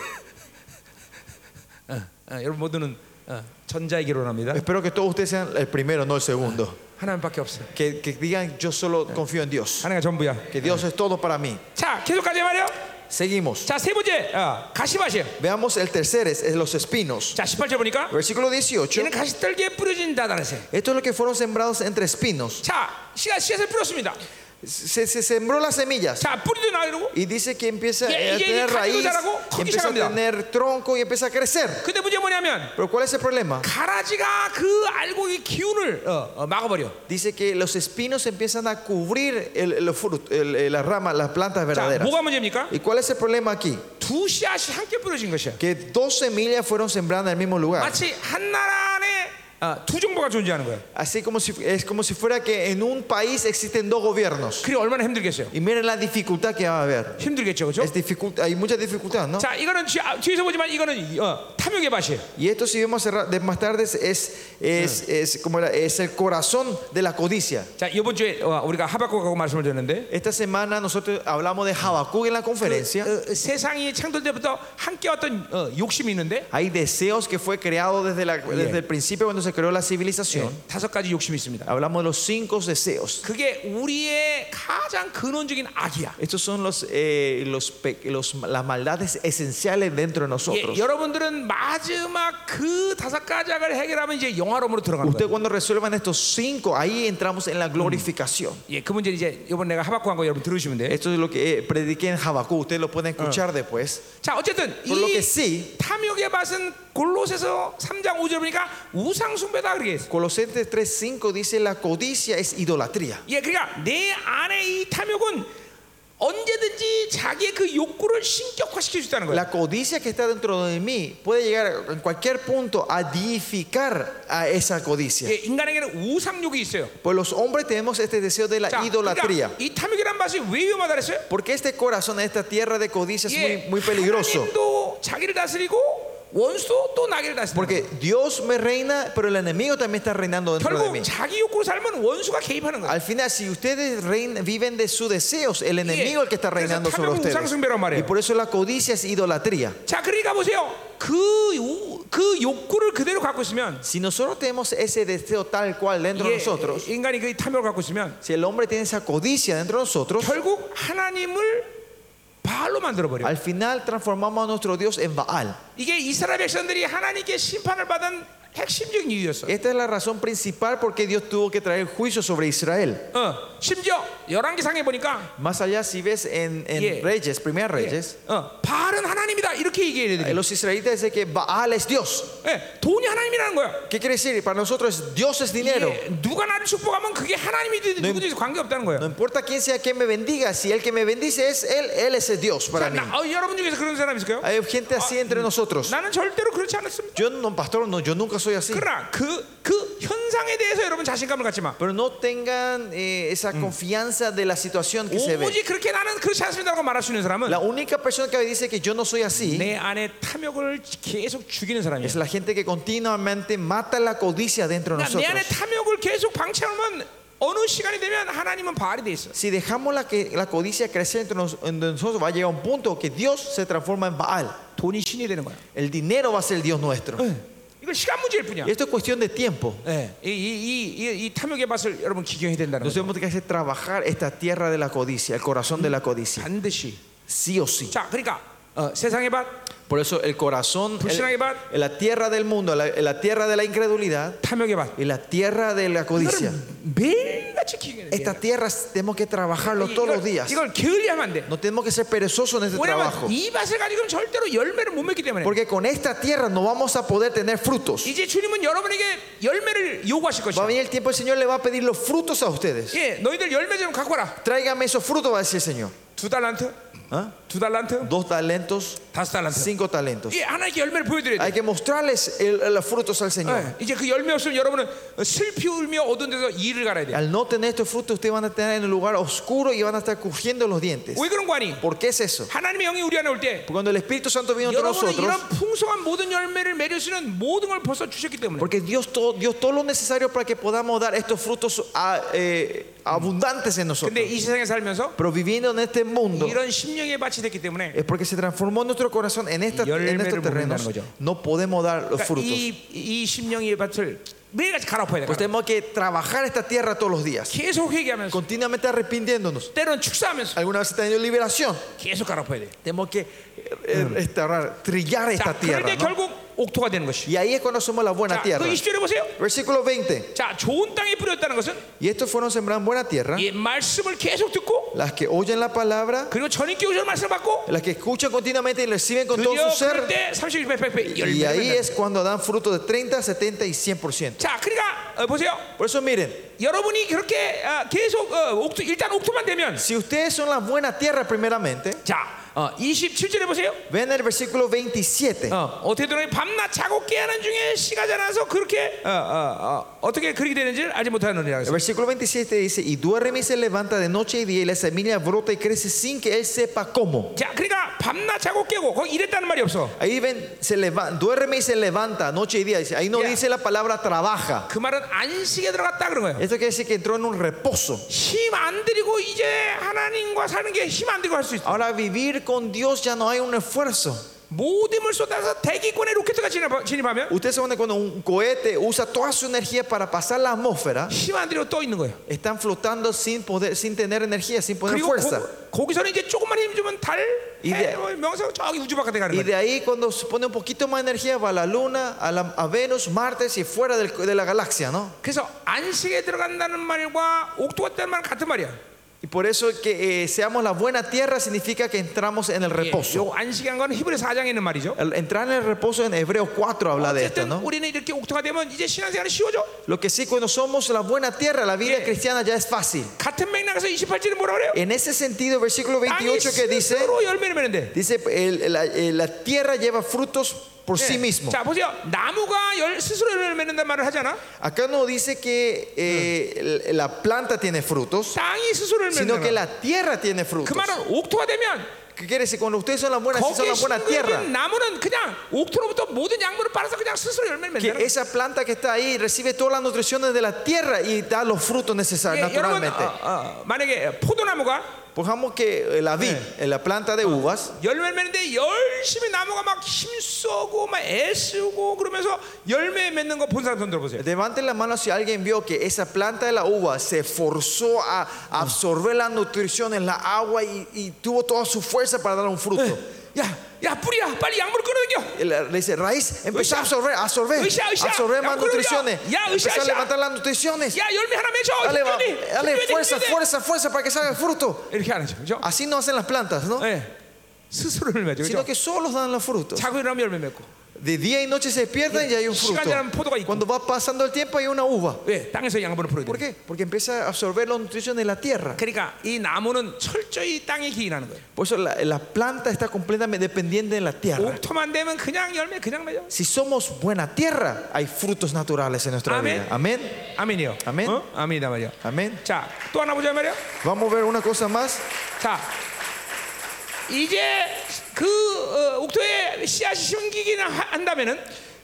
Speaker 1: 어, 어, 여러분 모두는 어, 전자의 기도를 합니다.
Speaker 2: Espero que todos ustedes sean el primero, no el segundo.
Speaker 1: 하나님밖에 없어.
Speaker 2: Que, que digan, yo solo confío en Dios.
Speaker 1: 하나님이 전부야.
Speaker 2: Que Dios es todo para mí.
Speaker 1: 자, 계속 가자 말이요.
Speaker 2: Seguimos.
Speaker 1: 자, 세 번째 어, 가시밭이에요.
Speaker 2: Veamos el tercer, es, es los espinos.
Speaker 1: 자, 18절 보니까
Speaker 2: Versículo 18.
Speaker 1: 이는 가시떨기에 뿌려진다 다르세.
Speaker 2: Esto es lo que fueron sembrados entre espinos.
Speaker 1: 자, 씨가 씨앗을 뿌렸습니다.
Speaker 2: Se, se sembró las semillas.
Speaker 1: 자, 뿌리도 나르고
Speaker 2: Y dice que empieza a
Speaker 1: Y- y- y-
Speaker 2: tener
Speaker 1: y-
Speaker 2: raíz,
Speaker 1: 자라고
Speaker 2: y
Speaker 1: 크기
Speaker 2: empieza a
Speaker 1: 시작합니다.
Speaker 2: tener tronco y empieza a crecer.
Speaker 1: 근데 문제 뭐냐면
Speaker 2: Pero ¿cuál es el problema?
Speaker 1: 가라지가 그 알곡의 기운을 어, 어, 막아버려.
Speaker 2: Dice que los espinos empiezan a cubrir el, los frutos, el- el- las ramas, las plantas
Speaker 1: 자,
Speaker 2: verdaderas.
Speaker 1: 뭐가 문제입니까?
Speaker 2: ¿Y cuál es el problema aquí?
Speaker 1: 두 씨앗이 함께 뿌려진 것이야.
Speaker 2: Que dos semillas fueron sembradas en el mismo lugar.
Speaker 1: 마치 한 나라 안에 어, 두 정부가 존재하는 거야.
Speaker 2: Así como si, es como si fuera que en un país existen dos gobiernos.
Speaker 1: 그게 얼마나 힘들겠어요?
Speaker 2: Y miren la dificultad que va a haber.
Speaker 1: 힘들겠죠, 그렇죠?
Speaker 2: Es dificult- hay mucha dificultad, ¿no?
Speaker 1: 자, 이거는 뒤, 뒤에서 보지만 이거는 어, 탐욕의 밭이에요.
Speaker 2: Y esto, si vemos cerra- de más tarde, es, es, es, como era, es el corazón de la codicia.
Speaker 1: 자, 이번 주에 어, 우리가 하박국하고 말씀을 드렸는데
Speaker 2: Esta semana nosotros hablamos de Habacuc en la conferencia.
Speaker 1: 어, 세상이 창조 때부터 함께 왔던 어, 욕심이 있는데
Speaker 2: Hay deseos que fue creado desde, la- desde el principio cuando se creó la civilización.
Speaker 1: 어, 다섯 가지 욕심이 있습니다.
Speaker 2: Hablamos de los cinco deseos.
Speaker 1: 그게 우리의 가장 근원적인 악이야.
Speaker 2: Estos son los, eh, los, pe- los- las maldades esenciales dentro de
Speaker 1: 예,
Speaker 2: nosotros.
Speaker 1: 여러분들은 마지막 그 다섯 가지 악을 해결하면 이제 영화로움으로 들어가는
Speaker 2: Usted
Speaker 1: 거예요.
Speaker 2: cuando resuelvan estos cinco, ahí entramos en la glorificación.
Speaker 1: 예, 그 문제 이제 이번 내가 하박국한 거 여러분 들으시면 돼요.
Speaker 2: Esto es lo que eh, prediqué en Habacuc. Ustedes lo pueden escuchar después.
Speaker 1: 자, 어쨌든
Speaker 2: Por lo que
Speaker 1: 이
Speaker 2: sí,
Speaker 1: 탐욕의 밭은 골로새서 3장 5절 보니까 우상 숭배다 그러게 했어.
Speaker 2: Colosenses 3.5 dice la codicia es idolatría.
Speaker 1: 예, 그러니까 내 안에 이 탐욕은 언제든지 자기의 그 욕구를 신격화시킬 수 있다는 거예요.
Speaker 2: La codicia que está dentro de mí puede llegar en cualquier punto a deificar a esa codicia.
Speaker 1: 예, 인간에게는 우상욕이 있어요.
Speaker 2: Pues los hombres tenemos este deseo de la
Speaker 1: 자,
Speaker 2: idolatría.
Speaker 1: 그러니까 이 탐욕이란 맛이 왜 위험하다 그랬어요?
Speaker 2: Porque este corazón, esta tierra de codicia es
Speaker 1: 예,
Speaker 2: muy, muy peligroso.
Speaker 1: 하나님도 자기를 다스리고 원수도 또 나기를 다스리고
Speaker 2: Porque Dios me reina, pero el enemigo también está reinando
Speaker 1: 그
Speaker 2: dentro de mí.
Speaker 1: 결국 자기 욕구로 살면 원수가 개입하는 거예요.
Speaker 2: Al final, si ustedes rein- viven de sus deseos, el enemigo es el que está reinando sobre ustedes. Y por eso la codicia es idolatría.
Speaker 1: 자, 그러니까 보세요. 그, 요- 그 욕구를 그대로 갖고 있으면
Speaker 2: Si nosotros tenemos ese deseo tal cual dentro de
Speaker 1: 예,
Speaker 2: nosotros,
Speaker 1: 인간이 그 탐욕을 갖고 있으면
Speaker 2: si el hombre tiene esa codicia dentro de nosotros,
Speaker 1: 결국 하나님을 바알로 만들어 버려. 요
Speaker 2: al final transformamos a nuestro Dios en Baal.
Speaker 1: 이게 이스라엘 백성들이 하나님께 심판을 받은 핵심적인 이유였어.
Speaker 2: Esta es la razón principal por qué Dios tuvo que traer juicio sobre Israel.
Speaker 1: 어, 심지어 열왕기상에 보니까
Speaker 2: Más allá, si ves en, en
Speaker 1: Yeah.
Speaker 2: Reyes, Primera Reyes,
Speaker 1: 어, 바알은 하나님이다 이렇게 얘기해야
Speaker 2: eh,
Speaker 1: 돼.
Speaker 2: los israelitas dicen que Baal es Dios.
Speaker 1: 예, 돈이 하나님이라는 거야.
Speaker 2: ¿Qué quiere decir? Para nosotros, Dios es dinero.
Speaker 1: 예, 누가 나를 축복하면 그게 하나님이든 누구든지 관계 없다는
Speaker 2: No
Speaker 1: 거야.
Speaker 2: importa quién sea quien me bendiga, si el que me bendice es Él, Él es el Dios para
Speaker 1: 자,
Speaker 2: mí.
Speaker 1: 나, 어, 여러분 중에서 그런 사람 있을까요?
Speaker 2: Hay gente así
Speaker 1: Ah,
Speaker 2: entre nosotros.
Speaker 1: 나는 절대로 그렇지 않았습니다.
Speaker 2: Yo no, pastor, no, yo nunca soy así.
Speaker 1: 그러나 그, 그 현상에 대해서 여러분 자신감을 갖지 마.
Speaker 2: Pero no tengan eh, esa confianza de la situación que se ve.
Speaker 1: 오직 그렇게 나는 그렇지 않습니다라고 말할 수 있는 사람은
Speaker 2: La única persona que dice que yo no soy así
Speaker 1: 내 안에 탐욕을 계속 죽이는 사람이야.
Speaker 2: es la gente que continuamente mata la codicia dentro de
Speaker 1: 그러니까 내 안에
Speaker 2: nosotros.
Speaker 1: 탐욕을 계속 방치하면 어느 시간이 되면 하나님은 바알이 돼 있어.
Speaker 2: Si dejamos la, que, la codicia crecer entre nos- entre nosotros, va a llegar un punto que Dios se transforma en Baal.
Speaker 1: 돈이 신이 되는 거야.
Speaker 2: El dinero va a ser el Dios nuestro.
Speaker 1: Eh, 네. 이건 시간 문제일 뿐이야.
Speaker 2: Y esto es cuestión de tiempo.
Speaker 1: 예, 이, 이, 이, 이, 이 탐욕의 맛을 여러분 기경해야 된다는
Speaker 2: Nos
Speaker 1: 거죠.
Speaker 2: tenemos que hacer trabajar esta tierra de la codicia, el corazón de la codicia,
Speaker 1: 반드시.
Speaker 2: sí o sí.
Speaker 1: 자, 그러니까 어, 세상의 맛,
Speaker 2: Por eso el corazón,
Speaker 1: 불신앙의
Speaker 2: el-
Speaker 1: 밭.
Speaker 2: la tierra del mundo, la, la tierra de la incredulidad
Speaker 1: 탐욕의 맛.
Speaker 2: y la tierra de la codicia.
Speaker 1: 이거는 매일같이 기경해야 돼.
Speaker 2: Esta tierra tenemos que trabajarlo todos los días.
Speaker 1: 이걸 게을리하면 안 돼.
Speaker 2: No tenemos que ser perezosos en este trabajo.
Speaker 1: 왜냐면 이 맛을 가지고는 절대로 열매를 못 맺기 때문에.
Speaker 2: Porque con esta tierra no vamos a poder tener frutos.
Speaker 1: 이제 주님은 여러분에게 열매를 요구하실
Speaker 2: Va a
Speaker 1: 것이다.
Speaker 2: venir el tiempo, el Señor le va a pedir los frutos a ustedes.
Speaker 1: 예, 너희들 열매 좀 갖고 와라.
Speaker 2: Tráigame esos frutos, va a decir el Señor.
Speaker 1: 두 달란트,
Speaker 2: ¿Ah?
Speaker 1: 두 달란트,
Speaker 2: Dos talentos,
Speaker 1: 다섯 달란트.
Speaker 2: cinco talentos.
Speaker 1: 예, 하나님께 열매를 보여드려야 돼.
Speaker 2: Hay que mostrarles el- los frutos al Señor.
Speaker 1: 예, 이제 그 열매 없으면 여러분은 슬피 울며 어두운 데서 이를 갈아야 돼.
Speaker 2: Al no tener estos frutos, ustedes van a estar en un lugar oscuro y van a estar cogiendo los dientes.
Speaker 1: 왜 그런 거 아니?
Speaker 2: ¿Por qué es eso?
Speaker 1: 하나님의 영이 우리 안에 올 때
Speaker 2: Porque Cuando el Espíritu Santo vino entre
Speaker 1: 여러분은
Speaker 2: nosotros,
Speaker 1: 이런 풍성한 모든 열매를 맺을 수 있는 모든 걸 벌써 주셨기 때문에
Speaker 2: porque Dios todo, Dios todo lo necesario para que podamos dar estos frutos a- eh, abundantes
Speaker 1: 근데
Speaker 2: en nosotros.
Speaker 1: 이 세상에 살면서
Speaker 2: Pero viviendo en este mundo,
Speaker 1: 이런 심령의 밭이 됐기 때문에
Speaker 2: es porque se transformó nuestro corazón en, esta,
Speaker 1: Y
Speaker 2: en
Speaker 1: 열매를
Speaker 2: estos terrenos.
Speaker 1: 먹는다는 거죠.
Speaker 2: No podemos dar los
Speaker 1: 그러니까
Speaker 2: frutos.
Speaker 1: 이, 이 심령의 밭을 매일같이 갈아엎어야 돼
Speaker 2: Pues tenemos que trabajar esta tierra todos los días,
Speaker 1: 계속 회개하면서
Speaker 2: continuamente arrepintiéndonos.
Speaker 1: 때로는 축사하면서
Speaker 2: Alguna vez se ha tenido liberación.
Speaker 1: 계속 갈아엎어야 돼
Speaker 2: Tenemos que eh, restaurar, trillar esta
Speaker 1: 자, 그럴
Speaker 2: tierra.
Speaker 1: 때
Speaker 2: ¿no?
Speaker 1: 결국 옥토가 되는 것이
Speaker 2: Y ahí es cuando somos la buena
Speaker 1: 자, 그
Speaker 2: tierra.
Speaker 1: 20절에 보세요
Speaker 2: Versículo 20.
Speaker 1: 자, 좋은 땅에 뿌렸다는 것은
Speaker 2: Y estos fueron sembrados en buena tierra,
Speaker 1: 이 말씀을 계속 듣고
Speaker 2: las que oyen la palabra,
Speaker 1: 그리고 전인 교훈을 말씀 받고
Speaker 2: las que escuchan continuamente y reciben con todo
Speaker 1: 드디어
Speaker 2: su
Speaker 1: 그럴
Speaker 2: ser.
Speaker 1: 때 30, 100, 100, 100
Speaker 2: Y ahí
Speaker 1: 열매를
Speaker 2: es cuando dan fruto de 30, 70 y 100%.
Speaker 1: 자, 그러니까 어, 보세요.
Speaker 2: Por eso miren,
Speaker 1: 여러분이 그렇게 어, 계속 어, 옥토, 일단 옥토만 되면
Speaker 2: si ustedes son la buena tierra primeramente,
Speaker 1: 자, 어, 27절에 보세요.
Speaker 2: ven el versículo 27.
Speaker 1: 어, 어떻게 되나 밤낮 자고 깨하는 중에 시가 자라서 그렇게 어, 어, 어, 떻게 그렇게 되는지를 알지 못하느니라
Speaker 2: El
Speaker 1: 그랬어요.
Speaker 2: versículo 27 dice, y duerme y se levanta de noche y día y la semilla brota y crece sin que él sepa cómo.
Speaker 1: 자, 그러니까 밤낮 자고 깨고 거기 이랬다는 말이 없어.
Speaker 2: Ahí ven, se leva- duerme y se levanta noche y día. Dice, Ahí no
Speaker 1: Yeah.
Speaker 2: dice la palabra trabaja.
Speaker 1: 그 말은 안식에 들어갔다 그런 거예요.
Speaker 2: Esto quiere decir que entró en un reposo.
Speaker 1: 힘 안 들이고 이제 하나님과 사는 게 힘 안 들이고 할 수 있어.
Speaker 2: Ahora vivir con Dios ya no hay un esfuerzo.
Speaker 1: 모든 힘을 쏟아서 대기권에 로켓가 진입하- 진입하면
Speaker 2: Ustedes saben que cuando un cohete usa toda su energía para pasar la atmósfera,
Speaker 1: 힘 안 들이고 떠 있는 거예요.
Speaker 2: están flotando sin poder, sin tener energía, sin poner
Speaker 1: 그리고
Speaker 2: fuerza.
Speaker 1: 거, 거기서는 이제 조금만 힘 주면 달,
Speaker 2: 이
Speaker 1: 해,
Speaker 2: 대-
Speaker 1: 뭐 명성 저기 우주 바깥에 가는
Speaker 2: Y
Speaker 1: 거예요.
Speaker 2: de ahí cuando se pone un poquito más energía va a la Luna, a, la- a Venus, Marte y fuera del- de la galaxia, ¿no?
Speaker 1: 그래서 안식에 들어간다는 말과 옥토가 다는 말은 같은 말이야.
Speaker 2: Y por eso que eh, seamos la buena tierra significa que entramos en el reposo.
Speaker 1: 예, 요 안식한 건 히브리 사장에 있는 말이죠.
Speaker 2: El entrar en el reposo en Hebreo 4 habla de esto,
Speaker 1: 어쨌든
Speaker 2: ¿no?
Speaker 1: 우리는 이렇게 옥토가 되면 이제 신앙생활이 쉬워져.
Speaker 2: Lo que sí, cuando somos la buena tierra, la vida
Speaker 1: Yeah.
Speaker 2: cristiana ya es fácil.
Speaker 1: 같은 맥락에서 28절에 뭐라 그래요?
Speaker 2: En ese sentido, versículo
Speaker 1: 예, 땅이
Speaker 2: 28 que dice,
Speaker 1: 스스로 열매를 맺는데.
Speaker 2: dice, el- la, eh, la tierra lleva frutos por sí
Speaker 1: Eh,
Speaker 2: mismo.
Speaker 1: 예. 자 보세요. 나무가 열, 스스로 열매를 맺는다는 말을 하잖아.
Speaker 2: Acá no dice que eh, el- la planta tiene frutos,
Speaker 1: 땅이 스스로 열매를
Speaker 2: sino que
Speaker 1: 맺는다.
Speaker 2: la tierra tiene
Speaker 1: 그
Speaker 2: frutos.
Speaker 1: 말은 옥토가 되면
Speaker 2: ¿Qué quiere decir? Cuando ustedes son la buena, si son
Speaker 1: 거기에
Speaker 2: la buena tierra,
Speaker 1: 심겨진 나무는 그냥 옥토로부터 모든 양분을 빨아서 그냥 스스로 열매를
Speaker 2: que
Speaker 1: 맺는다.
Speaker 2: esa planta que está ahí recibe todas las nutriciones de la tierra y da los frutos necesarios
Speaker 1: 예, 여러분
Speaker 2: naturalmente.
Speaker 1: 어, 어, 만약에 포도나무가
Speaker 2: Pongamos que eh, la vid, eh, la planta de uvas,
Speaker 1: 열매를 맺는데 열심히 나무가 막 힘쓰고 막 애쓰고 그러면서 열매 맺는 거 본 사람 손 들어보세요.
Speaker 2: levanten la mano si alguien vio que esa planta de la uva se forzó a 네.
Speaker 1: Eh.
Speaker 2: absorber las nutriciones, la agua y, y tuvo toda su fuerza para dar un fruto.
Speaker 1: 야 야 뿌리야 빨리 약물 끌어당겨.
Speaker 2: Él le dice, raíz,
Speaker 1: Uisha.
Speaker 2: empezá a absorber, a absorber,
Speaker 1: Uisha, Uisha.
Speaker 2: absorber más
Speaker 1: Vamos,
Speaker 2: nutriciones,
Speaker 1: Uisha. Ya, Uisha,
Speaker 2: empezá a
Speaker 1: Uisha.
Speaker 2: levantar las nutriciones,
Speaker 1: 야 열매 하나 맺어.
Speaker 2: dale, va-
Speaker 1: 힘들니?
Speaker 2: dale
Speaker 1: 힘들니?
Speaker 2: fuerza,
Speaker 1: 힘들니?
Speaker 2: fuerza, fuerza para que salga el fruto.
Speaker 1: 이렇게 안 하죠, 그죠?
Speaker 2: Así no hacen las plantas, ¿no?
Speaker 1: 예, 스스로를 맺죠,
Speaker 2: Sino
Speaker 1: 그죠?
Speaker 2: que solos dan los frutos.
Speaker 1: 자고 일어나면 열매 맺고,
Speaker 2: De día y noche se despiertan
Speaker 1: Eh,
Speaker 2: y hay un fruto.
Speaker 1: 시간 지나면 포도가 있고.
Speaker 2: Cuando va pasando el tiempo hay una uva.
Speaker 1: 예, 땅에서 양분을 풀어야
Speaker 2: ¿Por
Speaker 1: 돼.
Speaker 2: qué? Porque empieza a absorber la nutrición de la tierra.
Speaker 1: 그러니까 이 나무는 철저히 땅에 기인하는 거예요.
Speaker 2: Por eso la, la planta está completamente dependiente de la tierra.
Speaker 1: 옥토만 되면 그냥 열매 그냥 맺어.
Speaker 2: Si somos buena tierra, hay frutos naturales en nuestra
Speaker 1: Amén.
Speaker 2: vida. Amén.
Speaker 1: 아멘이요.
Speaker 2: 아멘.
Speaker 1: 어? 아멘이다 말이야.
Speaker 2: Amén.
Speaker 1: 자, 또 하나 보자 말이야.
Speaker 2: Vamos a ver una cosa más.
Speaker 1: 자, 이제 그 어, 옥토에 씨앗이 심기기는 하- 한다면은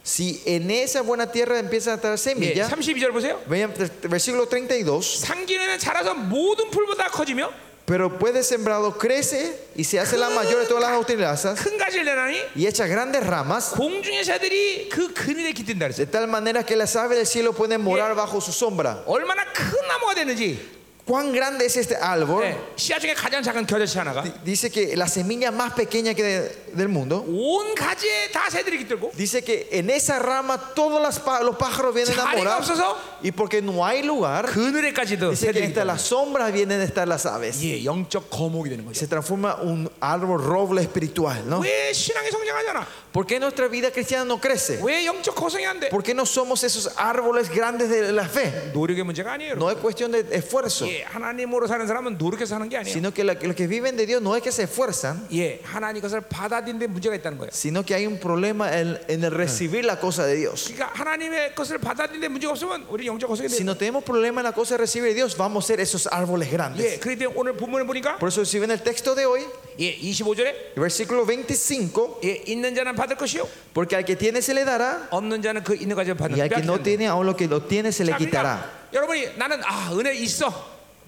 Speaker 2: Si en esa buena tierra empiezan a estar
Speaker 1: 예,
Speaker 2: semillas,
Speaker 1: 32절 보세요.
Speaker 2: vean ter- versículo 32.
Speaker 1: 상기는 자라서 모든 풀보다 커지며
Speaker 2: Pero puede sembrado crece y se hace la mayor de todas las utilidades
Speaker 1: 큰 가지를 내나니
Speaker 2: y echa grandes ramas,
Speaker 1: 공중의 새들이 그 그늘에 깃든다 그랬어요.
Speaker 2: de tal manera que las aves del cielo pueden morar bajo su sombra.
Speaker 1: 얼마나 큰 나무가 됐는지
Speaker 2: ¿Cuán grande es este árbol?
Speaker 1: 예, 씨앗 중에 가장 작은 겨자씨 하나가
Speaker 2: Dice que la semilla más pequeña que de- del mundo.
Speaker 1: 온 가지에 다 새들이 깃들고
Speaker 2: Dice que en esa rama todos las pá- los pájaros vienen a
Speaker 1: 자리가
Speaker 2: morar.
Speaker 1: 없어서
Speaker 2: Y porque no hay lugar,
Speaker 1: 그늘에까지도
Speaker 2: dice que
Speaker 1: 새들이
Speaker 2: hasta
Speaker 1: 깃들고
Speaker 2: las sombras vienen a estar las aves.
Speaker 1: 예, 영적 거목이 되는 거죠.
Speaker 2: Se transforma un árbol roble espiritual, ¿no?
Speaker 1: 왜 신앙이 성장하잖아?
Speaker 2: ¿Por qué nuestra vida cristiana no crece?
Speaker 1: 왜 영적 거성이 안 돼?
Speaker 2: ¿Por qué no somos esos árboles grandes de la fe?
Speaker 1: 노력의 문제가 아니에요. 여러분.
Speaker 2: No es cuestión de esfuerzo,
Speaker 1: 예, 하나님으로 사는 사람은 노력해서 사는 게 아니에요.
Speaker 2: sino que la- los que viven de Dios no es que se esfuerzan,
Speaker 1: 예, 하나님 것을 받아들이는 데 문제가 있다는 거예요.
Speaker 2: sino que hay un problema en, en el recibir la cosa de Dios.
Speaker 1: 그러니까 하나님의 것을 받아들이는 데 문제가 없으면 우리 영적 거성이
Speaker 2: Si
Speaker 1: 돼.
Speaker 2: no tenemos problema en la cosa de recibir de Dios, vamos a ser esos árboles
Speaker 1: 예,
Speaker 2: grandes.
Speaker 1: 그런데 오늘 본문을 보니까
Speaker 2: Por eso si ven el texto de hoy,
Speaker 1: 예, 25절에
Speaker 2: versículo 25,
Speaker 1: 예, 있는 자는 받을 것이요,
Speaker 2: porque al que tiene se le dará
Speaker 1: 없는 자는 그 있는 것을 받는
Speaker 2: y al que no
Speaker 1: 빼앗기는
Speaker 2: tiene aún lo que lo tiene se le
Speaker 1: 자,
Speaker 2: quitará.
Speaker 1: 그러니까 여러분이 나는 아 은혜 있어,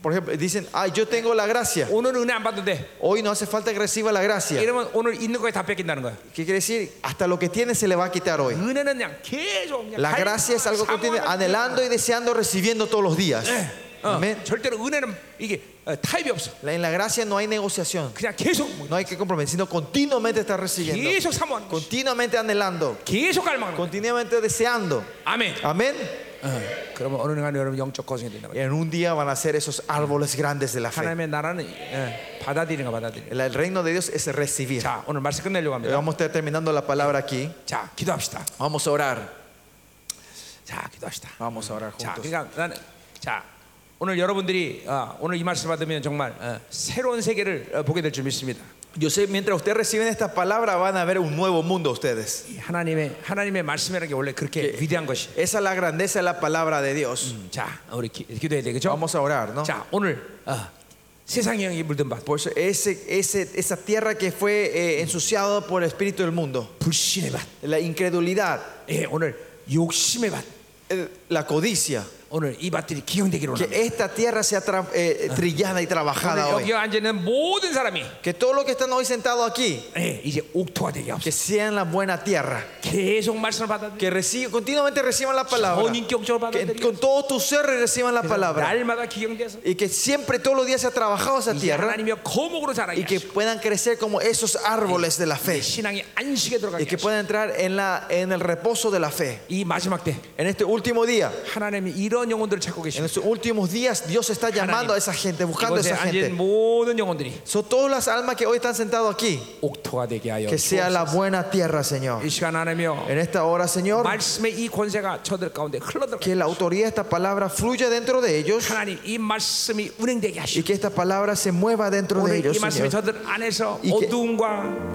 Speaker 2: Por ejemplo, dicen, ah, yo tengo la gracia.
Speaker 1: 오늘 은혜 안 받는데
Speaker 2: Hoy no hace falta que reciba la gracia.
Speaker 1: 이러면 오늘 있는 거에 다 뺏긴다는 거야.
Speaker 2: ¿Qué quiere decir? Hasta lo que tiene se le va a quitar hoy.
Speaker 1: 은혜는 그냥 계속 그냥
Speaker 2: La gracia es algo que uno tiene anhelando y deseando, recibiendo todos los días.
Speaker 1: 어,
Speaker 2: Amén.
Speaker 1: 절대로 은혜는 이게 어, 타입이 없어.
Speaker 2: La- En la gracia no hay negociación.
Speaker 1: 그냥 계속 뭐,
Speaker 2: No hay que comprometer, sino continuamente estar recibiendo.
Speaker 1: 계속 사모하는 거.
Speaker 2: Continuamente anhelando.
Speaker 1: 계속 갈망하는 거.
Speaker 2: Continuamente deseando.
Speaker 1: 아멘.
Speaker 2: Amén.
Speaker 1: 어, 그러면 어느 날 여러분 영적 거성이 된다.
Speaker 2: En un día van a ser esos árboles grandes de la fe.
Speaker 1: 하나님의 나라는 예, 받아들이는 거 받아들이는. 거.
Speaker 2: El el reino de Dios es recibir.
Speaker 1: 자, 오늘 말씀 끝내려고 합니다.
Speaker 2: Vamos a estar terminando la palabra aquí.
Speaker 1: 자, 기도합시다.
Speaker 2: Vamos a orar.
Speaker 1: 자, 기도합시다.
Speaker 2: Vamos a orar
Speaker 1: 자,
Speaker 2: juntos.
Speaker 1: 그러니까 나는 자 오늘 여러분들이 어, 오늘 이 말씀 받으면 정말 어, 새로운 세계를 어, 보게 될 줄 믿습니다.
Speaker 2: Yo sé, mientras ustedes reciben esta palabra, van a ver un nuevo mundo ustedes.
Speaker 1: 이 하나님의 하나님의 말씀이라는 게 원래 그렇게 위대한 것이.
Speaker 2: Esa es la grandeza de la palabra de Dios.
Speaker 1: 자, 우리 기, 기도해야 되겠죠?
Speaker 2: Mm. Vamos a orar, ¿no?
Speaker 1: 자, 오늘 어, 세상의 영이 물든 밭,
Speaker 2: Por eso Pues ese, ese- esa tierra que fue eh, ensuciada por el espíritu del mundo,
Speaker 1: 불신의 밭,
Speaker 2: la incredulidad,
Speaker 1: 예, 오늘 욕심의 밭,
Speaker 2: eh, la codicia,
Speaker 1: 오늘 이 밭들이 기용되기로
Speaker 2: que
Speaker 1: 합니다.
Speaker 2: esta tierra sea tra- eh, trillada y trabajada
Speaker 1: 오늘 여기
Speaker 2: hoy.
Speaker 1: 앉아 있는 모든 사람이
Speaker 2: Que todos los que están hoy sentados aquí,
Speaker 1: 예, 이제 옥토가 되게
Speaker 2: que
Speaker 1: 합시다.
Speaker 2: sean la buena tierra,
Speaker 1: 계속 말씀을 받아들이,
Speaker 2: que reciban, continuamente reciban la palabra,
Speaker 1: 전인격적으로
Speaker 2: que
Speaker 1: 받아들이,
Speaker 2: con todo tu ser reciban la palabra
Speaker 1: 날마다 기용돼서
Speaker 2: y que siempre todos los días sea trabajado esa
Speaker 1: 이제
Speaker 2: tierra
Speaker 1: 하나님의 거목으로 자라게
Speaker 2: y que
Speaker 1: 하시고
Speaker 2: puedan crecer como esos árboles de la fe
Speaker 1: 신앙이 안식에
Speaker 2: y
Speaker 1: 들어가게
Speaker 2: que
Speaker 1: 하시고
Speaker 2: puedan entrar en, la, en el reposo de la fe.
Speaker 1: 이 마지막 때
Speaker 2: En este último día.
Speaker 1: 하나님이 이런 영혼들을 찾고
Speaker 2: En
Speaker 1: 계십니다.
Speaker 2: estos últimos días Dios está llamando a esa gente, buscando a
Speaker 1: 이곳에
Speaker 2: esa
Speaker 1: 앉아 있는
Speaker 2: gente.
Speaker 1: 모든 영혼들이
Speaker 2: Son todas las almas que hoy están sentadas aquí.
Speaker 1: 옥토가 되게 하여
Speaker 2: Que sea la buena tierra, Señor.
Speaker 1: 이 시간 하나며
Speaker 2: En esta hora, Señor,
Speaker 1: 말씀의 이 권세가 저들 가운데 흘러들어
Speaker 2: que la autoridad de esta palabra fluya dentro de ellos
Speaker 1: 하나님 이 말씀이 운행되게
Speaker 2: y
Speaker 1: 하시고
Speaker 2: que esta palabra se mueva dentro de
Speaker 1: 오늘
Speaker 2: ellos,
Speaker 1: 이 말씀이
Speaker 2: Señor.
Speaker 1: 저들 안에서
Speaker 2: 이게-
Speaker 1: 어두움과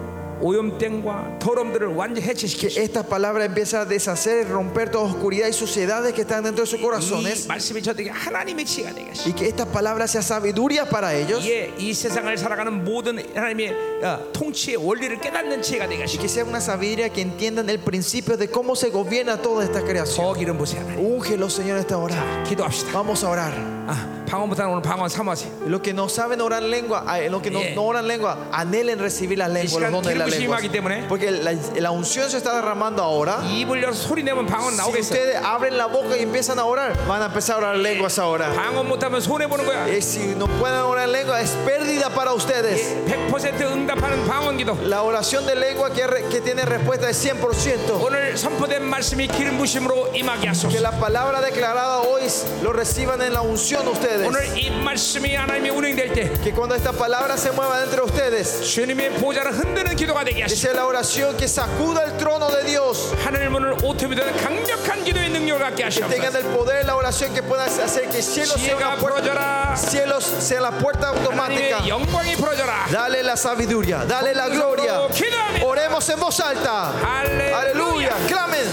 Speaker 1: 오염됨과 더러움들을 완전히 해체시키시고
Speaker 2: Que esta palabra empiece a deshacer y romper toda oscuridad y suciedades que están dentro de sus
Speaker 1: 이
Speaker 2: corazones
Speaker 1: 말씀이 저들에게 하나님의 지혜가 되게 하시고
Speaker 2: y que esta palabra sea sabiduría para ellos
Speaker 1: 이에 이 세상을 살아가는 모든 하나님의 어, 통치의 원리를 깨닫는 지혜가 되게
Speaker 2: y
Speaker 1: 하시고
Speaker 2: que sea una sabiduría que entiendan el principio de cómo se gobierna toda esta creación.
Speaker 1: 더 기름 보세요 하나님
Speaker 2: Úngelo, Señor, en esta hora.
Speaker 1: 기도합시다
Speaker 2: Vamos a orar.
Speaker 1: 아, 방언 못하는 오늘 방언 삼아세요
Speaker 2: Los que no saben orar lengua, ah, los que no,
Speaker 1: Bien.
Speaker 2: no oran lengua, anhelen recibir la
Speaker 1: 이
Speaker 2: lengua, los
Speaker 1: 시간
Speaker 2: dones de
Speaker 1: 기름
Speaker 2: la lenguas.
Speaker 1: 부심하기 때문에
Speaker 2: Porque la, la unción se está derramando ahora.
Speaker 1: 입을 열어 소리 내면 방언
Speaker 2: Si
Speaker 1: 나오겠어.
Speaker 2: ustedes abren la boca y empiezan a orar, van a empezar a orar lenguas ahora.
Speaker 1: 방언 못하면 손해 보는 거야.
Speaker 2: Eh, si no pueden orar lengua, es pérdida para ustedes.
Speaker 1: 100% 응답하는 방언기도.
Speaker 2: La oración de lengua que, re- que tiene respuesta es 100%.
Speaker 1: 오늘 선포된 말씀이 기름 부심으로 임하게
Speaker 2: Que
Speaker 1: 하소서.
Speaker 2: la palabra declarada hoy lo reciban en la unción ustedes.
Speaker 1: 오늘 이 말씀이 하나님의 운행될 때
Speaker 2: Que cuando esta palabra se mueva entre ustedes,
Speaker 1: 주님의 보좌를 흔드는 기도가 되게
Speaker 2: que
Speaker 1: 하시고
Speaker 2: sea la oración que sacuda el trono de Dios.
Speaker 1: 하늘 문을 오토비되는 강력한 기도의 능력을 갖게
Speaker 2: Tengan
Speaker 1: 하시옵소서.
Speaker 2: el poder, la oración que pueda hacer que el cielo
Speaker 1: 지혜가
Speaker 2: sea una puerta.
Speaker 1: 부러져라.
Speaker 2: Cielos sea la puerta automática.
Speaker 1: 하나님의 영광이 부러져라.
Speaker 2: Dale la sabiduría, dale la gloria.
Speaker 1: 기도합니다.
Speaker 2: Oremos en voz alta. Aleluya.
Speaker 1: 할렐루야.
Speaker 2: Clamen.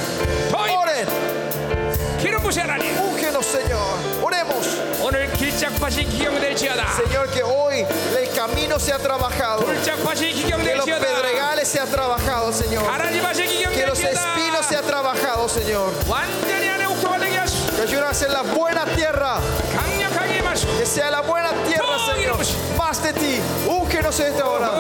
Speaker 2: Oren.
Speaker 1: 기름 부시 하나님.
Speaker 2: Úngenos, Señor. Oremos.
Speaker 1: 오늘 길짝밭이 기경될지어다.
Speaker 2: Señor, que hoy el camino sea trabajado.
Speaker 1: 돌짝밭이
Speaker 2: Que los
Speaker 1: 기경될지어다.
Speaker 2: pedregales sean trabajados, Señor.
Speaker 1: 가라지밭이
Speaker 2: Que los espinos
Speaker 1: 기경될지어다.
Speaker 2: sean trabajados, Señor.
Speaker 1: 완전히 안에 옥토가 되게 하시고
Speaker 2: Que ayuda a ser la buena tierra.
Speaker 1: 강력하게 마시고
Speaker 2: Que sea la buena tierra,
Speaker 1: Oh,
Speaker 2: Señor.
Speaker 1: Dios.
Speaker 2: Más de ti. Úngenos en esta hora.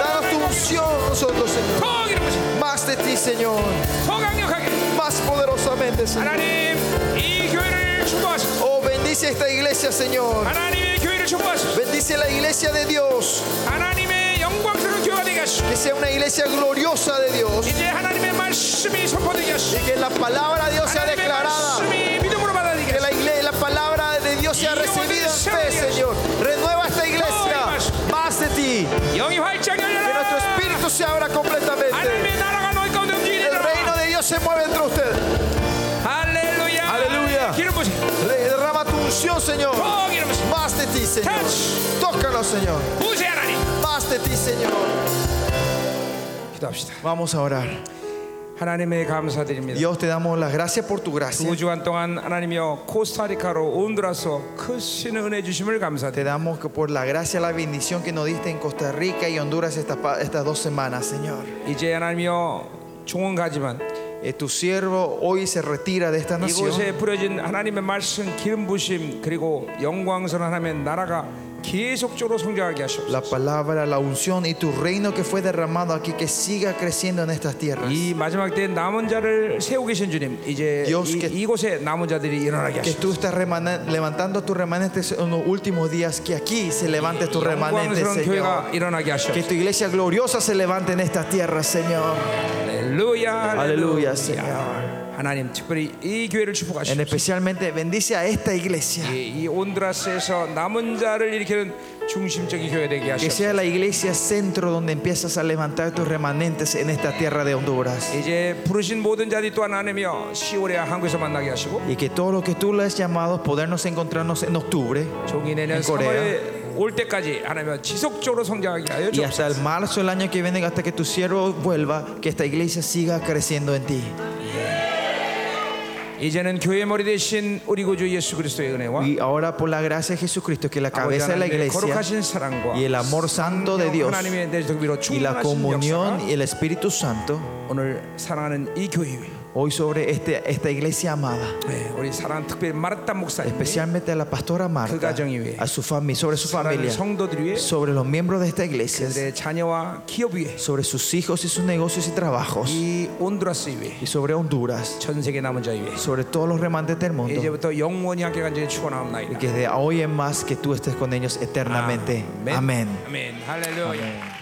Speaker 2: Danos tu unción nosotros, Señor.
Speaker 1: 더 기름 부시
Speaker 2: Más de ti, Señor.
Speaker 1: 더 강력하게
Speaker 2: Más poderosamente, Señor.
Speaker 1: 하나님 이 교회를 축복하소서
Speaker 2: Oh, bendice esta iglesia, Señor.
Speaker 1: 하나님의 교회를 축복하소서
Speaker 2: Bendice la iglesia de Dios.
Speaker 1: 하나님의 영광스러운 교회가 되게 하시고
Speaker 2: Que sea una iglesia gloriosa de Dios.
Speaker 1: 이제 하나님의 말씀이 선포되게 하시고
Speaker 2: Y que la palabra de Dios sea
Speaker 1: 하나님의
Speaker 2: declarada.
Speaker 1: 말씀이 믿음으로 받아들이게
Speaker 2: Que
Speaker 1: 하시고
Speaker 2: la, igle- la palabra de Dios sea recibida en fe, Señor. Renueva esta iglesia. Más de ti.
Speaker 1: 영이 활짝
Speaker 2: Que nuestro
Speaker 1: 열려라
Speaker 2: espíritu se abra completamente.
Speaker 1: 하나님의 나라가 너희 가운데 움직이게
Speaker 2: El reino
Speaker 1: 되라
Speaker 2: de Dios se mueve entre ustedes.
Speaker 1: 할렐루야
Speaker 2: 할렐루야.
Speaker 1: 기름 부시
Speaker 2: Re- Derrama tu unción, Señor.
Speaker 1: 더 기름 부시
Speaker 2: Más de ti, Señor. Tócanos, Señor.
Speaker 1: 부세 하나님
Speaker 2: Más de ti, Señor.
Speaker 1: 기도합시다
Speaker 2: Vamos a orar.
Speaker 1: 하나님의 감사드립니다
Speaker 2: Dios, te damos las gracias por tu gracia.
Speaker 1: 두 주간 동안 하나님여 코스타리카로 온드라서 크신 은혜 주심을
Speaker 2: Te
Speaker 1: 감사드립니다.
Speaker 2: damos que por la gracia, la bendición que nos diste en Costa Rica y Honduras estas, pa- estas dos semanas, Señor.
Speaker 1: 이제 하나님여 종은 가지만
Speaker 2: Eh, tu siervo hoy se retira de esta nación.
Speaker 1: 이곳에 뿌려진 하나님의 말씀 기름 부심 그리고 영광스러운 하나님의 나라가 계속적으로 성장하게 하시옵소서.
Speaker 2: La palabra, la unción y tu reino que fue derramado aquí, que siga creciendo en estas tierras.
Speaker 1: 이 마지막 때 남은 자를 세우고 계신 주님 이제
Speaker 2: Dios,
Speaker 1: 이,
Speaker 2: que-
Speaker 1: 이곳에 남은 자들이 일어나게
Speaker 2: Que
Speaker 1: 하시옵소서.
Speaker 2: tú estás remane- levantando tus remanentes en los últimos días, que aquí se levante tu remanente,
Speaker 1: 영광스러운
Speaker 2: Señor.
Speaker 1: 교회가 일어나게
Speaker 2: Que
Speaker 1: 하시옵소서.
Speaker 2: tu iglesia gloriosa se levante en estas tierras, Señor.
Speaker 1: 할렐루야
Speaker 2: 할렐루야, 세요.
Speaker 1: 하나님 특별히 이 교회를
Speaker 2: En
Speaker 1: 축복하시옵소서.
Speaker 2: especialmente bendice a esta iglesia.
Speaker 1: 이, 이 온드라스에서 남은 자를 일으키는 중심적인 교회 되게
Speaker 2: Que
Speaker 1: 하시옵소서.
Speaker 2: sea la iglesia centro donde empiezas a levantar tus remanentes en esta tierra de Honduras.
Speaker 1: 이제 부르신 모든 자들이 또한 하나님이여 10월에 한국에서 만나게 하시고
Speaker 2: Y que todo lo que tú le has llamado, podernos encontrarnos en octubre
Speaker 1: 종이 내년
Speaker 2: en Corea.
Speaker 1: 3월에 올 때까지 하나님이여 지속적으로 성장하게 하여
Speaker 2: Y
Speaker 1: 주옵소서
Speaker 2: hasta el marzo del año que viene, hasta que tu siervo vuelva, que esta iglesia siga creciendo en ti.
Speaker 1: 이제는 교회 머리 되신 우리 구주 예수 그리스도의 은혜와
Speaker 2: Y ahora por la gracia de Jesucristo, que la
Speaker 1: 아버지
Speaker 2: cabeza de la
Speaker 1: 하나님의
Speaker 2: iglesia
Speaker 1: 거룩하신 사랑과
Speaker 2: y el amor santo de Dios
Speaker 1: 하나님의 내적 위로
Speaker 2: y la
Speaker 1: 충만하신
Speaker 2: comunión
Speaker 1: 역사가
Speaker 2: y el Espíritu Santo
Speaker 1: 오늘 사랑하는 이 교회 위에
Speaker 2: hoy sobre este, esta iglesia amada.
Speaker 1: 네, 우리 사랑하는 특별히 마르타 목사님
Speaker 2: Especialmente a la pastora Marta, a su familia, sobre su
Speaker 1: 사랑하는
Speaker 2: familia,
Speaker 1: 성도들 위에
Speaker 2: sobre los miembros de esta iglesia,
Speaker 1: 내 자녀와 기업 위에
Speaker 2: sobre sus hijos y sus negocios y trabajos,
Speaker 1: 이 온드라스 위에
Speaker 2: y sobre Honduras,
Speaker 1: 전 세계 남은 자 위에
Speaker 2: sobre todos los remantes del mundo.
Speaker 1: 이제부터 영원히 함께 간절히 축원하옵나이다.
Speaker 2: que de hoy en más que tú estés con ellos eternamente. Amén.
Speaker 1: 아멘. 할렐루야.
Speaker 2: Amén.